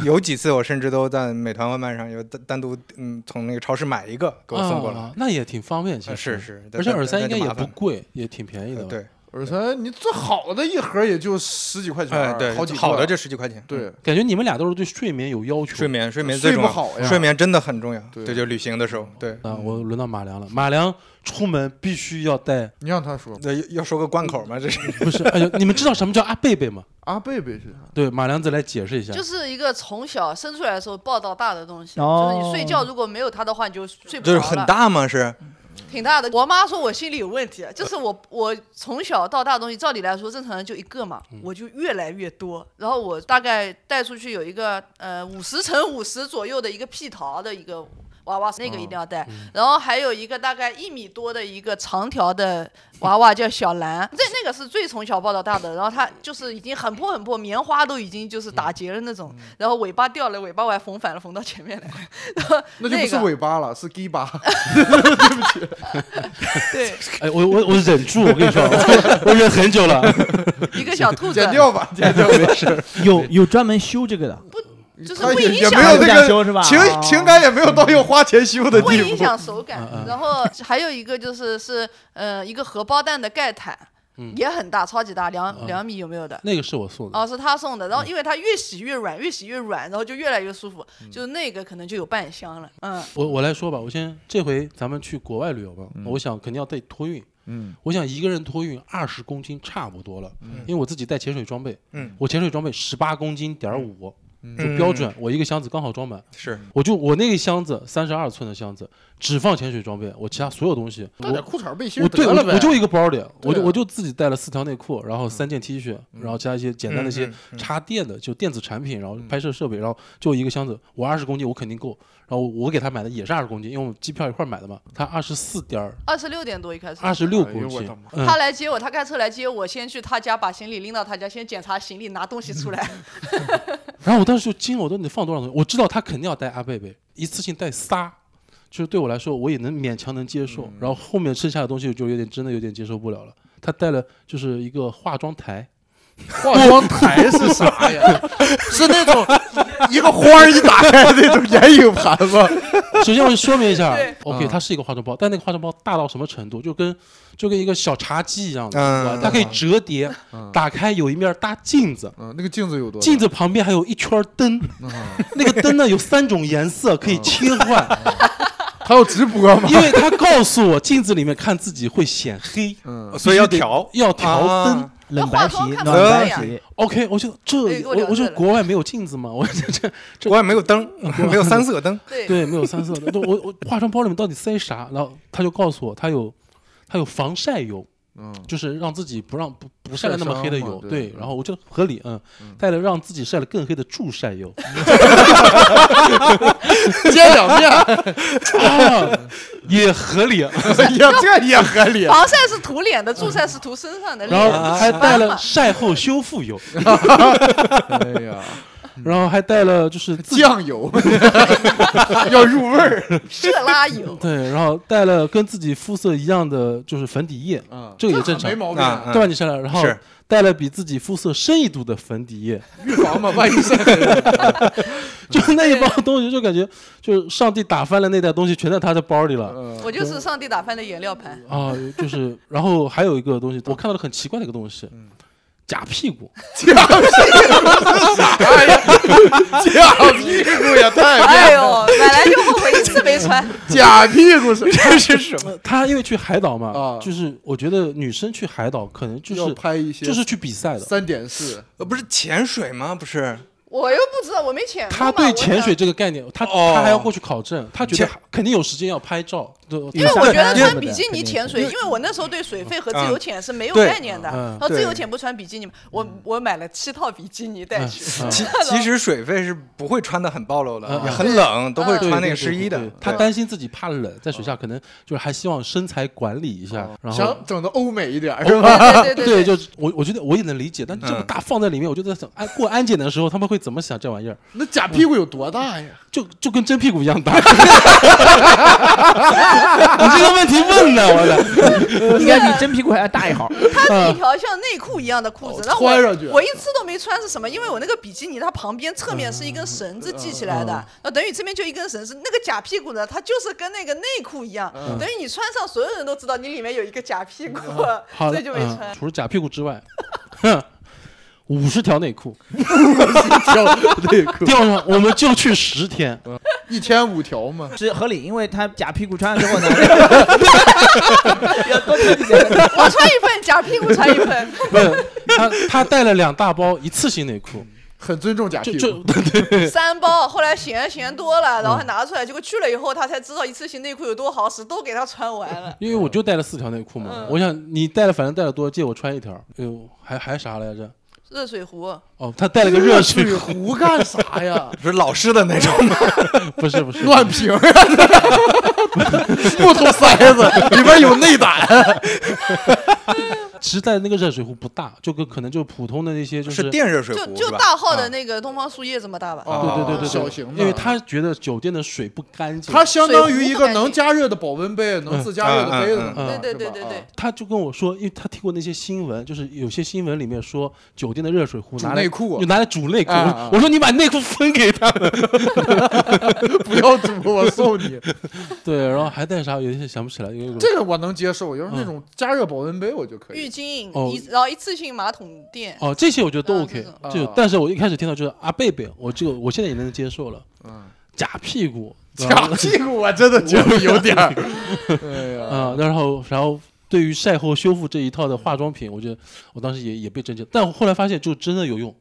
Speaker 1: 有几次我甚至都在美团外卖上有单单独嗯从那个超市买一个给我送过来，
Speaker 2: 啊那也挺方便，其
Speaker 1: 呃
Speaker 2: 实
Speaker 1: 是。是，
Speaker 2: 而且
Speaker 1: 但
Speaker 2: 耳塞应
Speaker 1: 但
Speaker 2: 该
Speaker 1: 就
Speaker 2: 也
Speaker 1: 麻
Speaker 2: 不
Speaker 1: 烦
Speaker 2: 贵，也挺便宜
Speaker 1: 呃
Speaker 2: 的吧？
Speaker 1: 对，
Speaker 3: 耳塞，你最好的一盒也就十几块钱
Speaker 1: 哎
Speaker 3: 儿，
Speaker 1: 对，
Speaker 3: 好几
Speaker 1: 好
Speaker 3: 块
Speaker 1: 的
Speaker 3: 儿
Speaker 1: 就十几块钱，
Speaker 3: 对
Speaker 2: 感觉你们俩都是对睡眠有要求。
Speaker 1: 睡眠睡眠最
Speaker 3: 睡
Speaker 1: 重
Speaker 3: 不
Speaker 1: 要，
Speaker 3: 好呀。
Speaker 1: 睡眠真的很重要，
Speaker 3: 对
Speaker 1: 对，就旅行的时候，对，
Speaker 2: 啊，我轮到马良了。马良出门必须要带，
Speaker 3: 你让他说
Speaker 1: 那要要说个关口嘛，这是
Speaker 2: <laughs> 不是？哎呦，你们知道什么叫阿贝贝吗？
Speaker 3: 阿啊贝贝是啥？
Speaker 2: 对，马良子来解释一下。
Speaker 5: 就是一个从小生出来的时候抱到大的东西，
Speaker 4: 哦
Speaker 5: 就是你睡觉如果没有它的话，你就
Speaker 1: 就
Speaker 5: 睡不着
Speaker 1: 是
Speaker 5: 了。
Speaker 1: 很大嘛，是
Speaker 5: 挺大的。我妈说我心里有问题，就是我我从小到大的东西，照理来说正常人就一个嘛，
Speaker 3: 嗯
Speaker 5: 我就越来越多。然后我大概带出去有一个呃五十乘五十左右的一个屁桃的一个。娃娃那个一定要
Speaker 3: 嗯
Speaker 5: 带，然后还有一个大概一米多的一个长条的娃娃叫小兰，这那个是最从小抱到大的，然后它就是已经很破很破，棉花都已经就是打结了那种，
Speaker 3: 嗯
Speaker 5: 然后尾巴掉了，尾巴我还缝反了，缝到前面来， <laughs> 然后
Speaker 3: 那就不是
Speaker 5: 个
Speaker 3: 尾巴了，是鸡 <laughs> 巴。 <laughs>
Speaker 5: 对，
Speaker 2: 哎，我我我忍住，我跟你说，
Speaker 5: <laughs>
Speaker 2: 我我忍很久了。 <laughs>
Speaker 5: 一个小兔子，
Speaker 3: 剪掉吧，剪掉 <laughs> 没事。
Speaker 5: <laughs>
Speaker 4: 有有专门修这个的，
Speaker 5: 就是
Speaker 3: 他
Speaker 5: 不
Speaker 3: 也
Speaker 5: 影
Speaker 3: 也
Speaker 5: 响
Speaker 3: 没有
Speaker 4: 不
Speaker 3: 那
Speaker 4: 想
Speaker 3: 个
Speaker 4: 修是吧？
Speaker 3: 情
Speaker 4: 啊
Speaker 3: 情感也没有到要花钱修的
Speaker 5: 不会
Speaker 3: 地
Speaker 5: 影
Speaker 3: 步。
Speaker 5: 响手感。
Speaker 2: 嗯嗯
Speaker 5: 然后还有一个就是是呃一个荷包蛋的盖毯，
Speaker 2: 嗯
Speaker 5: 也很大，超级大，两、
Speaker 2: 嗯
Speaker 5: 两米有没有的？
Speaker 2: 那个是我送的，
Speaker 5: 哦，是他送的，然后因为它越洗越软，越洗越软，然后就越来越舒服，
Speaker 2: 嗯
Speaker 5: 就是那个可能就有半箱了。嗯，
Speaker 2: 我我来说吧，我先这回咱们去国外旅游嘛，
Speaker 1: 嗯
Speaker 2: 我想肯定要带托运。
Speaker 3: 嗯，
Speaker 2: 我想一个人托运二十公斤差不多了，因为我自己带潜水装备，
Speaker 1: 嗯，
Speaker 2: 我潜水装备十八公斤点五，就
Speaker 1: 嗯
Speaker 2: 标准，我嗯一个箱子刚好装满，
Speaker 1: 是，
Speaker 2: 我就我那个箱子三十二寸的箱子只放潜水装备，我其他所有东西
Speaker 3: 带点
Speaker 2: 我
Speaker 3: 裤衩背心
Speaker 2: 我
Speaker 3: 儿
Speaker 2: 对
Speaker 3: 得
Speaker 2: 我
Speaker 3: 了呗。
Speaker 2: 我就一个包里，我就
Speaker 3: 对啊嗯
Speaker 2: 我就自己带了四条内裤，然后三件 T 恤，然后加一些简单的一些
Speaker 1: 嗯嗯嗯
Speaker 2: 插电的就电子产品，然
Speaker 3: 嗯
Speaker 2: 后拍摄设备，然后就一个箱子，我二十公斤我肯定够，然后我给他买的也是二十公斤，因为我们机票一块儿买的嘛，他二十四点
Speaker 5: 二十六点多一开始。
Speaker 2: 二十六
Speaker 3: 哎呦
Speaker 2: 公
Speaker 3: 哎我
Speaker 2: 斤
Speaker 3: 的妈，
Speaker 2: 嗯
Speaker 5: 他来接我，他开车来接我，先去他家把行李拎到他家，先检查行李，拿东西
Speaker 2: <laughs>
Speaker 5: 出来。
Speaker 2: 嗯然后我当时就惊了，我说你放多少东西？我知道他肯定要带阿贝贝，一次性带仨，就是对我来说我也能勉强能接受。
Speaker 3: 嗯
Speaker 2: 然后后面剩下的东西我就有点真的有点接受不了了。他带了就是一个化妆台，
Speaker 3: <laughs> 化妆台是啥呀？是那种一个花儿一打开那种眼影盘 <laughs> 子，
Speaker 2: 首先我说明一下
Speaker 5: 对
Speaker 2: ，OK，
Speaker 3: 嗯
Speaker 2: 它是一个化妆包，但那个化妆包大到什么程度？就跟就跟一个小茶几一样的，
Speaker 1: 嗯
Speaker 2: 对吧它可以折叠，
Speaker 3: 嗯
Speaker 2: 打开有一面大镜子，
Speaker 3: 嗯，那个镜子有多大？
Speaker 2: 镜子旁边还有一圈灯，
Speaker 3: 嗯，
Speaker 2: 那个灯呢有三种颜色可以
Speaker 1: 嗯
Speaker 2: 切换，
Speaker 3: <laughs> 还有直播吗？
Speaker 2: 因为他告诉我镜子里面看自己会显黑，
Speaker 3: 嗯，
Speaker 1: 所以要调
Speaker 2: 要调灯。
Speaker 1: 啊
Speaker 4: 冷白皮
Speaker 5: 化妆看
Speaker 4: 暖
Speaker 1: 出来
Speaker 4: 白
Speaker 5: 呀
Speaker 4: 皮，
Speaker 2: OK，我就这
Speaker 5: 哎给我
Speaker 2: 我
Speaker 5: 留
Speaker 2: 我
Speaker 5: 着
Speaker 2: 说
Speaker 5: 了
Speaker 2: 国外没有镜子嘛，我这这这
Speaker 1: 我也没有
Speaker 2: <laughs>
Speaker 1: 灯，没有三色灯，
Speaker 5: 对
Speaker 2: 对，没有三色的。对我我化妆包里面到底塞啥？然后他就告诉我，他有他有防晒油，
Speaker 3: 嗯，
Speaker 2: 就是让自己不让不不晒得
Speaker 3: 晒
Speaker 2: 那么
Speaker 3: 伤
Speaker 2: 黑的
Speaker 3: 嘛
Speaker 2: 油。
Speaker 3: 对
Speaker 2: 对，
Speaker 3: 嗯
Speaker 2: 然后我觉得合理，嗯，带了让自己晒得更黑的助晒油。 <laughs>
Speaker 3: 接两面，
Speaker 2: 啊也合理，
Speaker 3: 也这也合理。
Speaker 5: 防晒是涂脸的，助晒是涂身上
Speaker 2: <laughs>
Speaker 5: 的。
Speaker 2: 然
Speaker 5: 脸
Speaker 2: 后还带
Speaker 5: 斑
Speaker 2: 了
Speaker 5: 嘛
Speaker 2: 晒后修复油，
Speaker 3: 哎呀，
Speaker 2: 然后还带了就是自己
Speaker 3: <laughs> 酱油 <laughs> 要入味儿。
Speaker 5: 色拉油，
Speaker 2: 对，然后带了跟自己肤色一样的就是粉底液，
Speaker 3: 嗯，
Speaker 2: 这个也正常
Speaker 3: 没，毛
Speaker 1: 病啊
Speaker 3: 病，
Speaker 2: 对吧？你晒了，然后
Speaker 1: 是
Speaker 2: 带了比自己肤色深一度的粉底液，
Speaker 3: 预防嘛，万一晒黑了。
Speaker 2: 就那一包东西，就感觉就是上帝打翻了那袋东西，全在他的包里了。
Speaker 3: 嗯
Speaker 5: 我就是上帝打翻的颜料盘。
Speaker 2: 啊，就是，然后还有一个东西，我看到了很奇怪的一个东西，假屁股，
Speaker 3: 假屁股啥呀？假屁股也太变
Speaker 5: 哎呦，买来就后悔一次没穿。
Speaker 3: 假屁股是这是什么？
Speaker 2: 呃他因为去海岛嘛
Speaker 3: 啊，
Speaker 2: 就是我觉得女生去海岛可能就
Speaker 3: 要
Speaker 2: 是
Speaker 3: 拍一些，
Speaker 2: 就是去比赛的，
Speaker 3: 三点四，
Speaker 1: 呃，不是潜水吗？不是，
Speaker 5: 我又不知道，我没潜过嘛。
Speaker 2: 他对
Speaker 5: 我
Speaker 2: 潜
Speaker 5: 想
Speaker 2: 水，这个概念，他
Speaker 1: 哦
Speaker 2: 他还要过去考证，他觉得
Speaker 1: 潜
Speaker 2: 肯定有时间要拍照，对，
Speaker 5: 因为我觉得
Speaker 4: 对
Speaker 5: 穿比基尼潜水，
Speaker 4: 对
Speaker 5: 因为我那时候对水费和自由潜是没有
Speaker 1: 对
Speaker 5: 概念的。
Speaker 2: 嗯
Speaker 5: 然后
Speaker 1: 对
Speaker 5: 自由潜不穿比基尼嘛，我我买了七套比基尼带去。
Speaker 2: 嗯
Speaker 1: 其其实水费是不会穿的很暴露的，
Speaker 2: 嗯
Speaker 1: 也很冷，都会
Speaker 2: 对
Speaker 1: 穿那
Speaker 2: 对
Speaker 1: 个
Speaker 2: 对
Speaker 1: 湿衣
Speaker 2: 对
Speaker 1: 的
Speaker 2: 对。他
Speaker 1: 对啊
Speaker 2: 担心自己怕冷，在水下可能就是还希望身材管理一
Speaker 3: 哦
Speaker 2: 下，然 <laughs> 后
Speaker 3: 想整的欧美一点是
Speaker 2: 嗯
Speaker 3: 吧？
Speaker 2: <laughs>
Speaker 5: <laughs> 对对对对，
Speaker 2: 就是我我觉得我也能理解，但这么
Speaker 1: 嗯
Speaker 2: 大放在里面，我就在想，安过安检的时候他们会怎么想这玩意儿？
Speaker 3: 那假屁股有多大呀？
Speaker 2: 就就跟真屁股一样大。 <laughs> 你这个问题问的，我的，
Speaker 4: 应该比真屁股还要大一号。
Speaker 5: 它
Speaker 2: 嗯
Speaker 5: 是一条像内裤一样的裤
Speaker 2: 哦
Speaker 5: 子，然后我
Speaker 3: 穿上
Speaker 2: 啊
Speaker 3: 去
Speaker 5: 我一次都没穿是什么？因为我那个比基尼它旁边侧面是一
Speaker 2: 嗯
Speaker 5: 根绳子系起来的，那等于这边就一根绳子。那个假屁股呢，它就是跟那个内裤一样，
Speaker 2: 嗯
Speaker 5: 等于你穿上，所有人都知道你里面有一个假屁股，
Speaker 2: 好
Speaker 5: <laughs> 所
Speaker 2: 的
Speaker 5: 以就没
Speaker 2: 嗯
Speaker 5: 穿。
Speaker 2: 除了假屁股之外，哼，五十条内裤
Speaker 3: 条内裤，
Speaker 2: 吊上，我们就去十天。
Speaker 3: 一天五条嘛。
Speaker 4: 是合理，因为他假屁股穿上之后
Speaker 5: <laughs>
Speaker 4: 呢， <laughs> 要多穿几件。
Speaker 5: 我穿一份，假屁股穿一份。
Speaker 2: 不是，他他带了两大包一次性内裤，
Speaker 3: 很尊重假
Speaker 2: 就
Speaker 3: 嗯屁
Speaker 2: 就
Speaker 3: 股，
Speaker 5: <laughs> 三包，后来嫌嫌多了，然后还拿出来，结果去了以后，他才知道一次性内裤有多好使，都给他穿完了。
Speaker 2: 因为我就带了四条内裤嘛
Speaker 5: 嗯。
Speaker 2: 我想你带了，反正带了多，借我穿一条。哎呦，还还啥来着？
Speaker 5: 热水壶，
Speaker 2: 哦，他带了个热
Speaker 5: <laughs>
Speaker 2: 水
Speaker 3: 水
Speaker 2: 壶，
Speaker 3: 壶干啥呀？
Speaker 1: 不是老师的那种吗？
Speaker 2: 不是不是，
Speaker 3: 乱瓶儿啊， <laughs> 木头塞子，里边有内胆。
Speaker 2: 其实带的那个热水壶不大，就跟可能就普通的那些就是哦啊
Speaker 1: 电热水
Speaker 5: 就
Speaker 1: 壶
Speaker 5: 就是
Speaker 1: 吧
Speaker 5: 大号的
Speaker 1: 啊
Speaker 5: 那个东方树叶这么大吧。
Speaker 2: 对对对对对，
Speaker 3: 啊小型的，
Speaker 2: 因为他觉得酒店的水不干净，
Speaker 3: 它相当于一个能加热的保温杯，能自加热的杯子
Speaker 1: 嗯
Speaker 2: 嗯
Speaker 3: 嘛，
Speaker 2: 嗯
Speaker 5: 对对
Speaker 3: 哦是吧
Speaker 5: 对对对，
Speaker 2: 他就跟我说，因为他听过那些新闻，就是有些新闻里面说酒店的热水壶
Speaker 3: 煮
Speaker 2: 拿来
Speaker 3: 内裤啊
Speaker 2: 就拿来煮内裤。我
Speaker 3: 啊啊
Speaker 2: 说我说你把内裤分给他们，
Speaker 3: 啊不要煮，我送 <laughs> 你。
Speaker 2: 对，然后还带啥？有些想不起来，有一种
Speaker 3: 这个我能接受，要是那种加热保温杯我就可
Speaker 5: 浴
Speaker 3: 以。
Speaker 5: 巾
Speaker 2: 哦
Speaker 5: 一，然后一次性马桶垫。
Speaker 2: 哦，这些我觉得都
Speaker 5: 啊
Speaker 2: OK，
Speaker 5: 这种
Speaker 2: 这种
Speaker 3: 啊
Speaker 2: 但是我一开始听到就是阿贝贝，我这个我现在也能接受了，
Speaker 3: 嗯，
Speaker 2: 假屁股，对吧
Speaker 3: 假屁股 <laughs> 我真的觉得有点儿。哎呀，
Speaker 2: 啊、然后然后对于晒后修复这一套的化妆品，我觉得我当时也也被震惊，但我后来发现就真的有用，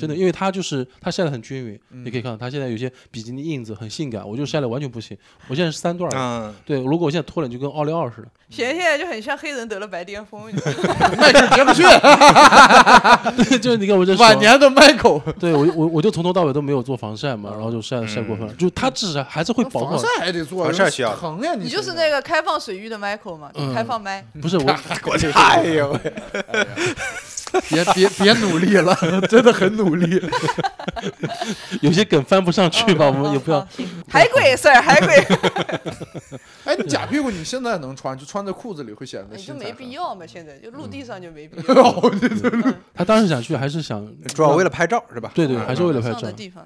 Speaker 2: 真
Speaker 3: 嗯
Speaker 2: 的，因为它就是它晒得很均匀，你可以看到它现在有些比基尼印子很性感，我就晒得完全不行，我现在是三
Speaker 3: 啊
Speaker 2: 段儿的。
Speaker 1: 嗯，
Speaker 2: 对，如果我现在脱了，你就跟奥利奥似的。
Speaker 5: 显现在就很像黑人得了白癜风，你知道吗
Speaker 3: 迈克尔杰克逊，
Speaker 2: 对， <laughs> 就是你看我这手
Speaker 3: 晚，年的 Michael，
Speaker 2: 对我我我就从头到尾都没有做防晒嘛，然后就晒晒过分了，就它至少还是会保护好
Speaker 3: 嗯防晒。还得做，
Speaker 1: 防晒需要
Speaker 3: 疼呀！
Speaker 5: 你就是
Speaker 3: 身上
Speaker 5: 那个开放水域的 Michael 嘛，就
Speaker 2: 嗯
Speaker 1: 哎
Speaker 5: 开放麦。
Speaker 2: 不是我，
Speaker 1: 哎呦喂，
Speaker 3: 别别别努力 <laughs> 了，真的很努力。
Speaker 2: 有些梗翻不上去
Speaker 5: 哦
Speaker 2: 吧，我们也不要。
Speaker 5: 海鬼事儿，海鬼，
Speaker 3: 哎，你假屁股你现在能穿，就穿在裤子里会显得
Speaker 5: 你哎
Speaker 3: 新
Speaker 5: 就
Speaker 3: 材
Speaker 5: 没
Speaker 3: 很
Speaker 5: 必要嘛，现在就陆地上就没必要。
Speaker 3: 好。哦对对
Speaker 5: 嗯
Speaker 2: 他当时想去，还是想
Speaker 1: 主要为了嗯拍照是吧？
Speaker 2: 对对，还是为了拍
Speaker 5: 上
Speaker 2: 照
Speaker 5: 的。地方，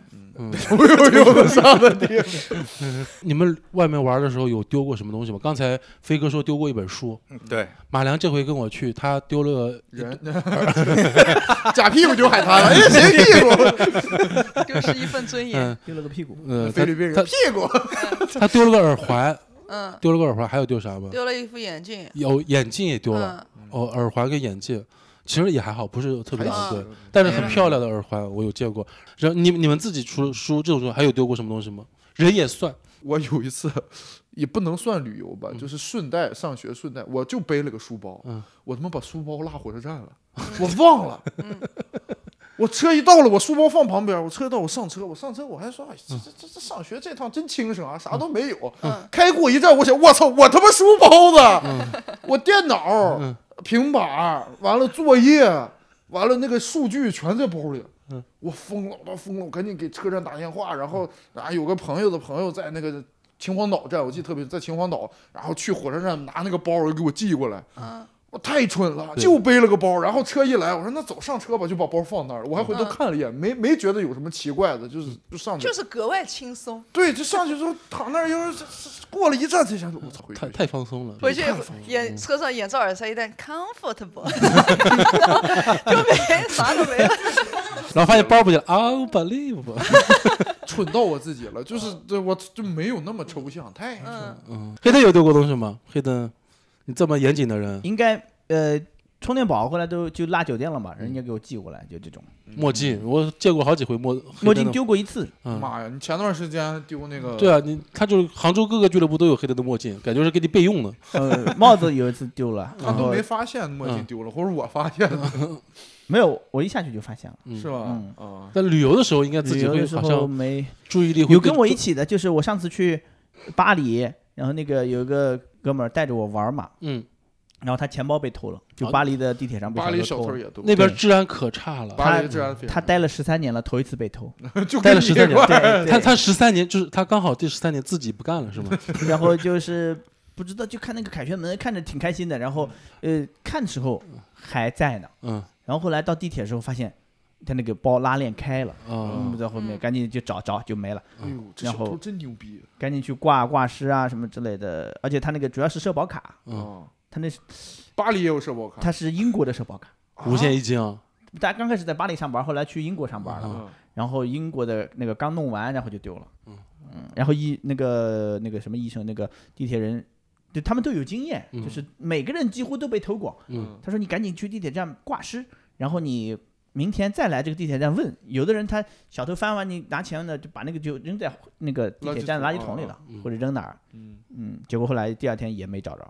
Speaker 2: 嗯
Speaker 1: <laughs>
Speaker 2: 你们外面玩的时候有丢过什么东西吗？刚才飞哥说丢过一本书，
Speaker 1: 嗯对，
Speaker 2: 马良这回跟我去，他丢了
Speaker 3: 人 <laughs> 假屁股丢海滩了，哎，谁
Speaker 5: <laughs>
Speaker 3: 屁股？
Speaker 5: 丢失一份尊严。
Speaker 2: 嗯
Speaker 4: 丢了个屁股。
Speaker 2: 呃，
Speaker 3: 菲
Speaker 2: 他
Speaker 3: 律宾人
Speaker 2: 他
Speaker 3: 屁股。
Speaker 2: <laughs> 他丢了个耳环，
Speaker 5: 嗯，
Speaker 2: 丢了个耳环，还有丢啥吗？
Speaker 5: 丢了一副眼镜。
Speaker 2: 有眼镜也丢了，
Speaker 5: 嗯，
Speaker 2: 哦，耳环跟眼镜。其实也还好，不是特别
Speaker 5: 还
Speaker 2: 昂
Speaker 5: 行
Speaker 2: 贵，但是很漂亮的耳环我有见过。然后你你们自己除了书这种东西，还有丢过什么东西吗？人也算，
Speaker 3: 我有一次也不能算旅游吧，就是顺带上学顺带，我就背了个书包，
Speaker 2: 嗯
Speaker 3: 我他妈把书包落火车站了，我忘了。我车一到了，我书包放旁边，我车一到，我上车，我上车，我还说，哎，这这这这上学这趟真轻省啊，啥都没有。
Speaker 5: 嗯
Speaker 3: 开过一站，我想，我操，我他妈书包呢？我电脑、
Speaker 2: 嗯
Speaker 3: 平板，完了作业，完了那个数据全在包里。
Speaker 2: 嗯
Speaker 3: 我疯了，我疯了，我赶紧给车站打电话，然后啊，有个朋友的朋友在那个秦皇岛站，我记得特别在秦皇岛，然后去火车站拿那个包给我寄过来。
Speaker 5: 嗯，
Speaker 3: 我太蠢了，
Speaker 2: 对
Speaker 3: 就背了个包，然后车一来，我说那走上车吧，就把包放那儿了。我还回头
Speaker 5: 嗯
Speaker 3: 看了一眼，没没觉得有什么奇怪的，就是就
Speaker 2: 嗯
Speaker 3: 上去，
Speaker 5: 就是格外轻松。
Speaker 3: 对，就上去之后躺那儿，又是过了一站才想起，我操，回去
Speaker 2: 太太放松了。嗯
Speaker 5: 回去
Speaker 3: 太疯了
Speaker 5: 眼车上眼罩耳塞一戴，comfortable，就没啥都没了。
Speaker 2: 然后发现包不见了，unbelievable。啊
Speaker 3: 蠢到我自己了，就是对我就没有那么抽象，太蠢了。
Speaker 5: 嗯，
Speaker 2: 嗯，黑灯有丢过东西吗？黑灯，你这么严谨的人，
Speaker 4: 应该呃，充电宝后来都就落酒店了嘛，人家给我寄过来，就这种
Speaker 2: 墨镜我见过好几回墨
Speaker 4: 嗯墨镜。丢过一次，
Speaker 2: 黑灯的嗯，
Speaker 3: 妈呀！你前段时间丢那个，
Speaker 2: 对啊，你他就是杭州各个俱乐部都有黑灯的墨镜，感觉是给你备用的。
Speaker 4: 呃， <laughs> 帽子有一次丢了，
Speaker 3: 他
Speaker 4: 然
Speaker 3: 都
Speaker 4: 后
Speaker 3: 没发现墨
Speaker 2: 嗯
Speaker 3: 镜丢了，或者我发现的，
Speaker 4: 没有，我一下去就发现了。
Speaker 2: 嗯
Speaker 3: 是吧？
Speaker 4: 嗯
Speaker 3: 啊，
Speaker 2: 但旅游的时候应该自
Speaker 4: 旅
Speaker 2: 己
Speaker 4: 游
Speaker 2: 会
Speaker 4: 的时
Speaker 2: 好
Speaker 4: 候
Speaker 2: 像
Speaker 4: 没
Speaker 2: 注意力会
Speaker 4: 有跟我一
Speaker 2: 起，
Speaker 4: 起的，就是我上次去巴黎，然后那个有一个哥们儿带着我玩嘛，
Speaker 2: 嗯，
Speaker 4: 然后他钱包被偷了，就
Speaker 2: 啊
Speaker 4: 巴黎的地铁上被
Speaker 3: 巴黎小
Speaker 4: 偷
Speaker 3: 偷
Speaker 4: 了。
Speaker 3: 也多，
Speaker 2: 那边
Speaker 4: 对
Speaker 2: 治安可差了。
Speaker 3: 巴黎治安非常
Speaker 4: 他待了十三年了，头一次被偷。
Speaker 3: <laughs> 就
Speaker 2: 待
Speaker 3: 跟
Speaker 2: 了
Speaker 3: 你
Speaker 2: 13年
Speaker 3: 一块
Speaker 4: <laughs>
Speaker 3: 儿
Speaker 4: 对，
Speaker 2: 他
Speaker 4: 对
Speaker 2: 他十三年就是他刚好第十三年自己不干了是吗？
Speaker 4: 然后就是不知道，就看那个凯旋门，看着挺开心的。然后呃，看时候还在呢，
Speaker 2: 嗯
Speaker 4: 然后后来到地铁的时候发现他那个包拉链开了，
Speaker 2: 啊
Speaker 4: 嗯，在后面
Speaker 5: 嗯
Speaker 4: 赶紧就找找就没了，
Speaker 3: 哎呦，这小
Speaker 4: 然
Speaker 3: 偷
Speaker 4: 后
Speaker 3: 真牛逼
Speaker 4: 赶紧去挂挂失啊什么之类的。而且他那个主要是社保卡，
Speaker 2: 嗯，
Speaker 3: 啊！
Speaker 4: 他那是
Speaker 3: 巴黎也有社保卡，
Speaker 4: 他是英国的社保卡。
Speaker 2: 五险一啊金啊，
Speaker 4: 大家刚开始在巴黎上班，后来去英国上班了，
Speaker 3: 嗯
Speaker 4: 然后英国的那个刚弄完，然后就丢了。嗯，然后医那个那个什么医生，那个地铁人，就他们都有经验，
Speaker 2: 嗯
Speaker 4: 就是每个人几乎都被偷过。
Speaker 2: 嗯
Speaker 4: 他说你赶紧去地铁站挂失，然后你明天再来这个地铁站问。有的人他小偷翻完你拿钱呢，就把那个就扔在那个地铁站垃
Speaker 3: 垃圾
Speaker 4: 圾
Speaker 3: 桶
Speaker 4: 桶里了
Speaker 2: 嗯，
Speaker 4: 或者扔哪儿。
Speaker 3: 嗯，
Speaker 4: 嗯，结果后来第二天也没找着。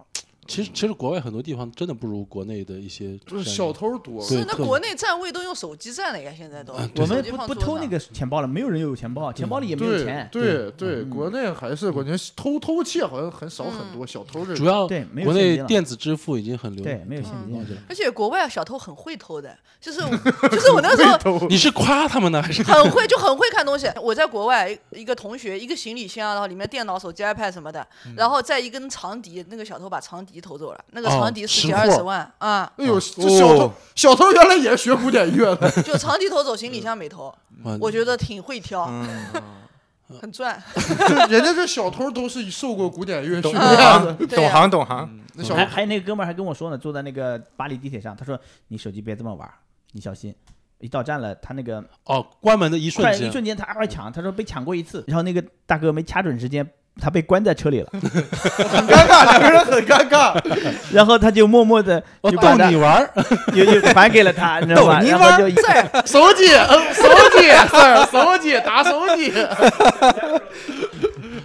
Speaker 2: 其实其实国外很多地方真的不如国内的一些
Speaker 3: 就是
Speaker 2: 治安
Speaker 3: 小偷多，
Speaker 2: 啊对
Speaker 5: 是那
Speaker 2: 特
Speaker 5: 国内站位都用手机站了呀，现在都
Speaker 2: 啊。对
Speaker 4: 我们
Speaker 5: 手机
Speaker 4: 不
Speaker 5: 放
Speaker 4: 不
Speaker 5: 桌
Speaker 4: 偷
Speaker 5: 上
Speaker 4: 那个钱包了，没有人有钱包，钱包里也没有
Speaker 3: 对
Speaker 4: 钱。
Speaker 3: 对对，
Speaker 4: 嗯
Speaker 3: 国内还是感觉偷偷窃好像很少很多，小偷这
Speaker 2: 主要
Speaker 4: 对，没有
Speaker 2: 国
Speaker 4: 现
Speaker 2: 内
Speaker 4: 金了。
Speaker 2: 电子支付已经很流
Speaker 4: 对，
Speaker 2: 行。
Speaker 4: 没有现金
Speaker 2: 嗯。
Speaker 5: 而且国外小偷很会偷
Speaker 2: <laughs>
Speaker 5: 的，就是我就是我那时候
Speaker 2: 你是夸他们呢还是？
Speaker 5: 很会，就很会看东西。我在国外一一个同学，一个行李箱，然后里面电脑、手机、iPad 什么的，然后再一根长笛，那个小偷把长笛偷走了，那个
Speaker 2: 嗯哦
Speaker 5: 长笛十
Speaker 2: 识
Speaker 5: 几
Speaker 2: 货
Speaker 5: 二十万啊，
Speaker 3: 哎
Speaker 2: 哦
Speaker 3: 呦，这
Speaker 1: 哦
Speaker 3: 小偷小偷原来也学古典乐的，
Speaker 5: 就长笛偷走，行李箱没偷，
Speaker 2: 哇
Speaker 5: 我觉得挺会挑，
Speaker 1: 嗯
Speaker 2: 嗯
Speaker 5: 很赚。
Speaker 3: <laughs> 就人家这小偷都是受过古典乐训
Speaker 1: 懂
Speaker 3: 练的。
Speaker 1: 行
Speaker 5: 对啊
Speaker 1: 懂
Speaker 5: 呀
Speaker 1: 行懂行，
Speaker 3: 那小
Speaker 4: 还
Speaker 3: 偷
Speaker 4: 还有那个哥们儿还跟我说呢，坐在那个巴黎地铁上，他说你手机别这么玩儿，你小心。一到站了，他那个
Speaker 2: 哦，关门的一瞬
Speaker 4: 快
Speaker 2: 间
Speaker 4: 一，瞬间他快抢，他说被抢过一次，然后那个大哥没掐准时间，他被关在车里了，
Speaker 3: 很尴尬，两个人很尴尬。
Speaker 4: 然后他就默默的
Speaker 2: 我
Speaker 4: 就
Speaker 2: 哦逗
Speaker 4: 把他
Speaker 2: 你玩儿，
Speaker 4: 就就还给了他，你知道吧？
Speaker 1: 逗你
Speaker 4: 然
Speaker 1: 玩
Speaker 4: 后
Speaker 1: 儿
Speaker 4: 就一
Speaker 5: 这儿，
Speaker 3: 手机，嗯手 <laughs> 机，sir，手机，打手机。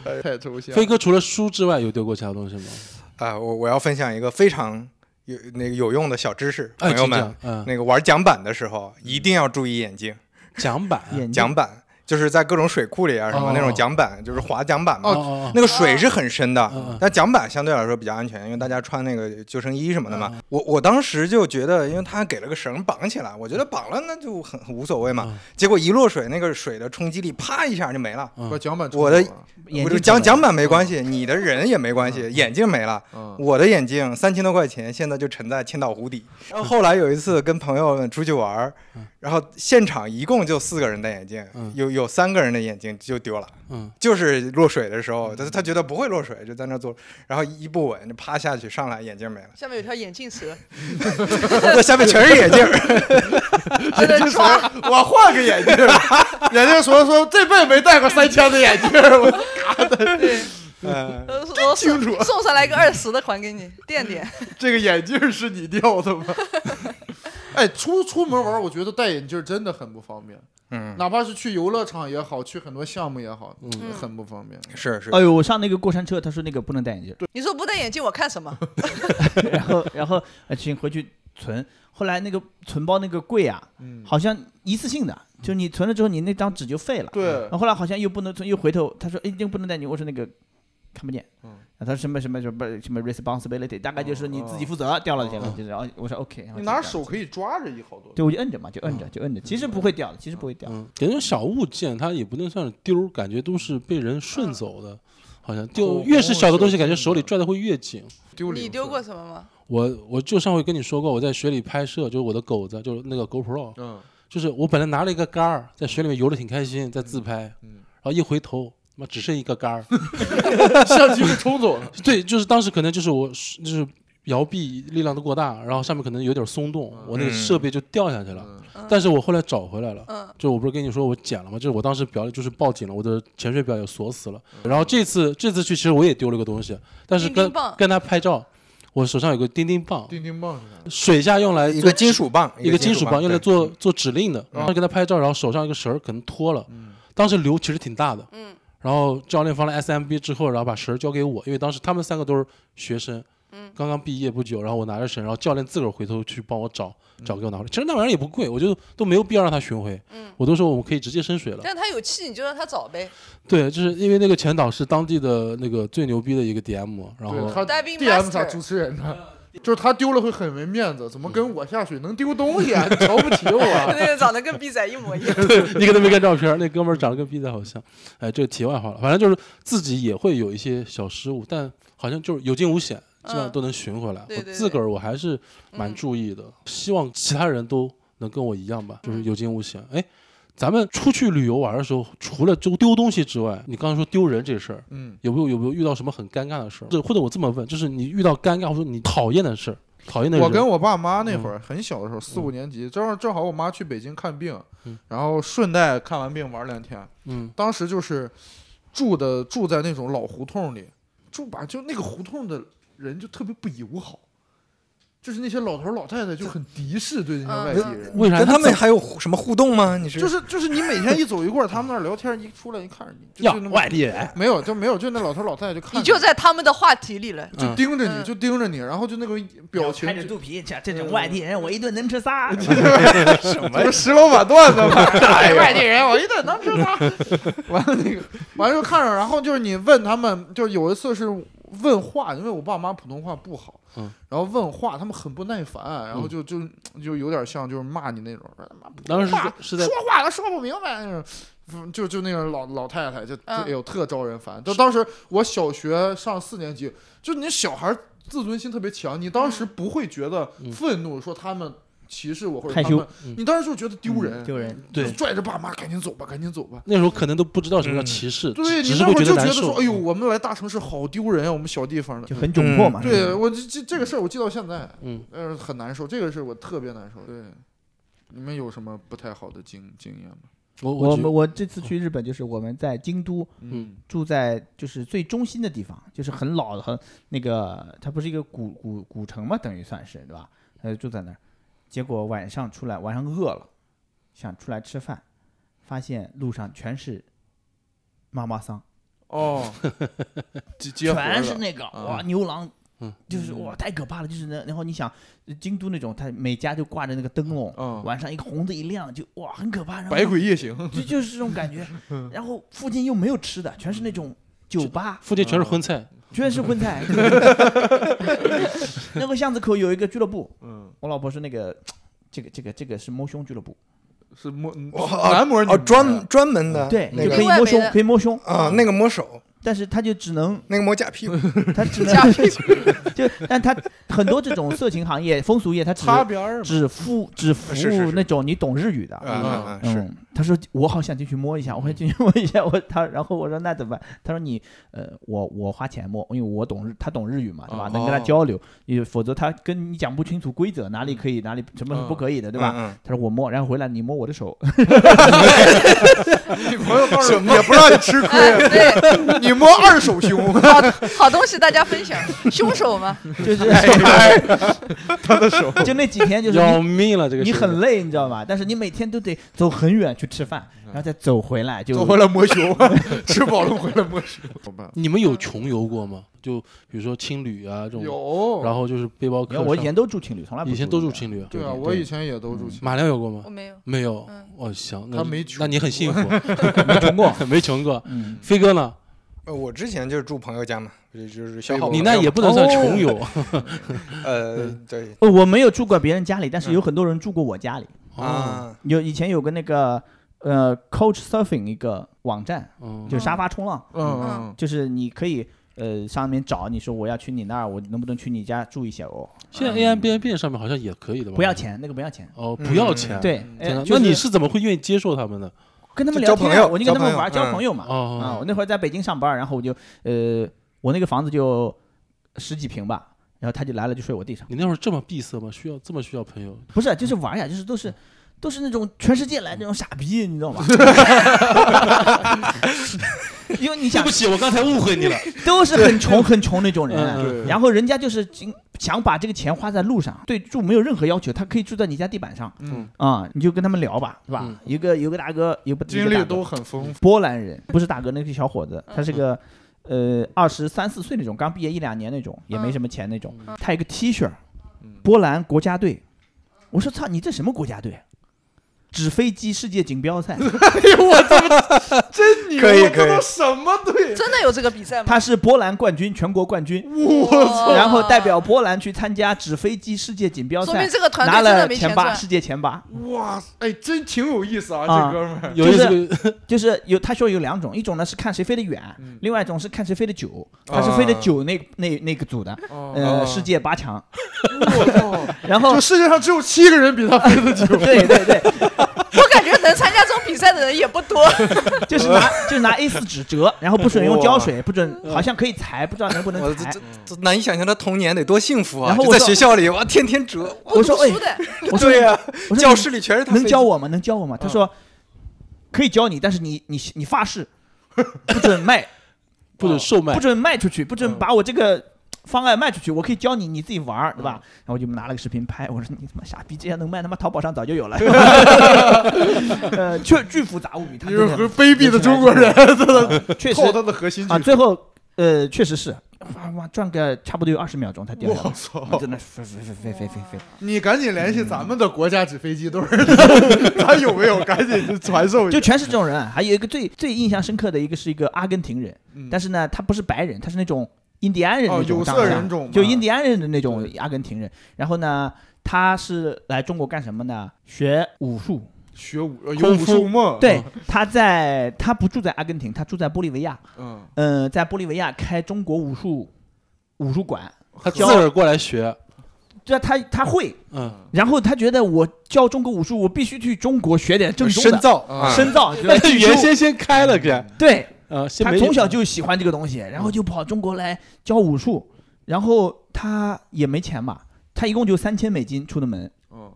Speaker 3: 哎 <laughs> 太抽象
Speaker 2: 飞。哥除了书之外，有丢过其他东西吗？
Speaker 1: 啊，我我要分享一个非常有那个有用的小知识，
Speaker 2: 哎
Speaker 1: 朋友
Speaker 2: 请
Speaker 1: 们
Speaker 2: <laughs> 讲，嗯，
Speaker 1: 那个玩桨板的时候一定要注意眼睛，
Speaker 2: 桨板，
Speaker 4: 眼睛
Speaker 1: 桨板。就是在各种水库里啊什么
Speaker 2: 嗯哦
Speaker 1: 那种桨板，就是划桨板嘛。
Speaker 2: 哦哦
Speaker 1: 那个水是很深的
Speaker 2: 嗯嗯，
Speaker 1: 但桨板相对来说比较安全，因为大家穿那个救生衣什么的
Speaker 2: 嗯
Speaker 1: 嘛。我我当时就觉得，因为他给了个绳绑起来，我觉得绑了那就很很无所谓嘛
Speaker 2: 嗯。
Speaker 1: 结果一落水，那个水的冲击力啪一下就没了。
Speaker 2: 嗯
Speaker 3: 把桨板
Speaker 1: 我的
Speaker 3: 冲走了
Speaker 4: 眼
Speaker 1: 我
Speaker 4: 睛
Speaker 1: 这
Speaker 4: 长
Speaker 1: 桨桨
Speaker 4: 了
Speaker 1: 板没关系，你的人也没关系，眼镜没了。
Speaker 3: 嗯
Speaker 1: 我的眼镜三千多块钱，现在就沉在千岛湖底。然后后来有一次跟朋友们出去玩儿，然后现场一共就四个人戴眼镜
Speaker 2: 嗯，
Speaker 1: 有有三个人的眼镜就丢了，
Speaker 2: 嗯
Speaker 1: 就是落水的时候，但是他觉得不会落水，就在那坐，然后一不稳就趴下去，上来眼镜没了
Speaker 5: 下面有条眼
Speaker 4: <laughs>
Speaker 5: 镜蛇，
Speaker 1: 那下面全是眼镜儿，
Speaker 5: 在那抓，
Speaker 3: 我换个眼镜儿， <laughs> 眼镜蛇说这辈子没戴过三千的眼镜儿，我 <laughs> 嘎的
Speaker 1: 嗯，
Speaker 5: 呃我送送上来一个二十的还给你垫垫。
Speaker 3: 这个眼镜儿是你掉的 <laughs> 吗？哎，出出门玩儿，我觉得戴眼镜儿真的很不方便，
Speaker 1: 嗯，
Speaker 3: 哪怕是去游乐场也好，去很多项目也好，
Speaker 5: 嗯
Speaker 3: 很不方便。
Speaker 1: 是是
Speaker 4: 哎，呦，我上那个过山车，他说那个不能戴眼镜，
Speaker 5: 你说不戴眼镜我看什么？
Speaker 4: <laughs> 然后然后呃请回去存。后来那个存包那个柜啊，
Speaker 3: 嗯，
Speaker 4: 好像一次性的，就是你存了之后，你那张纸就废了。
Speaker 3: 对
Speaker 4: 然，后后来好像又不能存，又回头他说哎，又不能带你，我说那个看不见。
Speaker 3: 嗯
Speaker 4: 然后他说什么什么什么什么 responsibility，大概就是你自己负责掉了钱了，就是然后我说 OK，然后
Speaker 3: 哦你
Speaker 4: 就
Speaker 3: 拿
Speaker 4: 这样
Speaker 3: 手嗯可以抓着一好多。
Speaker 4: 对，我就摁着嘛，就摁着，就摁着，其实不会掉的，其实不会掉。
Speaker 2: 嗯，感觉小物件它也不能算是丢，感觉都是被人顺走的，好像丢
Speaker 3: 哦
Speaker 2: 越是小的东西，感觉
Speaker 3: 哦
Speaker 2: 手里拽的会越紧。
Speaker 3: 丢
Speaker 5: 你
Speaker 3: 零
Speaker 5: 丢
Speaker 3: 碎
Speaker 5: 过？什么吗？
Speaker 2: 我我就上回跟你说过，我在水里拍摄，就是我的狗子，就是那个 GoPro，
Speaker 3: 嗯，
Speaker 2: 就是我本来拿了一个杆儿，在水里面游的挺开心，在自拍，
Speaker 3: 嗯
Speaker 2: 然后一回头，他妈只剩一个杆儿， <laughs>
Speaker 4: 嗯
Speaker 3: <laughs> 相机被冲走了。
Speaker 2: 对，就是当时可能就是我就是摇臂力量都过大，然后上面可能有点松动，我那个
Speaker 1: 嗯
Speaker 2: 设备就掉下去了。
Speaker 3: 嗯
Speaker 2: 但是我后来找回来了，
Speaker 5: 嗯
Speaker 2: 就我不是跟你说我捡了吗？就是我当时表就是报警了，我的潜水表也锁死了。
Speaker 1: 嗯
Speaker 2: 然后这次这次去其实我也丢了个东西，但是
Speaker 5: 钉
Speaker 2: 跟
Speaker 5: 钉棒
Speaker 2: 跟他拍照，我手上有个钉钉棒，
Speaker 3: 钉钉棒是啥？
Speaker 2: 水下用来
Speaker 1: 一
Speaker 2: 做
Speaker 1: 个金属棒，
Speaker 2: 一个金属棒嗯用来
Speaker 1: 对
Speaker 2: 做做指令的，然后跟他拍照，然后手上一个绳儿可能脱了，当时流其实挺大的，
Speaker 5: 嗯
Speaker 2: 然后教练放了 SMB 之后，然后把绳儿交给我，因为当时他们三个都是学生，
Speaker 5: 嗯
Speaker 2: 刚刚毕业不久，然后我拿着绳，然后教练自个儿回头去帮我找，找给我拿回来。其实那玩意儿也不贵，我就都没有必要让他巡回，
Speaker 5: 嗯
Speaker 2: 我都说我们可以直接深水了。
Speaker 5: 但他有气你就让他找呗。
Speaker 2: 对，就是因为那个前导是当地的那个最牛逼的一个 DM，然后
Speaker 3: 对他
Speaker 5: Diving
Speaker 3: DM 他
Speaker 5: master
Speaker 3: 主持人呢？就是他丢了会很没面子，怎么
Speaker 5: 嗯
Speaker 3: 跟我下水能丢东西啊？你 <laughs> 瞧不起我？
Speaker 5: 那个长得跟逼仔一
Speaker 4: <laughs>
Speaker 5: 模一样。
Speaker 2: <laughs> 你可能没看照片儿，那哥们儿长得跟逼仔好像。哎，这个题外话了，反正就是自己也会有一些小失误，但好像就是有惊无险，基本上
Speaker 5: 嗯
Speaker 2: 都能寻回来。
Speaker 5: 对对
Speaker 2: 我
Speaker 5: 对
Speaker 2: 自个儿我还是蛮
Speaker 5: 嗯嗯
Speaker 2: 注意的，希望其他人都能跟我一样吧，就是有惊无险。哎，咱们出去旅游玩的时候，除了丢丢东西之外，你刚才说丢人这事儿，
Speaker 3: 嗯，
Speaker 2: 有没有有没有遇到什么很尴尬的事儿？或者我这么问，就是你遇到尴尬或者你讨厌的事儿，讨厌的人，
Speaker 3: 我跟我爸妈
Speaker 5: 嗯
Speaker 3: 那会儿很小的时候，四五年级，正好正好我妈去北京看病
Speaker 2: 嗯，
Speaker 3: 然后顺带看完病玩两天。
Speaker 2: 嗯
Speaker 3: 当时就是住的住在那种老胡同里，住吧就那个胡同的人就特别不友好，就是那些老头老太太就很敌视对那
Speaker 5: 嗯
Speaker 3: 些外地人。
Speaker 2: 为啥
Speaker 1: 跟他
Speaker 2: 怎
Speaker 1: 们
Speaker 2: 么
Speaker 1: 还有互什么互动吗？你是
Speaker 3: 就是就是你每天一走一过他们那儿聊天，一出来一看你，就
Speaker 2: 要
Speaker 3: 就那么
Speaker 2: 外地人？
Speaker 3: 没有就没有，就那老头老太太就看
Speaker 5: 你就在他们的话题里了。
Speaker 2: 嗯
Speaker 3: 盯着你，
Speaker 5: 嗯
Speaker 3: 就盯着你，然后就那个表情嗯
Speaker 4: 拍着
Speaker 3: 就，
Speaker 4: 肚皮，这这种外地人，我一顿能吃仨。
Speaker 3: <laughs> 什么石老板段子嘛，哎外地人，我一顿能吃啥？
Speaker 4: <laughs>
Speaker 3: 完了那个，完了就看着，然后就是你问他们，就是有一次是问话，因为我爸妈普通话不好，
Speaker 2: 嗯
Speaker 3: 然后问话，他们很不耐烦，然后就就就有点像就是骂你那种，说他妈普
Speaker 2: 当
Speaker 3: 通
Speaker 2: 时是
Speaker 3: 话
Speaker 2: 在是在
Speaker 3: 说话都说不明白那种。嗯就就那个老老太太就，就
Speaker 5: 嗯
Speaker 3: 哎呦特招人烦。就当时我小学上四年级，就你小孩自尊心特别强，你当时不会觉得
Speaker 2: 嗯
Speaker 3: 愤怒，说他们歧视我或者
Speaker 4: 害
Speaker 3: 他们
Speaker 4: 羞，
Speaker 2: 嗯
Speaker 3: 你当时就觉得丢人，
Speaker 4: 丢人。
Speaker 2: 对
Speaker 3: 就拽着爸妈赶紧走吧，赶紧走吧。
Speaker 2: 那时候可能都不知道什么叫歧视，
Speaker 3: 嗯对
Speaker 2: 只只
Speaker 3: 你
Speaker 2: 是
Speaker 3: 那会
Speaker 2: 会
Speaker 3: 儿就觉
Speaker 2: 难
Speaker 3: 得
Speaker 2: 受。嗯
Speaker 3: 说，哎呦，我们来大城市好丢人啊，我们小地方的
Speaker 4: 就。很窘迫嘛。
Speaker 1: 嗯
Speaker 3: 对我这这这个事儿我记到现在，
Speaker 2: 嗯，
Speaker 3: 呃，很难受，这个事儿我特别难受。对，你们有什么不太好的经经验吗？
Speaker 2: 我
Speaker 4: 我
Speaker 2: 我
Speaker 4: 们我这次去日本，就是我们在京都
Speaker 2: 嗯
Speaker 4: 住在就是最中心的地方，就是很老的很那个，它不是一个古古古城嘛，等于算是对吧？呃，住在那儿，结果晚上出来，晚上饿了，想出来吃饭，发现路上全是妈妈桑，
Speaker 3: 哦，结结婚
Speaker 4: 全是
Speaker 3: 了，
Speaker 4: 那个
Speaker 3: 嗯
Speaker 4: 哇牛郎
Speaker 2: 嗯，
Speaker 4: 就是哇，太可怕了，就是那然后你想呃京都那种，它每家就挂着那个灯笼，
Speaker 3: 嗯，
Speaker 4: 晚上一个红的一亮，就哇很可怕，然后
Speaker 3: 百鬼夜行，
Speaker 4: 就就是这种感觉，然后附近又没有吃的，全是那种。酒吧
Speaker 2: 附近全是荤菜，
Speaker 3: 嗯
Speaker 4: 全是荤菜， <laughs> 那个巷子口有一个俱乐部，
Speaker 3: 嗯，
Speaker 4: 我老婆说那个，这个这个这个是摸胸俱乐部，
Speaker 3: 是摸
Speaker 1: 哇
Speaker 3: 男模女模
Speaker 1: <laughs> 哦，
Speaker 3: 呀
Speaker 1: 专专门的
Speaker 4: 对，
Speaker 1: 啊那
Speaker 4: 你
Speaker 1: 个
Speaker 4: 可以摸胸
Speaker 5: 外围的，
Speaker 4: 可以摸胸，
Speaker 1: 啊，那个摸手，
Speaker 4: 但是他就只能
Speaker 1: 那个摸假屁股，
Speaker 4: 他只 <laughs> 能
Speaker 5: 加屁股
Speaker 4: 就，但他很多这种色情行业、风俗业，他只
Speaker 3: 擦边儿嘛，
Speaker 4: 只服只服
Speaker 1: 是是
Speaker 4: 务
Speaker 1: 是
Speaker 4: 那种你懂日语的。
Speaker 1: 啊啊啊是
Speaker 4: 嗯，他说我好想进去摸一下，我想进去摸一下，我 <laughs> 他然后我说那怎么办？他说你呃我我花钱摸，因为我懂日他懂日语嘛，对吧？
Speaker 3: 哦
Speaker 4: 能跟他交流，你否则他跟你讲不清楚规则，哪里可以哪里什么是不可以的，对吧？
Speaker 1: 吧？
Speaker 4: 他说我摸，然后回来你摸我的手，
Speaker 3: 女朋友告诉
Speaker 1: 也不让你吃 <laughs>
Speaker 5: <laughs> 哎，对，
Speaker 3: 你摸二手胸，
Speaker 5: 好东西大家分享，凶
Speaker 4: <laughs>
Speaker 5: 手嘛，
Speaker 4: 就是
Speaker 3: 他的手，
Speaker 4: <laughs> 就那几天就是你
Speaker 2: 要命了这个。
Speaker 4: 你很，累，你知道吧？但是你每天都得走很远去吃饭，然后再走回来就。
Speaker 3: 走回来摸胸，吃饱了回来摸胸，怎么办？
Speaker 2: 你们有穷游过吗？就比如说青旅啊这种，
Speaker 3: 有，
Speaker 2: 然后就是背包
Speaker 4: 你
Speaker 2: 客
Speaker 4: 看
Speaker 2: 上。
Speaker 4: 我以前都住情侣，从来不
Speaker 2: 以前
Speaker 4: 住
Speaker 2: 都
Speaker 4: 旅
Speaker 2: 住
Speaker 4: 的
Speaker 2: 青旅，
Speaker 3: 对啊，
Speaker 4: 对
Speaker 3: 我
Speaker 4: 对
Speaker 3: 以前也都住青
Speaker 2: 马亮有过吗
Speaker 5: 我？没有。
Speaker 2: 没有
Speaker 5: 嗯，
Speaker 2: 哦，行，
Speaker 3: 他
Speaker 2: 那
Speaker 3: 没
Speaker 2: 那
Speaker 3: 穷
Speaker 2: 你很幸
Speaker 3: <laughs>
Speaker 2: 福，
Speaker 4: 没穷过。
Speaker 2: 没穷过。
Speaker 4: 嗯，
Speaker 2: 飞哥呢？
Speaker 1: 呃我之前就是住朋友家嘛，就就是消耗
Speaker 3: 哦
Speaker 1: 我
Speaker 2: 哎你
Speaker 1: 朋
Speaker 2: 那
Speaker 1: 友
Speaker 2: 也
Speaker 1: 嘛
Speaker 2: 不能算穷
Speaker 3: <laughs>
Speaker 2: 游，
Speaker 1: 呃，对
Speaker 4: 呃我没有住过别人家里，
Speaker 1: 嗯
Speaker 4: 但是有很多人住过我家里。
Speaker 2: 哦，
Speaker 1: 啊，
Speaker 4: 有以前有个那个呃 Couch Surfing 一个网站，
Speaker 2: 嗯
Speaker 4: 就
Speaker 1: 哦
Speaker 4: 是沙发冲浪，
Speaker 3: 嗯嗯
Speaker 4: 就是你可以呃上面找，你说我要去你那儿，我能不能去你家住一宿？
Speaker 2: 现
Speaker 3: 嗯
Speaker 2: 在 A M B N B 上面好像也可以的吧？
Speaker 4: 不要钱，那个不要钱。
Speaker 2: 哦，
Speaker 1: 嗯
Speaker 2: 不要钱。
Speaker 4: 对，
Speaker 2: 天
Speaker 4: 哎
Speaker 2: 哪，
Speaker 4: 就
Speaker 2: 那你
Speaker 4: 是
Speaker 2: 是怎么会愿意接受他们的？
Speaker 4: 跟他们
Speaker 1: 就交
Speaker 4: 聊
Speaker 1: 朋
Speaker 4: 天啊，
Speaker 1: 友
Speaker 4: 我就跟
Speaker 1: 交
Speaker 4: 他们
Speaker 1: 朋友
Speaker 4: 玩交
Speaker 1: 嗯
Speaker 4: 朋友嘛。啊，
Speaker 2: 哦，
Speaker 4: 我那会儿在北京上班，然后我就呃，我那个房子就十几平吧，然后他就来了就睡我地上，
Speaker 2: 你那会儿这么闭塞吗？需要这么需要朋友？
Speaker 4: 不是就是玩呀，就是都是。都是那种全世界来那种傻逼，你知道吗？因为你
Speaker 2: 对
Speaker 4: 想
Speaker 2: 不，起，我刚才误会你了。
Speaker 4: 都是很穷很穷那种
Speaker 2: 嗯
Speaker 4: 人，啊
Speaker 3: 嗯对
Speaker 4: 然后人家就是仅想把这个钱花在路上，对住没有任何要求，他可以住在你家地板上
Speaker 3: 嗯，
Speaker 4: 啊，你就跟他们聊吧，是吧
Speaker 2: 嗯？
Speaker 4: 一个有个大哥，有个
Speaker 3: 经
Speaker 4: 一个
Speaker 3: 历
Speaker 4: 大哥
Speaker 3: 都很丰富，
Speaker 4: 波兰人，不是大哥，那个是小伙
Speaker 5: 嗯
Speaker 4: 子，他是个呃二十三四岁那种，刚毕业一两年那种，也没什么钱那种。他有一个 T 恤儿
Speaker 3: 嗯，
Speaker 4: 波兰国家队。我说操，你这什么国家队？纸飞机世界锦标赛，
Speaker 3: 真牛，
Speaker 1: 可以
Speaker 3: 这
Speaker 1: 可
Speaker 3: 都
Speaker 1: 以
Speaker 3: 什么队？
Speaker 5: 真的有这个比赛吗？
Speaker 4: 他是波兰冠军，全国冠军，
Speaker 5: 哇
Speaker 4: 然后代表波兰去参加纸飞机世界锦标
Speaker 5: 说
Speaker 4: 赛
Speaker 5: 明，这个团队
Speaker 4: 拿
Speaker 5: 真的
Speaker 4: 了
Speaker 5: 没钱
Speaker 4: 前八，
Speaker 5: 赚。
Speaker 4: 世界前八。
Speaker 3: 哇，哎，真挺有意思啊，
Speaker 4: 啊
Speaker 3: 这哥们儿，
Speaker 2: 嗯有一次，
Speaker 4: 就是有他说有两种，一种呢是看谁飞得远
Speaker 3: 嗯，
Speaker 4: 另外一种是看谁飞得久。他是飞得久那那那个组的，
Speaker 3: 哦
Speaker 4: 呃，
Speaker 1: 哦
Speaker 4: 世界八强。
Speaker 3: 我靠
Speaker 4: <laughs> 然后
Speaker 3: 就世界上只有七个人比他飞得久，
Speaker 4: 对对对，
Speaker 5: 我感觉能参加这种比赛的人也不多。
Speaker 4: 就是拿就是拿 A 4纸
Speaker 1: <laughs>
Speaker 4: 折，然后不准用胶水，不准好像可以裁，不知道能不
Speaker 1: 嗯我
Speaker 4: 能
Speaker 1: 这
Speaker 4: 裁
Speaker 1: 这。这难以想象他童年得多幸福啊！
Speaker 4: 哎然后
Speaker 1: 就
Speaker 4: 我
Speaker 1: 在
Speaker 4: 说
Speaker 1: 学校里哇，天天折，
Speaker 4: 我说哎
Speaker 5: 不读书的，
Speaker 4: 我说
Speaker 1: 对呀，
Speaker 4: 我说哎
Speaker 1: 教室里全是他。
Speaker 4: 能教？我吗？能教我吗？他
Speaker 1: 嗯
Speaker 4: 说可以教你，但是你你你发誓不准卖，
Speaker 2: 不
Speaker 4: 哦
Speaker 2: 准售卖
Speaker 4: 不，准卖出去，不准
Speaker 3: 嗯
Speaker 4: 把我这个。方案卖出去，我可以教你，你自己玩儿，对吧？然后我就拿了个视频拍，我说你他妈傻逼，这些能卖，他妈淘宝上早就有了。呃，确巨复杂无比，他
Speaker 3: 你
Speaker 4: 真的
Speaker 3: 是和卑鄙的中国 <laughs> 人，
Speaker 4: <laughs> 确实
Speaker 3: 套他的核心
Speaker 4: 啊，
Speaker 3: 去。
Speaker 4: 最后呃，确实是，哇哇，转个差不多有二十秒钟，他掉下来
Speaker 3: 我
Speaker 4: 了。
Speaker 3: 操！
Speaker 4: 真的飞飞飞飞飞飞飞，
Speaker 3: 你赶紧联系咱们的国家纸飞
Speaker 4: <laughs>
Speaker 3: 机队，咱有没有？赶紧就传授一
Speaker 4: 就
Speaker 3: 下。
Speaker 4: 全是这种人。啊还有一个最最印象深刻的一个是一个阿根廷人，
Speaker 3: 嗯
Speaker 4: 但是呢，他不是白人，他是那种印第安人
Speaker 3: 哦
Speaker 4: 那种
Speaker 3: 有
Speaker 4: 长
Speaker 3: 色
Speaker 4: 相
Speaker 3: 人种
Speaker 4: 就
Speaker 3: 嘛
Speaker 4: 印第安人的那种阿根廷人。然后呢，他是来中国干什么呢？学武术。
Speaker 3: 学武呃有
Speaker 2: 功
Speaker 3: 武
Speaker 2: 夫
Speaker 3: 术 <laughs> 梦，
Speaker 4: 对，他在他不住在阿根廷，他住在玻利维亚，
Speaker 3: 嗯，
Speaker 4: 嗯，在玻利维亚开中国武术武术馆。
Speaker 2: 他自个儿过来学。
Speaker 4: 对啊，他他会，
Speaker 2: 嗯，
Speaker 4: 然后他觉得我教中国武术，我必须去中国学点正宗
Speaker 1: 深
Speaker 4: 的
Speaker 1: 造
Speaker 3: 啊
Speaker 1: 啊
Speaker 4: 深
Speaker 3: <laughs>
Speaker 4: 造。
Speaker 2: 那
Speaker 4: 去
Speaker 2: <laughs> 原
Speaker 4: 修
Speaker 2: 先先开了个，
Speaker 4: 对，
Speaker 2: 呃，先
Speaker 4: 他
Speaker 2: 没
Speaker 4: 从
Speaker 2: <laughs>
Speaker 4: 小就喜欢这个东
Speaker 5: 嗯
Speaker 4: 西，然后就跑中国来教武术，然后他也没钱嘛，他一共就三千美金出的门，
Speaker 3: 嗯，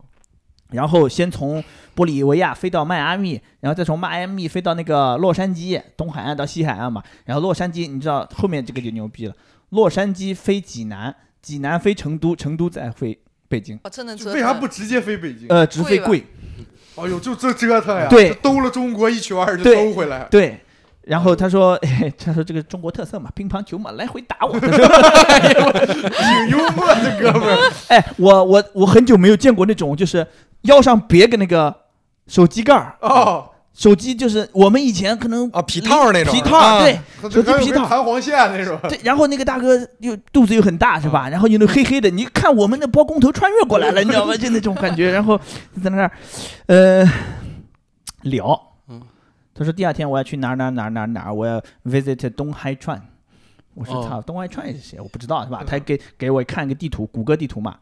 Speaker 4: 然后先从玻利维亚飞到迈阿密，然后再从迈阿密飞到那个洛杉矶，东海岸到西海岸嘛，然后洛杉矶你知道后面这个就牛逼了，洛杉矶飞济南，济南飞成都，成都再飞北京，
Speaker 5: 我真能
Speaker 3: 就
Speaker 5: 折腾。
Speaker 3: 为啥不直接飞北京？
Speaker 4: 呃，直飞
Speaker 5: 贵
Speaker 4: 贵，
Speaker 3: 哎呦，就这折腾呀！
Speaker 4: 对
Speaker 3: 这兜了中国一圈儿就
Speaker 4: 对
Speaker 3: 兜回来。
Speaker 4: 对，然后他说， <laughs> 哎，他说这个中国特色嘛，乒乓球嘛，来回打我。他说，
Speaker 5: <laughs>
Speaker 3: 挺幽默的哥
Speaker 4: <laughs>
Speaker 3: 们儿，
Speaker 4: 哎，我我我很久没有见过那种就是腰上别个那个手机盖儿，
Speaker 3: 哦，
Speaker 4: 手机就是我们以前可能
Speaker 1: 啊，皮套那种
Speaker 4: 皮套
Speaker 1: 啊
Speaker 4: 儿，对，
Speaker 3: 他
Speaker 4: 手
Speaker 3: 这
Speaker 4: 机
Speaker 3: 还有
Speaker 4: 皮
Speaker 3: 个
Speaker 4: 套
Speaker 3: 弹簧线
Speaker 4: <laughs>
Speaker 3: 那种，
Speaker 4: 对，然后那个大哥又肚子又很大是
Speaker 2: 嗯
Speaker 4: 吧？然后又那黑黑的，你看我们的包工头穿越过来了，你
Speaker 2: <laughs>
Speaker 4: 知道吗？就那种感觉。然后就在那儿，呃，聊
Speaker 2: 嗯。
Speaker 4: 他说第二天我要去哪儿哪儿哪儿哪儿哪儿，我要 visit 东海川。我说
Speaker 2: 哦嗯
Speaker 4: 操，东海川是谁？我不知道是吧？他给给我看个地图，谷歌地图嘛，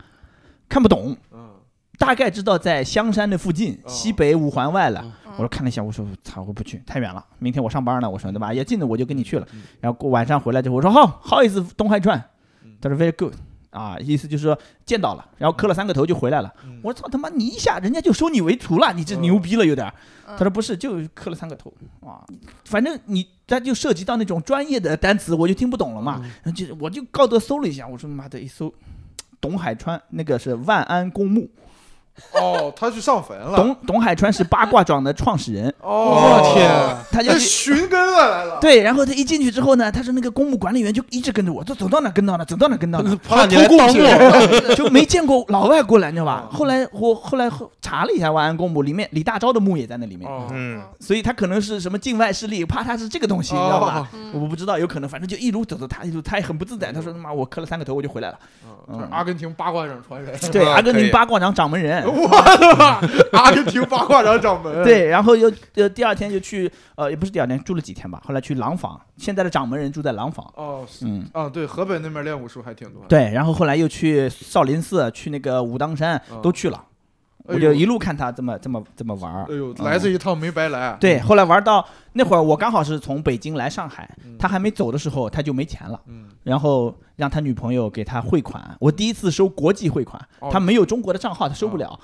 Speaker 4: 看不懂，
Speaker 3: 嗯，
Speaker 4: 大概知道在香山的附近，
Speaker 3: 哦
Speaker 4: 西北五环外了。
Speaker 5: 嗯
Speaker 4: 我说看了一下，我说操，我不去，太远了。明天我上班呢，我说对吧？
Speaker 3: 嗯
Speaker 4: 也近的我就跟你去了。然后过晚上回来之后，我说好，好意思，东海川
Speaker 3: 嗯，
Speaker 4: 他说 very good 啊，意思就是说见到了，然后磕了三个头就回来了。
Speaker 3: 嗯
Speaker 4: 我说操他妈，你一下人家就收你为徒了，你这
Speaker 3: 嗯
Speaker 4: 牛逼了有点儿。
Speaker 5: 嗯
Speaker 4: 他说不是，就磕了三个头啊，反正你他就涉及到那种专业的单词，我就听不懂了嘛。
Speaker 3: 嗯
Speaker 4: 然后就我就高德搜了一下，我说妈的，一搜。董海川那个是万安公墓，
Speaker 3: 哦，他去上坟了，
Speaker 4: 董董海川是八卦掌的创始人，
Speaker 3: 哦，
Speaker 2: 我天，
Speaker 4: 他就
Speaker 3: 那啊
Speaker 4: 是
Speaker 3: 寻根了来了，
Speaker 4: 对，然后他一进去之后呢，他是那个公墓管理员就一直跟着我，就走到哪跟到哪，走到哪跟到哪，
Speaker 2: 怕你来当我，
Speaker 3: <laughs>
Speaker 4: 就没见过老外过来，你知道吧？
Speaker 3: 哦
Speaker 4: 后来我后来后查了一下万安公墓，里面李大钊的墓也在那里面，
Speaker 3: 哦，
Speaker 1: 嗯，
Speaker 4: 所以他可能是什么境外势力，怕他是这个东西，你知道
Speaker 3: 哦
Speaker 4: 吧？
Speaker 5: 嗯
Speaker 4: 我不知道，有可能，反正就一路走走他一路，他也很不自在。他说：“他妈，我磕了三个头，我就回来了。
Speaker 3: 哦
Speaker 4: 嗯
Speaker 3: 这是阿根廷八卦掌
Speaker 4: <laughs>
Speaker 3: 传人，
Speaker 4: 对，
Speaker 1: 啊
Speaker 4: 阿根
Speaker 1: 可
Speaker 4: 廷
Speaker 1: 以
Speaker 4: 八卦掌掌门人，
Speaker 3: 我的妈，阿根廷八卦掌掌门，，
Speaker 4: 对，然后又呃第二天就去呃也不是第二天，住了几天吧。后来去廊坊，现在的掌门人住在廊坊，
Speaker 3: 哦，
Speaker 4: 嗯。
Speaker 3: 啊，对，河北那边练武术还挺多，
Speaker 4: 对，然后后来又去少林寺，去那个武当山，
Speaker 3: 嗯
Speaker 4: 都去了。
Speaker 3: 哎呦
Speaker 4: 我就一路看他这么这么这么玩儿
Speaker 3: 哎。呦，
Speaker 4: 嗯
Speaker 3: 来这一趟没白来，
Speaker 4: 对，后来玩到那会儿，我刚好是从北京来上海
Speaker 3: 嗯，
Speaker 4: 他还没走的时候，他就没钱了，
Speaker 3: 嗯，
Speaker 4: 然后让他女朋友给他汇款。我第一次收国际汇款
Speaker 3: 哦，啊
Speaker 4: 他没有中国的账号，他收不了。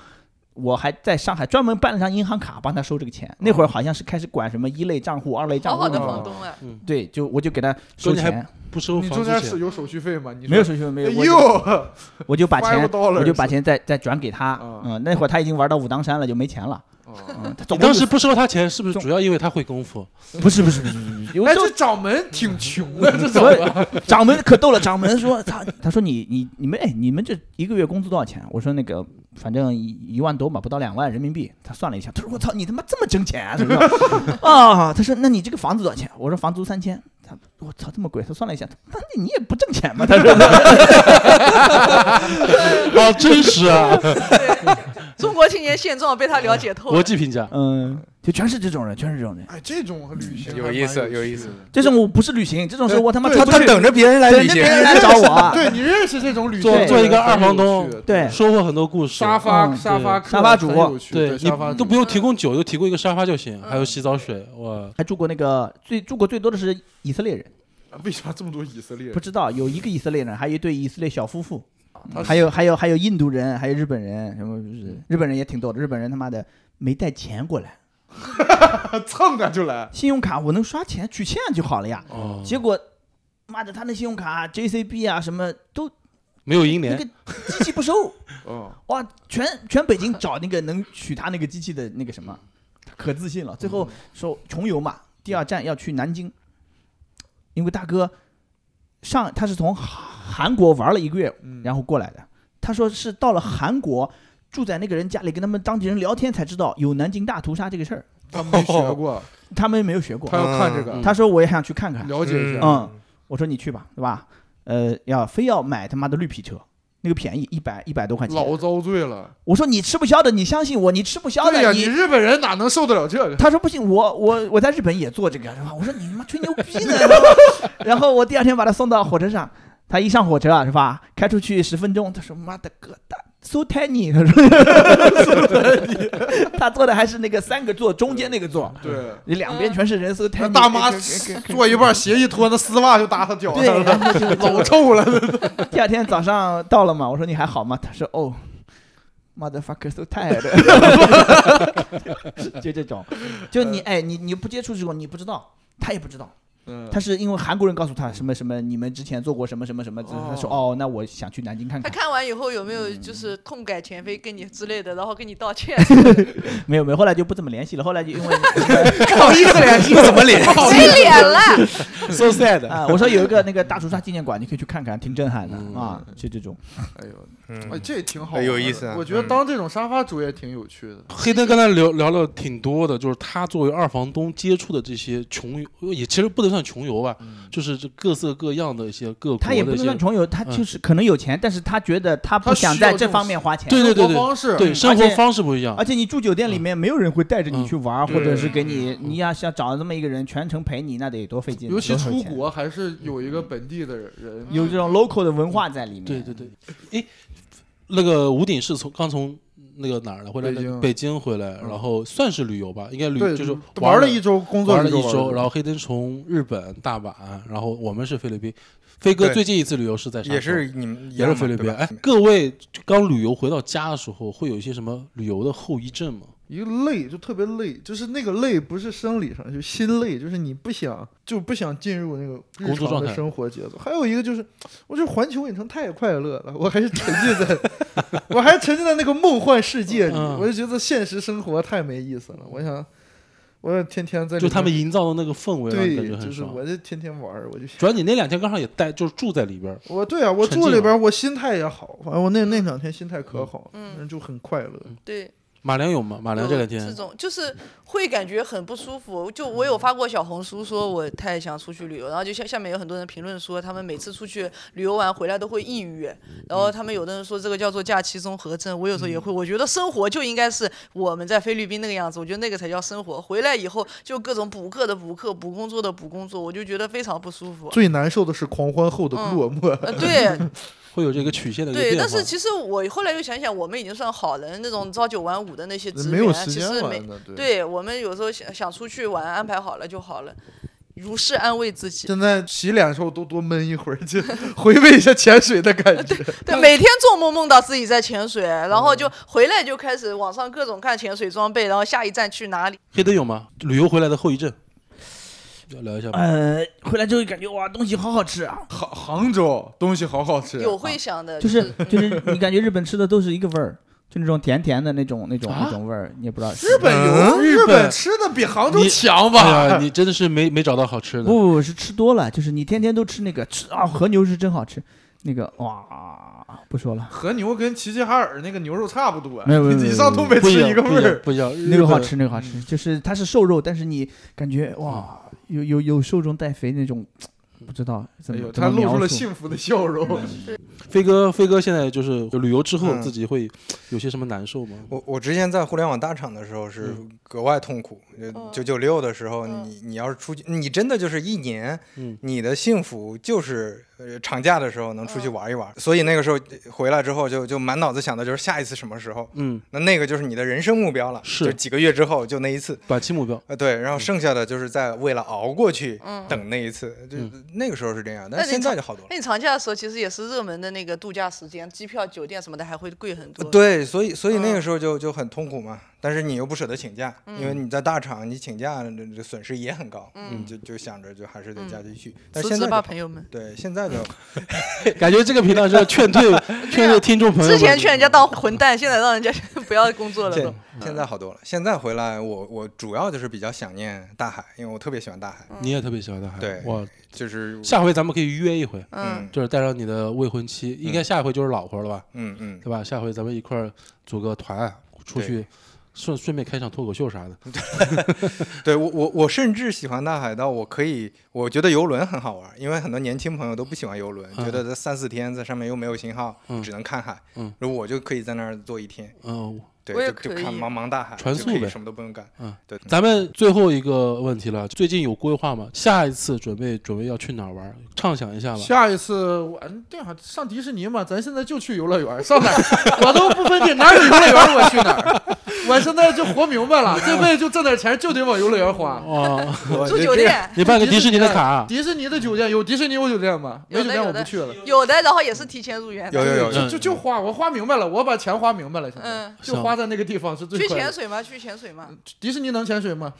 Speaker 4: 我还在上海专门办了张银行卡帮他收这个
Speaker 3: 啊
Speaker 4: 钱。那会儿好像是开始管什么一类账户、二类账
Speaker 5: 好
Speaker 4: 户
Speaker 5: 好
Speaker 4: 那
Speaker 5: 的
Speaker 4: 种
Speaker 3: 房
Speaker 5: 房
Speaker 3: 东
Speaker 5: 东啊，
Speaker 4: 对，就我就给他收
Speaker 2: 中间还
Speaker 4: 钱，
Speaker 2: 不收
Speaker 3: 哦你
Speaker 2: 房
Speaker 3: 中
Speaker 2: 租
Speaker 3: 间
Speaker 2: 钱
Speaker 3: 是。有手续费吗？你说
Speaker 4: 没有，手续费，没
Speaker 3: 哎
Speaker 4: 有，我就
Speaker 3: 呦， <laughs>
Speaker 4: 我就把钱
Speaker 3: Five dollars
Speaker 4: 我就把钱再再转给他
Speaker 3: 啊。
Speaker 4: 嗯，那会儿他已经玩到武当山了，就没钱了。
Speaker 3: 哦
Speaker 4: 嗯，他
Speaker 2: 你
Speaker 4: 总共
Speaker 2: 当
Speaker 4: 就
Speaker 2: 时不收他钱，是不是
Speaker 4: 总
Speaker 2: 主要因为他会功夫？
Speaker 4: 不是不是不是不是，因为
Speaker 3: 哎，
Speaker 4: 就
Speaker 3: 这掌门挺穷的，这掌
Speaker 4: 所以
Speaker 3: 门，
Speaker 4: 掌门可逗了，掌门说他他说你你你们哎你们这一个月工资多少钱？我说那个反正一一万多吧，不到两万人民币。他算了一下，他说我操你他妈这么挣钱啊！他说啊，他说那你这个房子多少钱？我说房租三千。他我操这么贵？他算了一下，那你你也不挣钱嘛？他说
Speaker 2: 好真实啊！
Speaker 5: 中国青年现状被他了解透
Speaker 2: 国
Speaker 5: 了。
Speaker 2: 际评价，
Speaker 4: 嗯，就全是这种人，全是这种人。
Speaker 3: 哎，这种旅行
Speaker 1: 有
Speaker 3: 还
Speaker 1: 意思
Speaker 3: 蛮
Speaker 1: 有
Speaker 3: 趣
Speaker 1: 意思
Speaker 3: 的。
Speaker 4: 这种我不是旅行，这种是我他妈
Speaker 3: 对
Speaker 1: 他
Speaker 4: 出
Speaker 1: 他
Speaker 4: 去
Speaker 1: 等着别人来
Speaker 4: 等
Speaker 1: 旅
Speaker 4: 着
Speaker 1: 行
Speaker 4: 别，人来找我啊。
Speaker 3: 对你认识这种旅
Speaker 2: 做
Speaker 3: 行
Speaker 2: 做一个
Speaker 3: 的人
Speaker 2: 二房
Speaker 3: 很有
Speaker 2: 东
Speaker 3: 趣的
Speaker 4: 对
Speaker 2: 收获很多故事。
Speaker 3: 沙发、
Speaker 4: 嗯
Speaker 3: 沙发
Speaker 2: 对
Speaker 3: 客
Speaker 4: 沙发
Speaker 3: 很
Speaker 4: 主
Speaker 3: 有趣
Speaker 2: 对
Speaker 3: 沙发
Speaker 2: 你
Speaker 3: 主
Speaker 2: 都不用提供酒，就提供一个沙发就行，还有洗澡水。哇，
Speaker 4: 还住过那个最住过最多的是以色列人，
Speaker 3: 为啥这么多以色列人
Speaker 4: 不？知道有一个以色列人，还有一对以色列小夫妇，
Speaker 3: 啊他是嗯
Speaker 4: 还有还有还有印度人，还有日本人，什么就是日本人也挺逗的，日本人他妈的没带钱过来，
Speaker 3: 蹭的就来，
Speaker 4: 信用卡我能刷钱取现就好了呀，
Speaker 3: 嗯
Speaker 2: 哦，
Speaker 4: 结果妈的他那信用卡 JCB 啊什么都
Speaker 2: 没有银
Speaker 4: 那
Speaker 2: 联
Speaker 4: 个，机器不收，
Speaker 3: 哦，
Speaker 4: 哇，全全北京找那个能取他那个机器的那个什么，他可自信了，最
Speaker 3: 嗯
Speaker 4: 后说穷游嘛，第二站要去南京，因为大哥上他是从韩国玩了一个月
Speaker 3: 嗯，
Speaker 4: 然后过来的。他说是到了韩国，住在那个人家里，跟他们当地人聊天才知道有南京大屠杀这个事儿，
Speaker 3: 他没学过，
Speaker 4: 他们没有学过
Speaker 3: 他。要看这
Speaker 2: 嗯
Speaker 3: 个，
Speaker 4: 他说我也想去看看，
Speaker 3: 了解一下。
Speaker 4: 嗯，我说你去吧，对吧？呃，要非要买他妈的绿皮车，那个便宜一百一百多块钱。
Speaker 3: 老遭罪了，
Speaker 4: 我说你吃不消的，你相信嗯我，你吃不消
Speaker 3: 对呀，
Speaker 4: 的，
Speaker 3: 你日本人哪能受得了这 <laughs> 个？
Speaker 4: 他说不行，我我我在日本也做这个，是吧？我说你他妈吹牛逼
Speaker 3: <laughs>
Speaker 4: 呢，是吧然后我第二天把他送到火车上，他一上火车啊，是吧？开出去十分钟，他说妈的个大 so tiny，他
Speaker 3: <laughs>
Speaker 4: 说 so tiny，他 <laughs> 坐的还是那个三个座中间那个
Speaker 3: <laughs>
Speaker 4: 座，
Speaker 3: 对，
Speaker 4: 你两边全是人 so
Speaker 3: 嗯那
Speaker 4: tiny，
Speaker 3: 大妈
Speaker 4: 给给给给
Speaker 3: 做一半，鞋一脱，那丝袜就搭他 <laughs> 脚
Speaker 4: 对，
Speaker 3: 上了，
Speaker 4: 然后就
Speaker 3: 老臭了。
Speaker 4: <laughs> 第二天早上到了嘛，我说你还好吗？他说哦。motherfucker so tired，就这种，就你哎，你你不接触这种，你不知道，他也不知道，
Speaker 3: 嗯， <laughs>
Speaker 4: 他是因为韩国人告诉他什么什么，你们之前做过什么什么什么，只是他说哦，那我想去南京看
Speaker 5: 他
Speaker 4: 看。
Speaker 5: 看完以后有没有就是痛改前非跟你之类的，然后跟你道歉？
Speaker 4: 没有没有，后来就不怎么联系了。后来就因为
Speaker 1: 好意思联 <laughs> 系，怎么联系
Speaker 5: 没脸了，
Speaker 1: ？So sad
Speaker 4: 啊，我说有一个那个大屠杀纪念馆，你可以去看看，挺震撼的
Speaker 2: 嗯
Speaker 4: 啊，就这种。
Speaker 3: 哎呦，哎，
Speaker 1: 嗯，
Speaker 3: 这也挺好玩的，
Speaker 1: 有意思啊
Speaker 3: 我觉得
Speaker 1: 嗯
Speaker 3: 当这种沙发主也挺有趣的。
Speaker 2: 黑灯刚才聊聊了挺多的，就是他作为二房东接触的这些穷游，呃也其实不能算穷游吧，就是这各色各样的一些各国
Speaker 4: 嗯他也
Speaker 2: 的
Speaker 4: 不
Speaker 2: 一
Speaker 4: 能
Speaker 2: 些
Speaker 4: 算，穷游，他就是可能有钱，但是他觉得他不
Speaker 3: 他
Speaker 4: 想
Speaker 3: 需要
Speaker 4: 在这
Speaker 3: 这种
Speaker 4: 方面花钱。
Speaker 2: 对对对
Speaker 3: 生活
Speaker 2: 对
Speaker 3: 方式
Speaker 2: 对，生活方式不一样
Speaker 4: 而。且你住酒店里面，没有人会带着你去玩儿，
Speaker 1: 嗯
Speaker 4: 或者是给你，你要想找这么一个人全程陪你，那得多费劲，
Speaker 3: 尤其
Speaker 4: 多少
Speaker 3: 出
Speaker 4: 钱，
Speaker 3: 国还是有一个本地的人，
Speaker 4: 有这种 local 的文化在里面。
Speaker 2: 对对对，诶，那个吴鼎是从刚从那个哪儿来回来
Speaker 3: 北京嗯
Speaker 2: 北京回来，然后算是旅游吧，应该旅
Speaker 3: 对，
Speaker 2: 就是
Speaker 3: 玩
Speaker 2: 了
Speaker 3: 了一周，工作
Speaker 2: 玩了
Speaker 3: 周
Speaker 2: 一
Speaker 3: 玩了
Speaker 2: 周，
Speaker 3: 周
Speaker 2: 然后黑灯从日本大阪，然后我们是菲律宾，飞哥
Speaker 1: 对
Speaker 2: 最近一次旅游是在啥时候？
Speaker 1: 也是你们一
Speaker 2: 也
Speaker 1: 样
Speaker 2: 是
Speaker 1: 嘛
Speaker 2: 菲律宾。
Speaker 1: 对吧
Speaker 2: 哎，各位刚旅游回到家的时候，会有一些什么旅游的后遗症吗？
Speaker 3: 一个累就特别累，就是那个累不是生理上，就是心累，就是你不想就不想进入那个日
Speaker 2: 工作
Speaker 3: 常
Speaker 2: 状
Speaker 3: 的
Speaker 2: 态
Speaker 3: 生活节奏。还有一个就是，我这环球影城太快乐了，我还是沉浸在， <laughs> 我还沉浸在那个梦幻世界里，
Speaker 2: 嗯
Speaker 3: 我就觉得现实生活太没意思了。我想，我要天天在里
Speaker 2: 就
Speaker 3: 面
Speaker 2: 他们营造的那个氛围，让你感
Speaker 3: 对
Speaker 2: 觉，很
Speaker 3: 就是
Speaker 2: 爽。
Speaker 3: 我就天天玩儿，我就想
Speaker 2: 主要你那两天刚好也待，就是住在里边儿，
Speaker 3: 我对啊，我
Speaker 2: 沉
Speaker 3: 住
Speaker 2: 浸
Speaker 3: 里
Speaker 2: 了
Speaker 3: 边儿，我心态也好，反正我那那两天心态可好，
Speaker 5: 嗯
Speaker 3: 就很快乐。
Speaker 5: 对，
Speaker 2: 马良有吗？马啊良这两
Speaker 5: 有这
Speaker 2: 天嗯
Speaker 5: 种就是会感觉很不舒服。就我有发过小红书，说我太想出去旅游，然后就下下面有很多人评论说，他们每次出去旅游完回来都会抑郁，然
Speaker 2: 嗯
Speaker 5: 后他们有的人说这个叫做假期综合症，我有时候也会。我觉得生活就应该是我们在菲律宾那个样子，我觉得那个才叫生活。回来以后就各种补课的补课，补工作的补工作，我就觉得非常不舒
Speaker 2: <laughs>
Speaker 5: 服。
Speaker 3: 最难受的是狂欢后的
Speaker 5: 嗯
Speaker 3: 落寞。
Speaker 5: 呃，对，
Speaker 2: 会有这个曲线的一个
Speaker 5: 对，
Speaker 2: 变化。
Speaker 5: 但是其实我后来又想想，我们已经算好人，那种朝九晚五的那些职
Speaker 3: 啊没有
Speaker 5: 员，
Speaker 3: 时
Speaker 5: 其
Speaker 3: 间
Speaker 5: 实没
Speaker 3: 玩的，对。
Speaker 5: 对我们有时候想想出去玩，安排好了就好了，如是安慰自己。
Speaker 3: 现在洗脸的时候都多闷一会儿，就 <laughs> 回味一下潜水的感觉。
Speaker 5: 对，每天做梦梦到自己在潜水，然后
Speaker 1: 嗯
Speaker 5: 就回来就开始网上各种看潜水装备，然后下一站去哪里。
Speaker 2: 黑灯有吗？旅游回来的后遗症，要聊一下吧。
Speaker 4: 呃，回来之后感觉哇，东西好好吃啊，
Speaker 3: <laughs> 杭杭州东西好好吃
Speaker 1: 啊
Speaker 3: 啊
Speaker 5: 有会想的，
Speaker 4: 就是
Speaker 5: 嗯
Speaker 4: 就是你感觉日本吃的都是一个味儿，就那种甜甜的那种那种
Speaker 2: 啊
Speaker 4: 那种味儿，你也不知道是。
Speaker 3: 日本有，
Speaker 2: 嗯
Speaker 3: 日
Speaker 2: 日
Speaker 3: 本
Speaker 2: 本
Speaker 3: 吃的比杭州
Speaker 2: 你
Speaker 3: 强
Speaker 2: 哎
Speaker 3: 吧？
Speaker 2: 呀，你真的是没没找到好吃
Speaker 4: 不
Speaker 2: 的。
Speaker 4: 不不是吃多了，就是你天天都吃那个吃啊，和牛是真好吃，那个哇，不说了，
Speaker 3: 和牛跟齐齐哈尔那个牛肉差不多，啊
Speaker 4: 没有没有没有
Speaker 3: 你上东北
Speaker 2: 不
Speaker 3: 吃
Speaker 2: 一样
Speaker 3: 一个味儿。
Speaker 2: 不一样，不一样
Speaker 4: 那个好。
Speaker 2: 日
Speaker 4: 吃，那个好吃，就是它是瘦肉，但是你感觉哇，有有有瘦中带肥那种，不知道怎
Speaker 3: 哎
Speaker 4: 么
Speaker 3: 呦，
Speaker 4: 怎
Speaker 3: 他
Speaker 4: 么
Speaker 3: 露
Speaker 4: 描
Speaker 3: 出了
Speaker 4: 述。
Speaker 3: 幸福的笑容。
Speaker 2: 本飞哥，飞哥现在就是旅游之后
Speaker 1: 嗯
Speaker 2: 自己会有些什么难受吗？
Speaker 1: 我我之前在互联网大厂的时候是格外痛苦，
Speaker 5: 嗯
Speaker 1: 就九九六的时候，
Speaker 5: 嗯
Speaker 1: 你你要是出去，你真的就是一年，
Speaker 2: 嗯
Speaker 1: 你的幸福就是呃长假的时候能出
Speaker 5: 嗯
Speaker 1: 去玩一玩，所以那个时候呃回来之后就就满脑子想的就是下一次什么时候，
Speaker 2: 嗯，
Speaker 1: 那那个就是你的人生目标了，
Speaker 2: 是嗯
Speaker 1: 就几个月之后就那一次，
Speaker 2: 短期目标。
Speaker 1: 呃对，然后剩下的就是在为了熬过去
Speaker 5: 嗯。
Speaker 1: 等那一次，就
Speaker 2: 嗯
Speaker 1: 那个时候是这样，
Speaker 5: 那
Speaker 1: 但
Speaker 5: 你
Speaker 1: 是现在
Speaker 5: 常
Speaker 1: 就好多了。
Speaker 5: 那你长假的时候，其实也是热门的那个度假时间，机票、酒店什么的还会贵很多。，
Speaker 1: 呃对，所以所以那
Speaker 5: 嗯
Speaker 1: 个时候就就很痛苦嘛，但是你又不舍得请假，因为你在大厂你请假这这损失也很高，
Speaker 5: 嗯
Speaker 1: 你就就想着就还是得加继续。但是
Speaker 5: 辞
Speaker 1: 现
Speaker 5: 职
Speaker 1: 在
Speaker 5: 吧，
Speaker 1: 就
Speaker 5: 朋友们。
Speaker 1: 对，现
Speaker 5: <laughs>
Speaker 1: 在就
Speaker 2: 感觉这个频道是要劝退劝退听众朋友
Speaker 5: 之
Speaker 2: 们。
Speaker 5: 前劝人家
Speaker 1: 嗯
Speaker 5: 当混蛋，现在让人家 <laughs> 不要工作了
Speaker 1: 现
Speaker 5: 都。
Speaker 1: 现在好多了。现在回来我我主要就是比较想念大海，因为我特别喜欢大海，
Speaker 2: 你也特别喜欢大海，
Speaker 1: 对
Speaker 2: 哇，
Speaker 1: 就是
Speaker 2: 下回咱们可以约一回，
Speaker 5: 嗯，
Speaker 2: 就是带上你的未婚妻，应该下一回就是老婆了吧，
Speaker 1: 嗯嗯
Speaker 2: 对吧？下回咱们一块儿组个团啊出去，顺顺便开场脱口秀啥的。
Speaker 1: 对我我我甚至喜欢大海到我可以，我觉得游轮很好玩，因为很多年轻朋友都不喜欢游轮，
Speaker 2: 嗯
Speaker 1: 觉得这三四天在上面又没有信号，
Speaker 2: 嗯
Speaker 1: 只能看海。
Speaker 2: 嗯，
Speaker 1: 然后我就可以在那儿坐一天。
Speaker 2: 嗯，
Speaker 1: 对，
Speaker 5: 我也
Speaker 1: 就
Speaker 5: 可
Speaker 1: 就看
Speaker 5: 以
Speaker 1: 茫茫大海，
Speaker 2: 传
Speaker 1: 就
Speaker 2: 速
Speaker 1: 可以
Speaker 2: 呗
Speaker 1: 什么都不用干。
Speaker 2: 嗯， <laughs>
Speaker 1: 对，
Speaker 2: 咱们最后一个问题了，最近有规划吗？下一次准备准备要去哪儿玩？畅想一下吧。
Speaker 3: 下一次我对啊，上 <laughs> 迪士尼嘛，咱现在就去游乐园，上哪儿我都不分你哪儿有游乐园我去哪儿。我现在就活明白了，这辈子就挣点钱就得往游乐园花。
Speaker 2: 哦，
Speaker 1: 我
Speaker 5: 住
Speaker 1: 这
Speaker 5: 酒
Speaker 1: 嗯这
Speaker 5: 店
Speaker 2: 你办个迪士尼的
Speaker 3: <laughs>
Speaker 2: 卡，啊
Speaker 3: 啊迪士尼的酒店有迪士尼有酒店吗？没
Speaker 5: 有
Speaker 3: 酒
Speaker 5: 的
Speaker 3: 店我
Speaker 5: 有的
Speaker 3: 不去了。
Speaker 5: 有的，然后也是提前入园的。
Speaker 1: 有有有有
Speaker 3: 就就就花，我花明白了，我把钱花明白了，现在
Speaker 5: 嗯
Speaker 3: 就花在那个地方是最
Speaker 5: 去
Speaker 3: 快
Speaker 5: 潜
Speaker 3: 的。
Speaker 5: 水吗？去潜水吗？
Speaker 3: 迪士尼能潜水吗？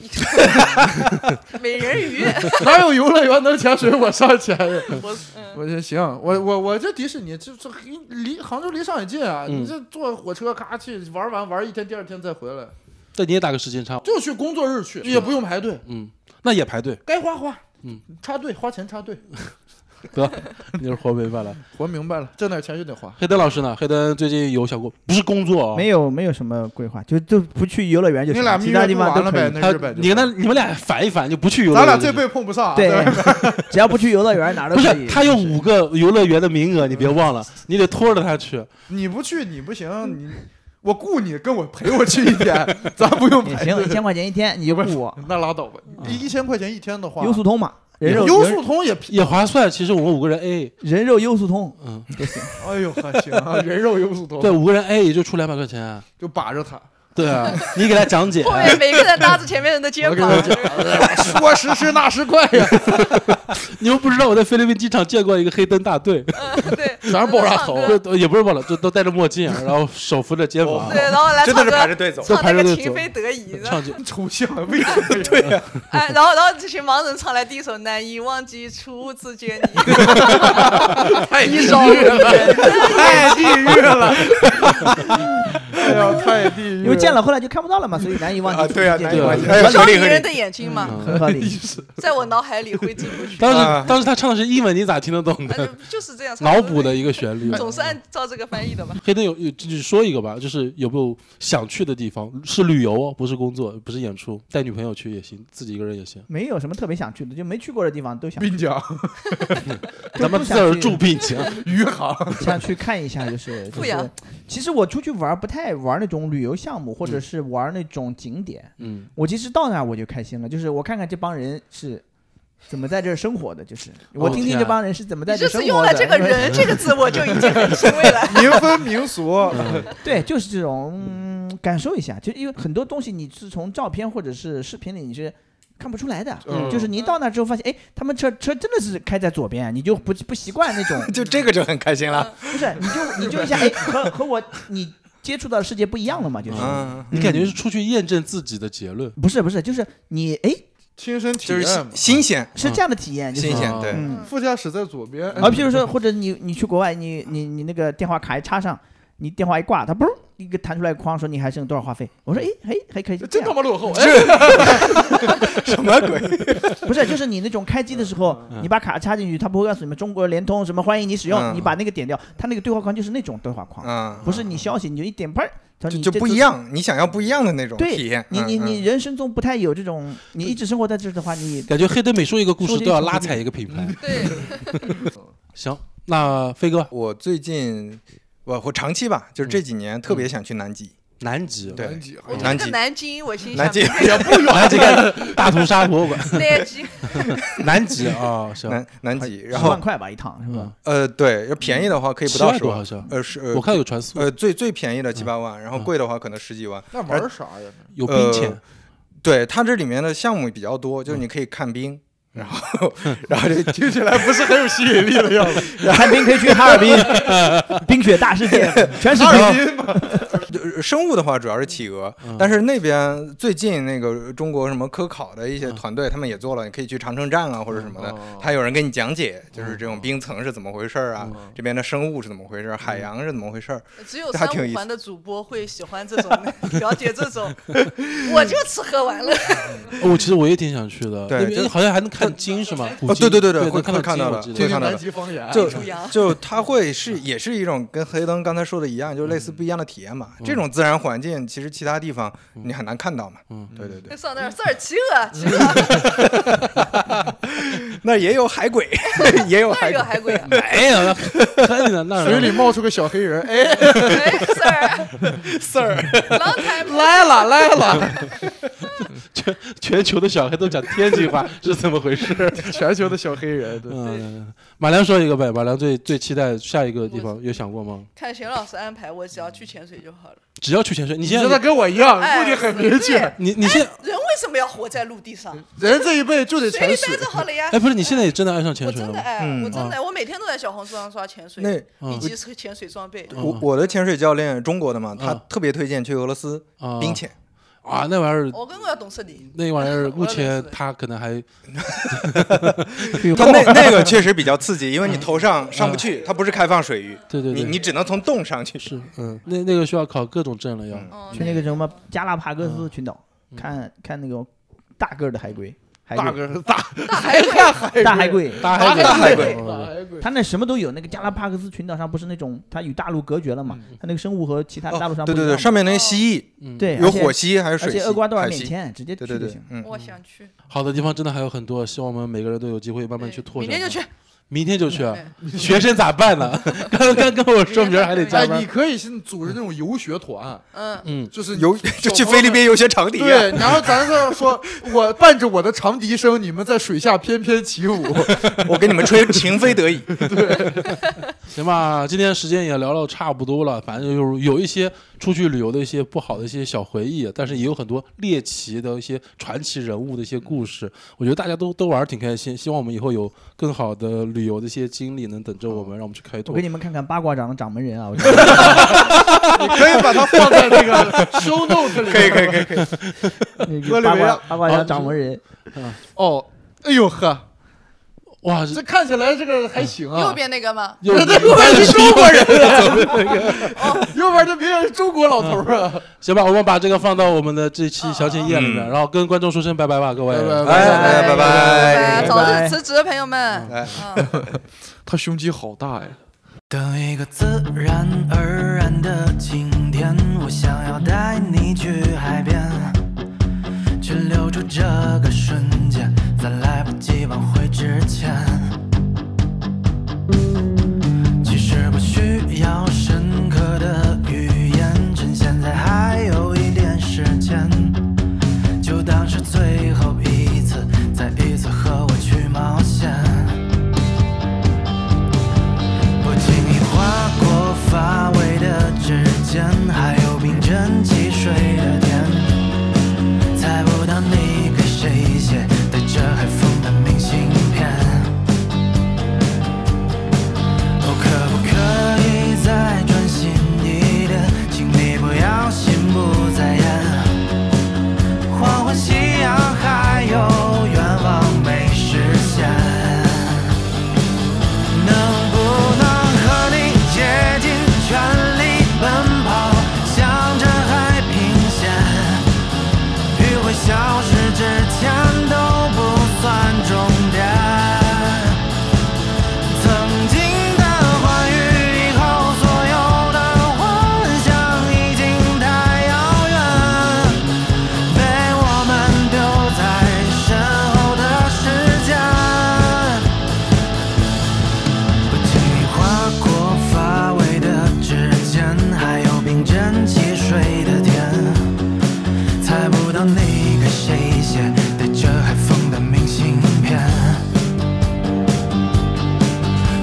Speaker 3: <laughs>
Speaker 5: <laughs> 美人鱼，
Speaker 3: 哪有游乐园能潜水？我上潜呀！
Speaker 5: 我嗯，
Speaker 3: <laughs> 我说行，我我我这迪士尼这这离杭州离上海近啊，
Speaker 2: 嗯
Speaker 3: 你这坐火车咔去玩完玩一天，第二天再回来，
Speaker 2: 那你也打个时间差，
Speaker 3: 就去工作日去，也不用排队，
Speaker 2: 嗯，那也排队，
Speaker 3: 该花花，
Speaker 2: 嗯，
Speaker 3: 插队花钱插队，
Speaker 2: 得，你是活明白了。
Speaker 3: 活明白了，挣点钱就得花。
Speaker 2: 黑灯老师呢？黑灯最近有想过，不是工作啊、
Speaker 4: 没有没有什么规划，就就不去游乐园就
Speaker 3: 你
Speaker 4: 行
Speaker 3: 俩
Speaker 4: 了，
Speaker 3: 蜜
Speaker 4: 其他
Speaker 3: 月
Speaker 4: 地
Speaker 3: 度
Speaker 4: 方
Speaker 3: 完
Speaker 4: 都可以。
Speaker 3: 了呗，那
Speaker 2: 他
Speaker 3: 日本就
Speaker 2: 你跟他你们俩反一反，就不去游乐
Speaker 3: 咱
Speaker 2: 园。
Speaker 3: 俩这辈碰不上啊，
Speaker 4: 对
Speaker 3: 吧，
Speaker 4: 只要不去游乐园，哪儿都
Speaker 2: 不
Speaker 4: 可
Speaker 2: 是
Speaker 4: 以。
Speaker 2: 他有五个游乐园的名额，你别忘
Speaker 3: <laughs>
Speaker 2: 了，你得拖着他去。
Speaker 3: 你不去你不行，你我雇你跟我陪我去一天，咱不用
Speaker 4: 也
Speaker 3: 排
Speaker 4: 行，一
Speaker 3: 队。
Speaker 4: 千块钱一天你就雇我，
Speaker 3: 那拉倒吧，一一千块钱一天的话，
Speaker 4: 优速通嘛，人肉
Speaker 3: 优
Speaker 4: 人
Speaker 3: 速通也便
Speaker 2: 也划算，其实我们五个人 A，
Speaker 4: 人肉优速通
Speaker 2: 嗯，
Speaker 4: 都行。
Speaker 3: 哎呦还行啊，人肉优速通，
Speaker 2: 对，五个人 A 也就出两百块钱。啊
Speaker 3: 就把着他。
Speaker 2: 对
Speaker 3: <laughs>
Speaker 2: 啊，你给他讲解，啊
Speaker 5: 后面每个人搭着前面人的肩膀，
Speaker 3: 说时迟，那时快呀，
Speaker 2: <laughs> 你又不知道我在菲律宾机场见过一个黑灯大队，
Speaker 5: 嗯，对，
Speaker 3: 全是爆炸头啊
Speaker 2: <laughs>
Speaker 5: 然后唱歌
Speaker 2: 不也不是忘了，就都戴着墨镜，然后手扶着肩膀
Speaker 5: 对，，
Speaker 3: 哦
Speaker 5: 然后来
Speaker 1: 真的
Speaker 5: 唱
Speaker 1: 是排着
Speaker 5: 歌，
Speaker 1: 队
Speaker 5: <laughs>
Speaker 1: 走。
Speaker 5: 唱那
Speaker 2: 排着
Speaker 5: 个
Speaker 2: 队
Speaker 5: 情
Speaker 2: 走
Speaker 5: 非得已的，
Speaker 2: 唱
Speaker 3: <laughs>
Speaker 2: 起
Speaker 3: 抽象为什么呀？对呀，
Speaker 5: 哎，然后然后这群盲人唱来第一首《难以忘记初次见你》，
Speaker 3: 太地狱了，太地狱了，哎呀，太地狱了！
Speaker 4: 因为见了后来就看不到了嘛，所以难以忘
Speaker 1: 啊，
Speaker 4: 记。
Speaker 1: 对啊，难以
Speaker 2: 对
Speaker 1: 忘记。<laughs>
Speaker 2: 对
Speaker 1: 哎呀
Speaker 5: 双
Speaker 1: 合理
Speaker 5: 迷
Speaker 1: 合
Speaker 5: 人
Speaker 1: 理。
Speaker 5: 的眼睛嘛，
Speaker 4: 很合理。
Speaker 5: 在我脑海里挥之不
Speaker 2: <laughs>
Speaker 5: 去。
Speaker 2: 嗯当
Speaker 1: 啊
Speaker 2: 时当时他唱的是英文，你咋听得懂
Speaker 5: 反
Speaker 2: 的？
Speaker 5: 正就是这样，
Speaker 2: 脑补，的一个旋
Speaker 3: 哎
Speaker 2: 律。
Speaker 5: 总是按照这个翻译的吧。
Speaker 2: 黑灯有有就是说一个吧，就是有没有想去的地方？是旅游哦，不是工作，不是演出，带女朋友去也行，自己一个人也行。
Speaker 4: 没有什么特别想去的，就没去过的地方都想，
Speaker 3: 滨江、
Speaker 2: 咱们自
Speaker 4: 不想
Speaker 2: 个儿
Speaker 4: 去
Speaker 2: 住并
Speaker 4: <laughs>
Speaker 2: 行，嗯
Speaker 3: 余杭，
Speaker 4: 想去看一下，就是就
Speaker 5: 富阳
Speaker 4: 是。其实我出去玩儿不太玩儿那种旅游项目，或者是玩儿那种景点。
Speaker 2: 嗯，
Speaker 4: 我其实到那儿我就开心了，就是我看看这帮人是怎么在这儿生活的，就是我听听
Speaker 2: 天啊
Speaker 4: 这帮人是怎么在
Speaker 5: 你
Speaker 4: 这
Speaker 5: 就
Speaker 4: 儿生
Speaker 5: 是
Speaker 4: 活的。
Speaker 5: 用了这个“
Speaker 4: 因为
Speaker 5: 人”这个字，我就已经很欣慰了。
Speaker 3: 民风民俗，
Speaker 4: <laughs> 对，就是这种、嗯、感受一下，就因为很多东西你是从照片或者是视频里你是看不出来的，
Speaker 3: 嗯
Speaker 4: 就是你一到那之后发现，哎，他们车车真的是开在左边，你就不不习惯那种，
Speaker 1: <laughs> 就这个就很开心了。
Speaker 4: 不是，你就你就一下，哎，和和我你接触到的世界不一样了嘛，就是。
Speaker 1: 嗯，
Speaker 2: 你感觉是出去验证自己的结论。
Speaker 4: 不是不是，就是你哎，
Speaker 3: 亲身体
Speaker 1: 就是
Speaker 3: 验
Speaker 1: 新。新鲜，
Speaker 4: 是这样的体验，就是
Speaker 1: 嗯新鲜
Speaker 2: 啊，
Speaker 1: 对。
Speaker 4: 嗯，
Speaker 3: 副驾驶在左边，
Speaker 4: 啊，譬如说，或者你你去国外，你你你那个电话卡一插上，你电话一挂，它嘣一个弹出来框说你还剩多少话费，我说哎哎还可以这
Speaker 3: 真
Speaker 4: 样
Speaker 3: 他妈落后！哎，
Speaker 1: 什么鬼？
Speaker 4: 不是，就是你那种开机的时候，你把卡插进去，它不会告诉你们中国联通什么欢迎你使用，
Speaker 1: 嗯
Speaker 4: 你把那个点掉，它那个对话框就是那种对话框，
Speaker 1: 嗯，
Speaker 4: 不是你消息你就一点砰，它
Speaker 1: 就
Speaker 4: 你
Speaker 1: 就
Speaker 4: 这
Speaker 1: 不
Speaker 4: 次
Speaker 1: 一。样，你想要不一样的那种
Speaker 4: 对
Speaker 1: 体验。
Speaker 4: 你你
Speaker 1: 嗯
Speaker 4: 你，人生中不太有这种，你一直生活在这儿的话，你
Speaker 2: 感觉黑灯每说一个故事
Speaker 4: 说这
Speaker 2: 都要
Speaker 4: 一
Speaker 2: 拉
Speaker 4: 口
Speaker 2: 踩一个品牌。
Speaker 4: 嗯
Speaker 5: 对，
Speaker 2: 行，那飞哥，
Speaker 1: 我最近我我长期吧，就是这几年特别想去南极。
Speaker 2: 嗯南极，
Speaker 1: 对 <laughs>
Speaker 3: 南极
Speaker 5: 我
Speaker 3: 好像
Speaker 5: 觉得南京，我心想
Speaker 1: 南极
Speaker 5: 也不
Speaker 2: 南极看大屠杀博物馆， <laughs>
Speaker 5: 南京，
Speaker 2: 南极啊，行，
Speaker 1: 南南极，然
Speaker 4: 十
Speaker 1: 后
Speaker 4: 万块吧一趟是吧？
Speaker 1: 呃，对，要便宜的话可以不
Speaker 2: 七
Speaker 1: 到
Speaker 2: 万
Speaker 1: 十
Speaker 2: 多好
Speaker 1: 万，
Speaker 2: 像，
Speaker 1: 呃是
Speaker 2: 我
Speaker 1: 呃
Speaker 2: 看有船速，
Speaker 1: 呃最最便宜的七八万，
Speaker 3: 嗯
Speaker 1: 然后贵的话可能十几万。
Speaker 3: 那玩儿啥呀？
Speaker 2: 有冰
Speaker 1: 呃
Speaker 2: 潜，
Speaker 1: 对，它这里面的项目比较多，
Speaker 3: 嗯
Speaker 1: 就是你可以看冰，然后 <laughs> 然后就
Speaker 3: 听起来 <laughs> 不是很有吸引力
Speaker 2: <laughs>
Speaker 3: 的样子。
Speaker 4: 寒冰可以去哈
Speaker 1: <laughs>
Speaker 4: 尔滨，冰雪大世界，全是
Speaker 3: 哈尔
Speaker 4: 冰。
Speaker 3: 滨嘛，
Speaker 1: 就生物的话主要是企鹅
Speaker 2: 嗯，
Speaker 1: 但是那边最近那个中国什么科考的一些团队他们也做了，你可以去长城站啊或者什么的，
Speaker 3: 嗯哦嗯
Speaker 1: 他有人给你讲解，就是这种冰层是怎么回事儿啊，这边的生物是怎么回事儿，
Speaker 3: 嗯
Speaker 1: 海洋是怎么回事儿。
Speaker 5: 只有
Speaker 1: 这还
Speaker 5: 三
Speaker 1: 挺有意思
Speaker 5: 五环的主播会喜欢这种 <laughs> 的，了解这种。我就吃喝玩乐，
Speaker 2: 我哦其实我也挺想去的，
Speaker 1: 对
Speaker 2: 那边
Speaker 1: 就
Speaker 2: 好像还能看鲸是吗？古
Speaker 1: 哦对对
Speaker 2: 鲸
Speaker 1: 对
Speaker 2: 对
Speaker 1: 对，会
Speaker 2: 能
Speaker 1: 会
Speaker 2: 看
Speaker 1: 看
Speaker 2: 到
Speaker 1: 到
Speaker 2: 鲸
Speaker 1: 的，
Speaker 2: 我记得
Speaker 1: 会
Speaker 2: <laughs>
Speaker 1: 看到
Speaker 3: 南
Speaker 1: 的。
Speaker 3: 极方言，
Speaker 1: 就
Speaker 5: 楚洋
Speaker 3: 哎
Speaker 1: 就它会是
Speaker 3: 嗯
Speaker 1: 也是一种跟黑灯刚才说的一样，就类似不一样的体验嘛。
Speaker 3: 嗯
Speaker 1: 这种自然环境其实其他地方你很难看到嘛。
Speaker 2: 嗯，
Speaker 1: 对对对，
Speaker 5: 上那儿啊事儿企鹅，企鹅
Speaker 1: <laughs> 那也有海鬼，也有
Speaker 5: 那儿
Speaker 1: 海
Speaker 5: 有
Speaker 1: 鬼。
Speaker 5: 海
Speaker 2: <laughs>
Speaker 5: 龟啊，
Speaker 2: 哎呀，那看见了那
Speaker 3: 水里冒出个小黑人，哎，
Speaker 5: 哎，事儿
Speaker 1: 事儿，
Speaker 5: 狼台
Speaker 3: 来了来了，
Speaker 2: 就全全球的小黑都讲天津 <laughs> 话是怎么回事？
Speaker 3: <laughs> 全球的小黑人，对，
Speaker 2: 嗯，马良说一个呗，马良最最期待下一个地方，有想过吗？
Speaker 5: 看邢老师安排，我只要去潜水就好了。
Speaker 2: 只要去潜水，你
Speaker 3: 你
Speaker 2: 现
Speaker 3: 现在
Speaker 2: 在
Speaker 3: 跟我一样，
Speaker 5: 哎
Speaker 3: 目的很明确，
Speaker 5: 对
Speaker 2: 你你现
Speaker 5: 人为什么要活在陆地上？
Speaker 3: 人这一辈就得
Speaker 5: 水里
Speaker 3: 嗯潜
Speaker 5: 待
Speaker 3: 水
Speaker 5: 着。好了呀。
Speaker 2: 哎，不是你现在也真的爱上
Speaker 5: 我
Speaker 2: 潜水
Speaker 5: 真
Speaker 2: 了
Speaker 5: 的
Speaker 2: 吗？
Speaker 5: 哎，
Speaker 1: 嗯
Speaker 5: 我真的，我每天都在小红书上刷潜水，
Speaker 1: 那嗯
Speaker 5: 以
Speaker 2: 嗯
Speaker 5: 及是潜水装备。
Speaker 1: 我我的潜水教练中国的嘛，他
Speaker 2: 嗯
Speaker 1: 特别推荐去俄罗斯
Speaker 2: 啊
Speaker 1: 冰潜，
Speaker 2: 啊，那玩意儿
Speaker 5: 我跟我要懂事你，
Speaker 2: 那玩意儿，
Speaker 5: 我
Speaker 2: 目
Speaker 5: 也
Speaker 2: 前
Speaker 5: 是
Speaker 2: 他可能还
Speaker 1: 他那那个确实比较刺激，因为你头上上不去，它不是开放水域，
Speaker 2: 对对对
Speaker 1: 你你只能从洞上去。哦
Speaker 2: 是嗯，那那个需要考各种证了要。
Speaker 1: 嗯
Speaker 5: 嗯，
Speaker 6: 去那个什么加拉帕戈斯
Speaker 2: 嗯
Speaker 6: 群岛，
Speaker 2: 嗯
Speaker 6: 看看那个大个儿的海龟，海
Speaker 3: 大
Speaker 6: 龟，
Speaker 3: 个儿大
Speaker 5: 大海龟，
Speaker 6: 大海龟。
Speaker 2: 大
Speaker 3: 大
Speaker 2: 龟，
Speaker 1: 大海
Speaker 3: 龟
Speaker 1: 龟，
Speaker 3: 大海龟，
Speaker 6: 它那什么都有，那个加拉帕戈斯群岛上不是那种，它与大陆隔绝了嘛，它那个生物和其他大陆上
Speaker 1: 嗯哦
Speaker 6: 不
Speaker 1: 对
Speaker 6: 一样
Speaker 1: 对对，上面那些蜥
Speaker 2: 嗯，
Speaker 6: 对
Speaker 1: 蜴，有
Speaker 6: 而且
Speaker 1: 火蜥，还有
Speaker 6: 而
Speaker 1: 水
Speaker 6: 且
Speaker 1: 蜥，
Speaker 6: 厄瓜多尔
Speaker 1: 海
Speaker 6: 面
Speaker 1: 蜥，
Speaker 6: 前直接去
Speaker 1: 对对
Speaker 6: 就
Speaker 1: 对
Speaker 6: 行。，
Speaker 1: 嗯，
Speaker 5: 我想去，
Speaker 2: 好的地方真的还有很多，希望我们每个人都有机会慢慢去
Speaker 5: 对
Speaker 2: 拓
Speaker 5: 明
Speaker 2: 展。
Speaker 5: 天就去，
Speaker 2: 明天就去啊
Speaker 5: 对？
Speaker 2: 学生咋办呢？刚刚跟我说明儿还得加
Speaker 3: 哎，你
Speaker 2: 班。
Speaker 3: 可以先组织那种游学团，
Speaker 5: 嗯，
Speaker 2: 嗯，
Speaker 3: 就是
Speaker 1: 游 <laughs> 就去菲律宾游学啊场地，
Speaker 3: 对， <laughs> 然后咱这说，我伴着我的长笛声，你们在水下翩翩起舞。
Speaker 1: 我给你们吹 <laughs> 情非得已。
Speaker 2: 行吧，今天时间也聊了差不多了，反正就是有一些出去旅游的一些不好的一些小回忆，啊但是也有很多猎奇的一些传奇人物的一些故事，我觉得大家都都玩儿挺开心。希望我们以后有更好的旅游的一些经历能等着我们，让我们去开
Speaker 6: 我
Speaker 2: 拓
Speaker 6: 给。你们看看八卦掌的掌门人啊，我觉
Speaker 1: <laughs>
Speaker 6: 得
Speaker 3: 你 <laughs> 可以把它放在那个 <laughs> show note 里面。
Speaker 1: 可以可以可 <laughs> 以可以，
Speaker 6: 那
Speaker 3: 哥
Speaker 6: 个
Speaker 3: 里
Speaker 6: 八
Speaker 3: 维亚
Speaker 6: 卦八卦掌掌门人，
Speaker 3: 哦，哎呦呵，
Speaker 2: 哇，
Speaker 3: 这看起来这个还行啊。
Speaker 5: 右边那个吗？
Speaker 2: 又
Speaker 3: 这右边是中国人，
Speaker 5: 哦
Speaker 3: 右边这明显是中国老头儿啊！
Speaker 2: 行吧，我们把这个放到我们的这期详情页里面，
Speaker 1: 嗯
Speaker 2: 然后跟观众说声拜拜吧，各位。
Speaker 3: 拜拜
Speaker 1: 哎哎拜
Speaker 5: 拜拜
Speaker 1: 拜
Speaker 5: 拜，。早日辞职，朋友们。
Speaker 1: 哎
Speaker 5: 嗯。
Speaker 3: 他胸肌好大呀。
Speaker 4: 等一个自然而然的晴天，我想要带你去海边，去留住这个瞬间，在来不及挽回之前。其实不需要深刻的语言，趁现在还有一点时间，就当是最后一次，再一次和我去冒险。不经意划过发尾的指尖，还有冰镇汽水的甜，猜不到你给谁写带着海风的明信片。哦，可不可以再专心一点？请你不要心不在焉。黄昏、夕阳，还有愿望没实现。能不能和你竭尽全力奔跑，向着海平线？余晖消失之前都不算终点。曾经的欢愉，以后所有的幻想已经太遥远。被我们丢在身后的时间。不经意划过发尾的指尖，还有冰镇汽水的甜，猜不到你给谁写带着海风的明信片。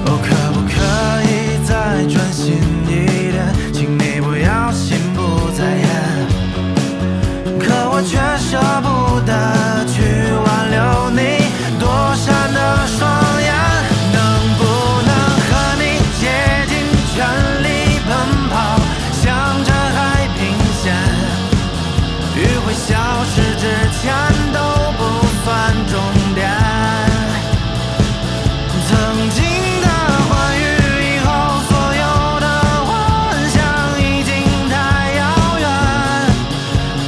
Speaker 4: 哦，可不可以再专心一点？请你不要心不在焉，可我却舍不得去挽留你躲闪的双眼。能不能和你竭尽全力奔跑，向着海平线？余晖消失之前都不算终点。曾经的欢愉，以后所有的幻想已经太遥远。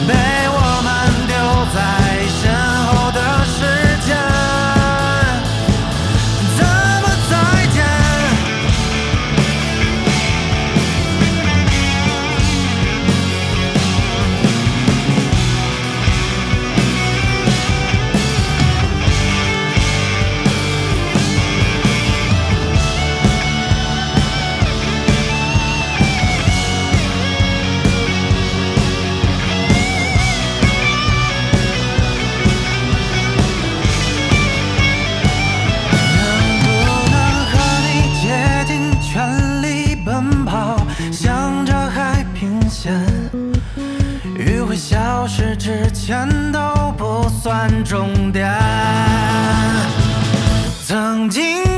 Speaker 4: 被我们丢在身后的时间，怎么再见？
Speaker 7: 消失之前都不算终点。曾经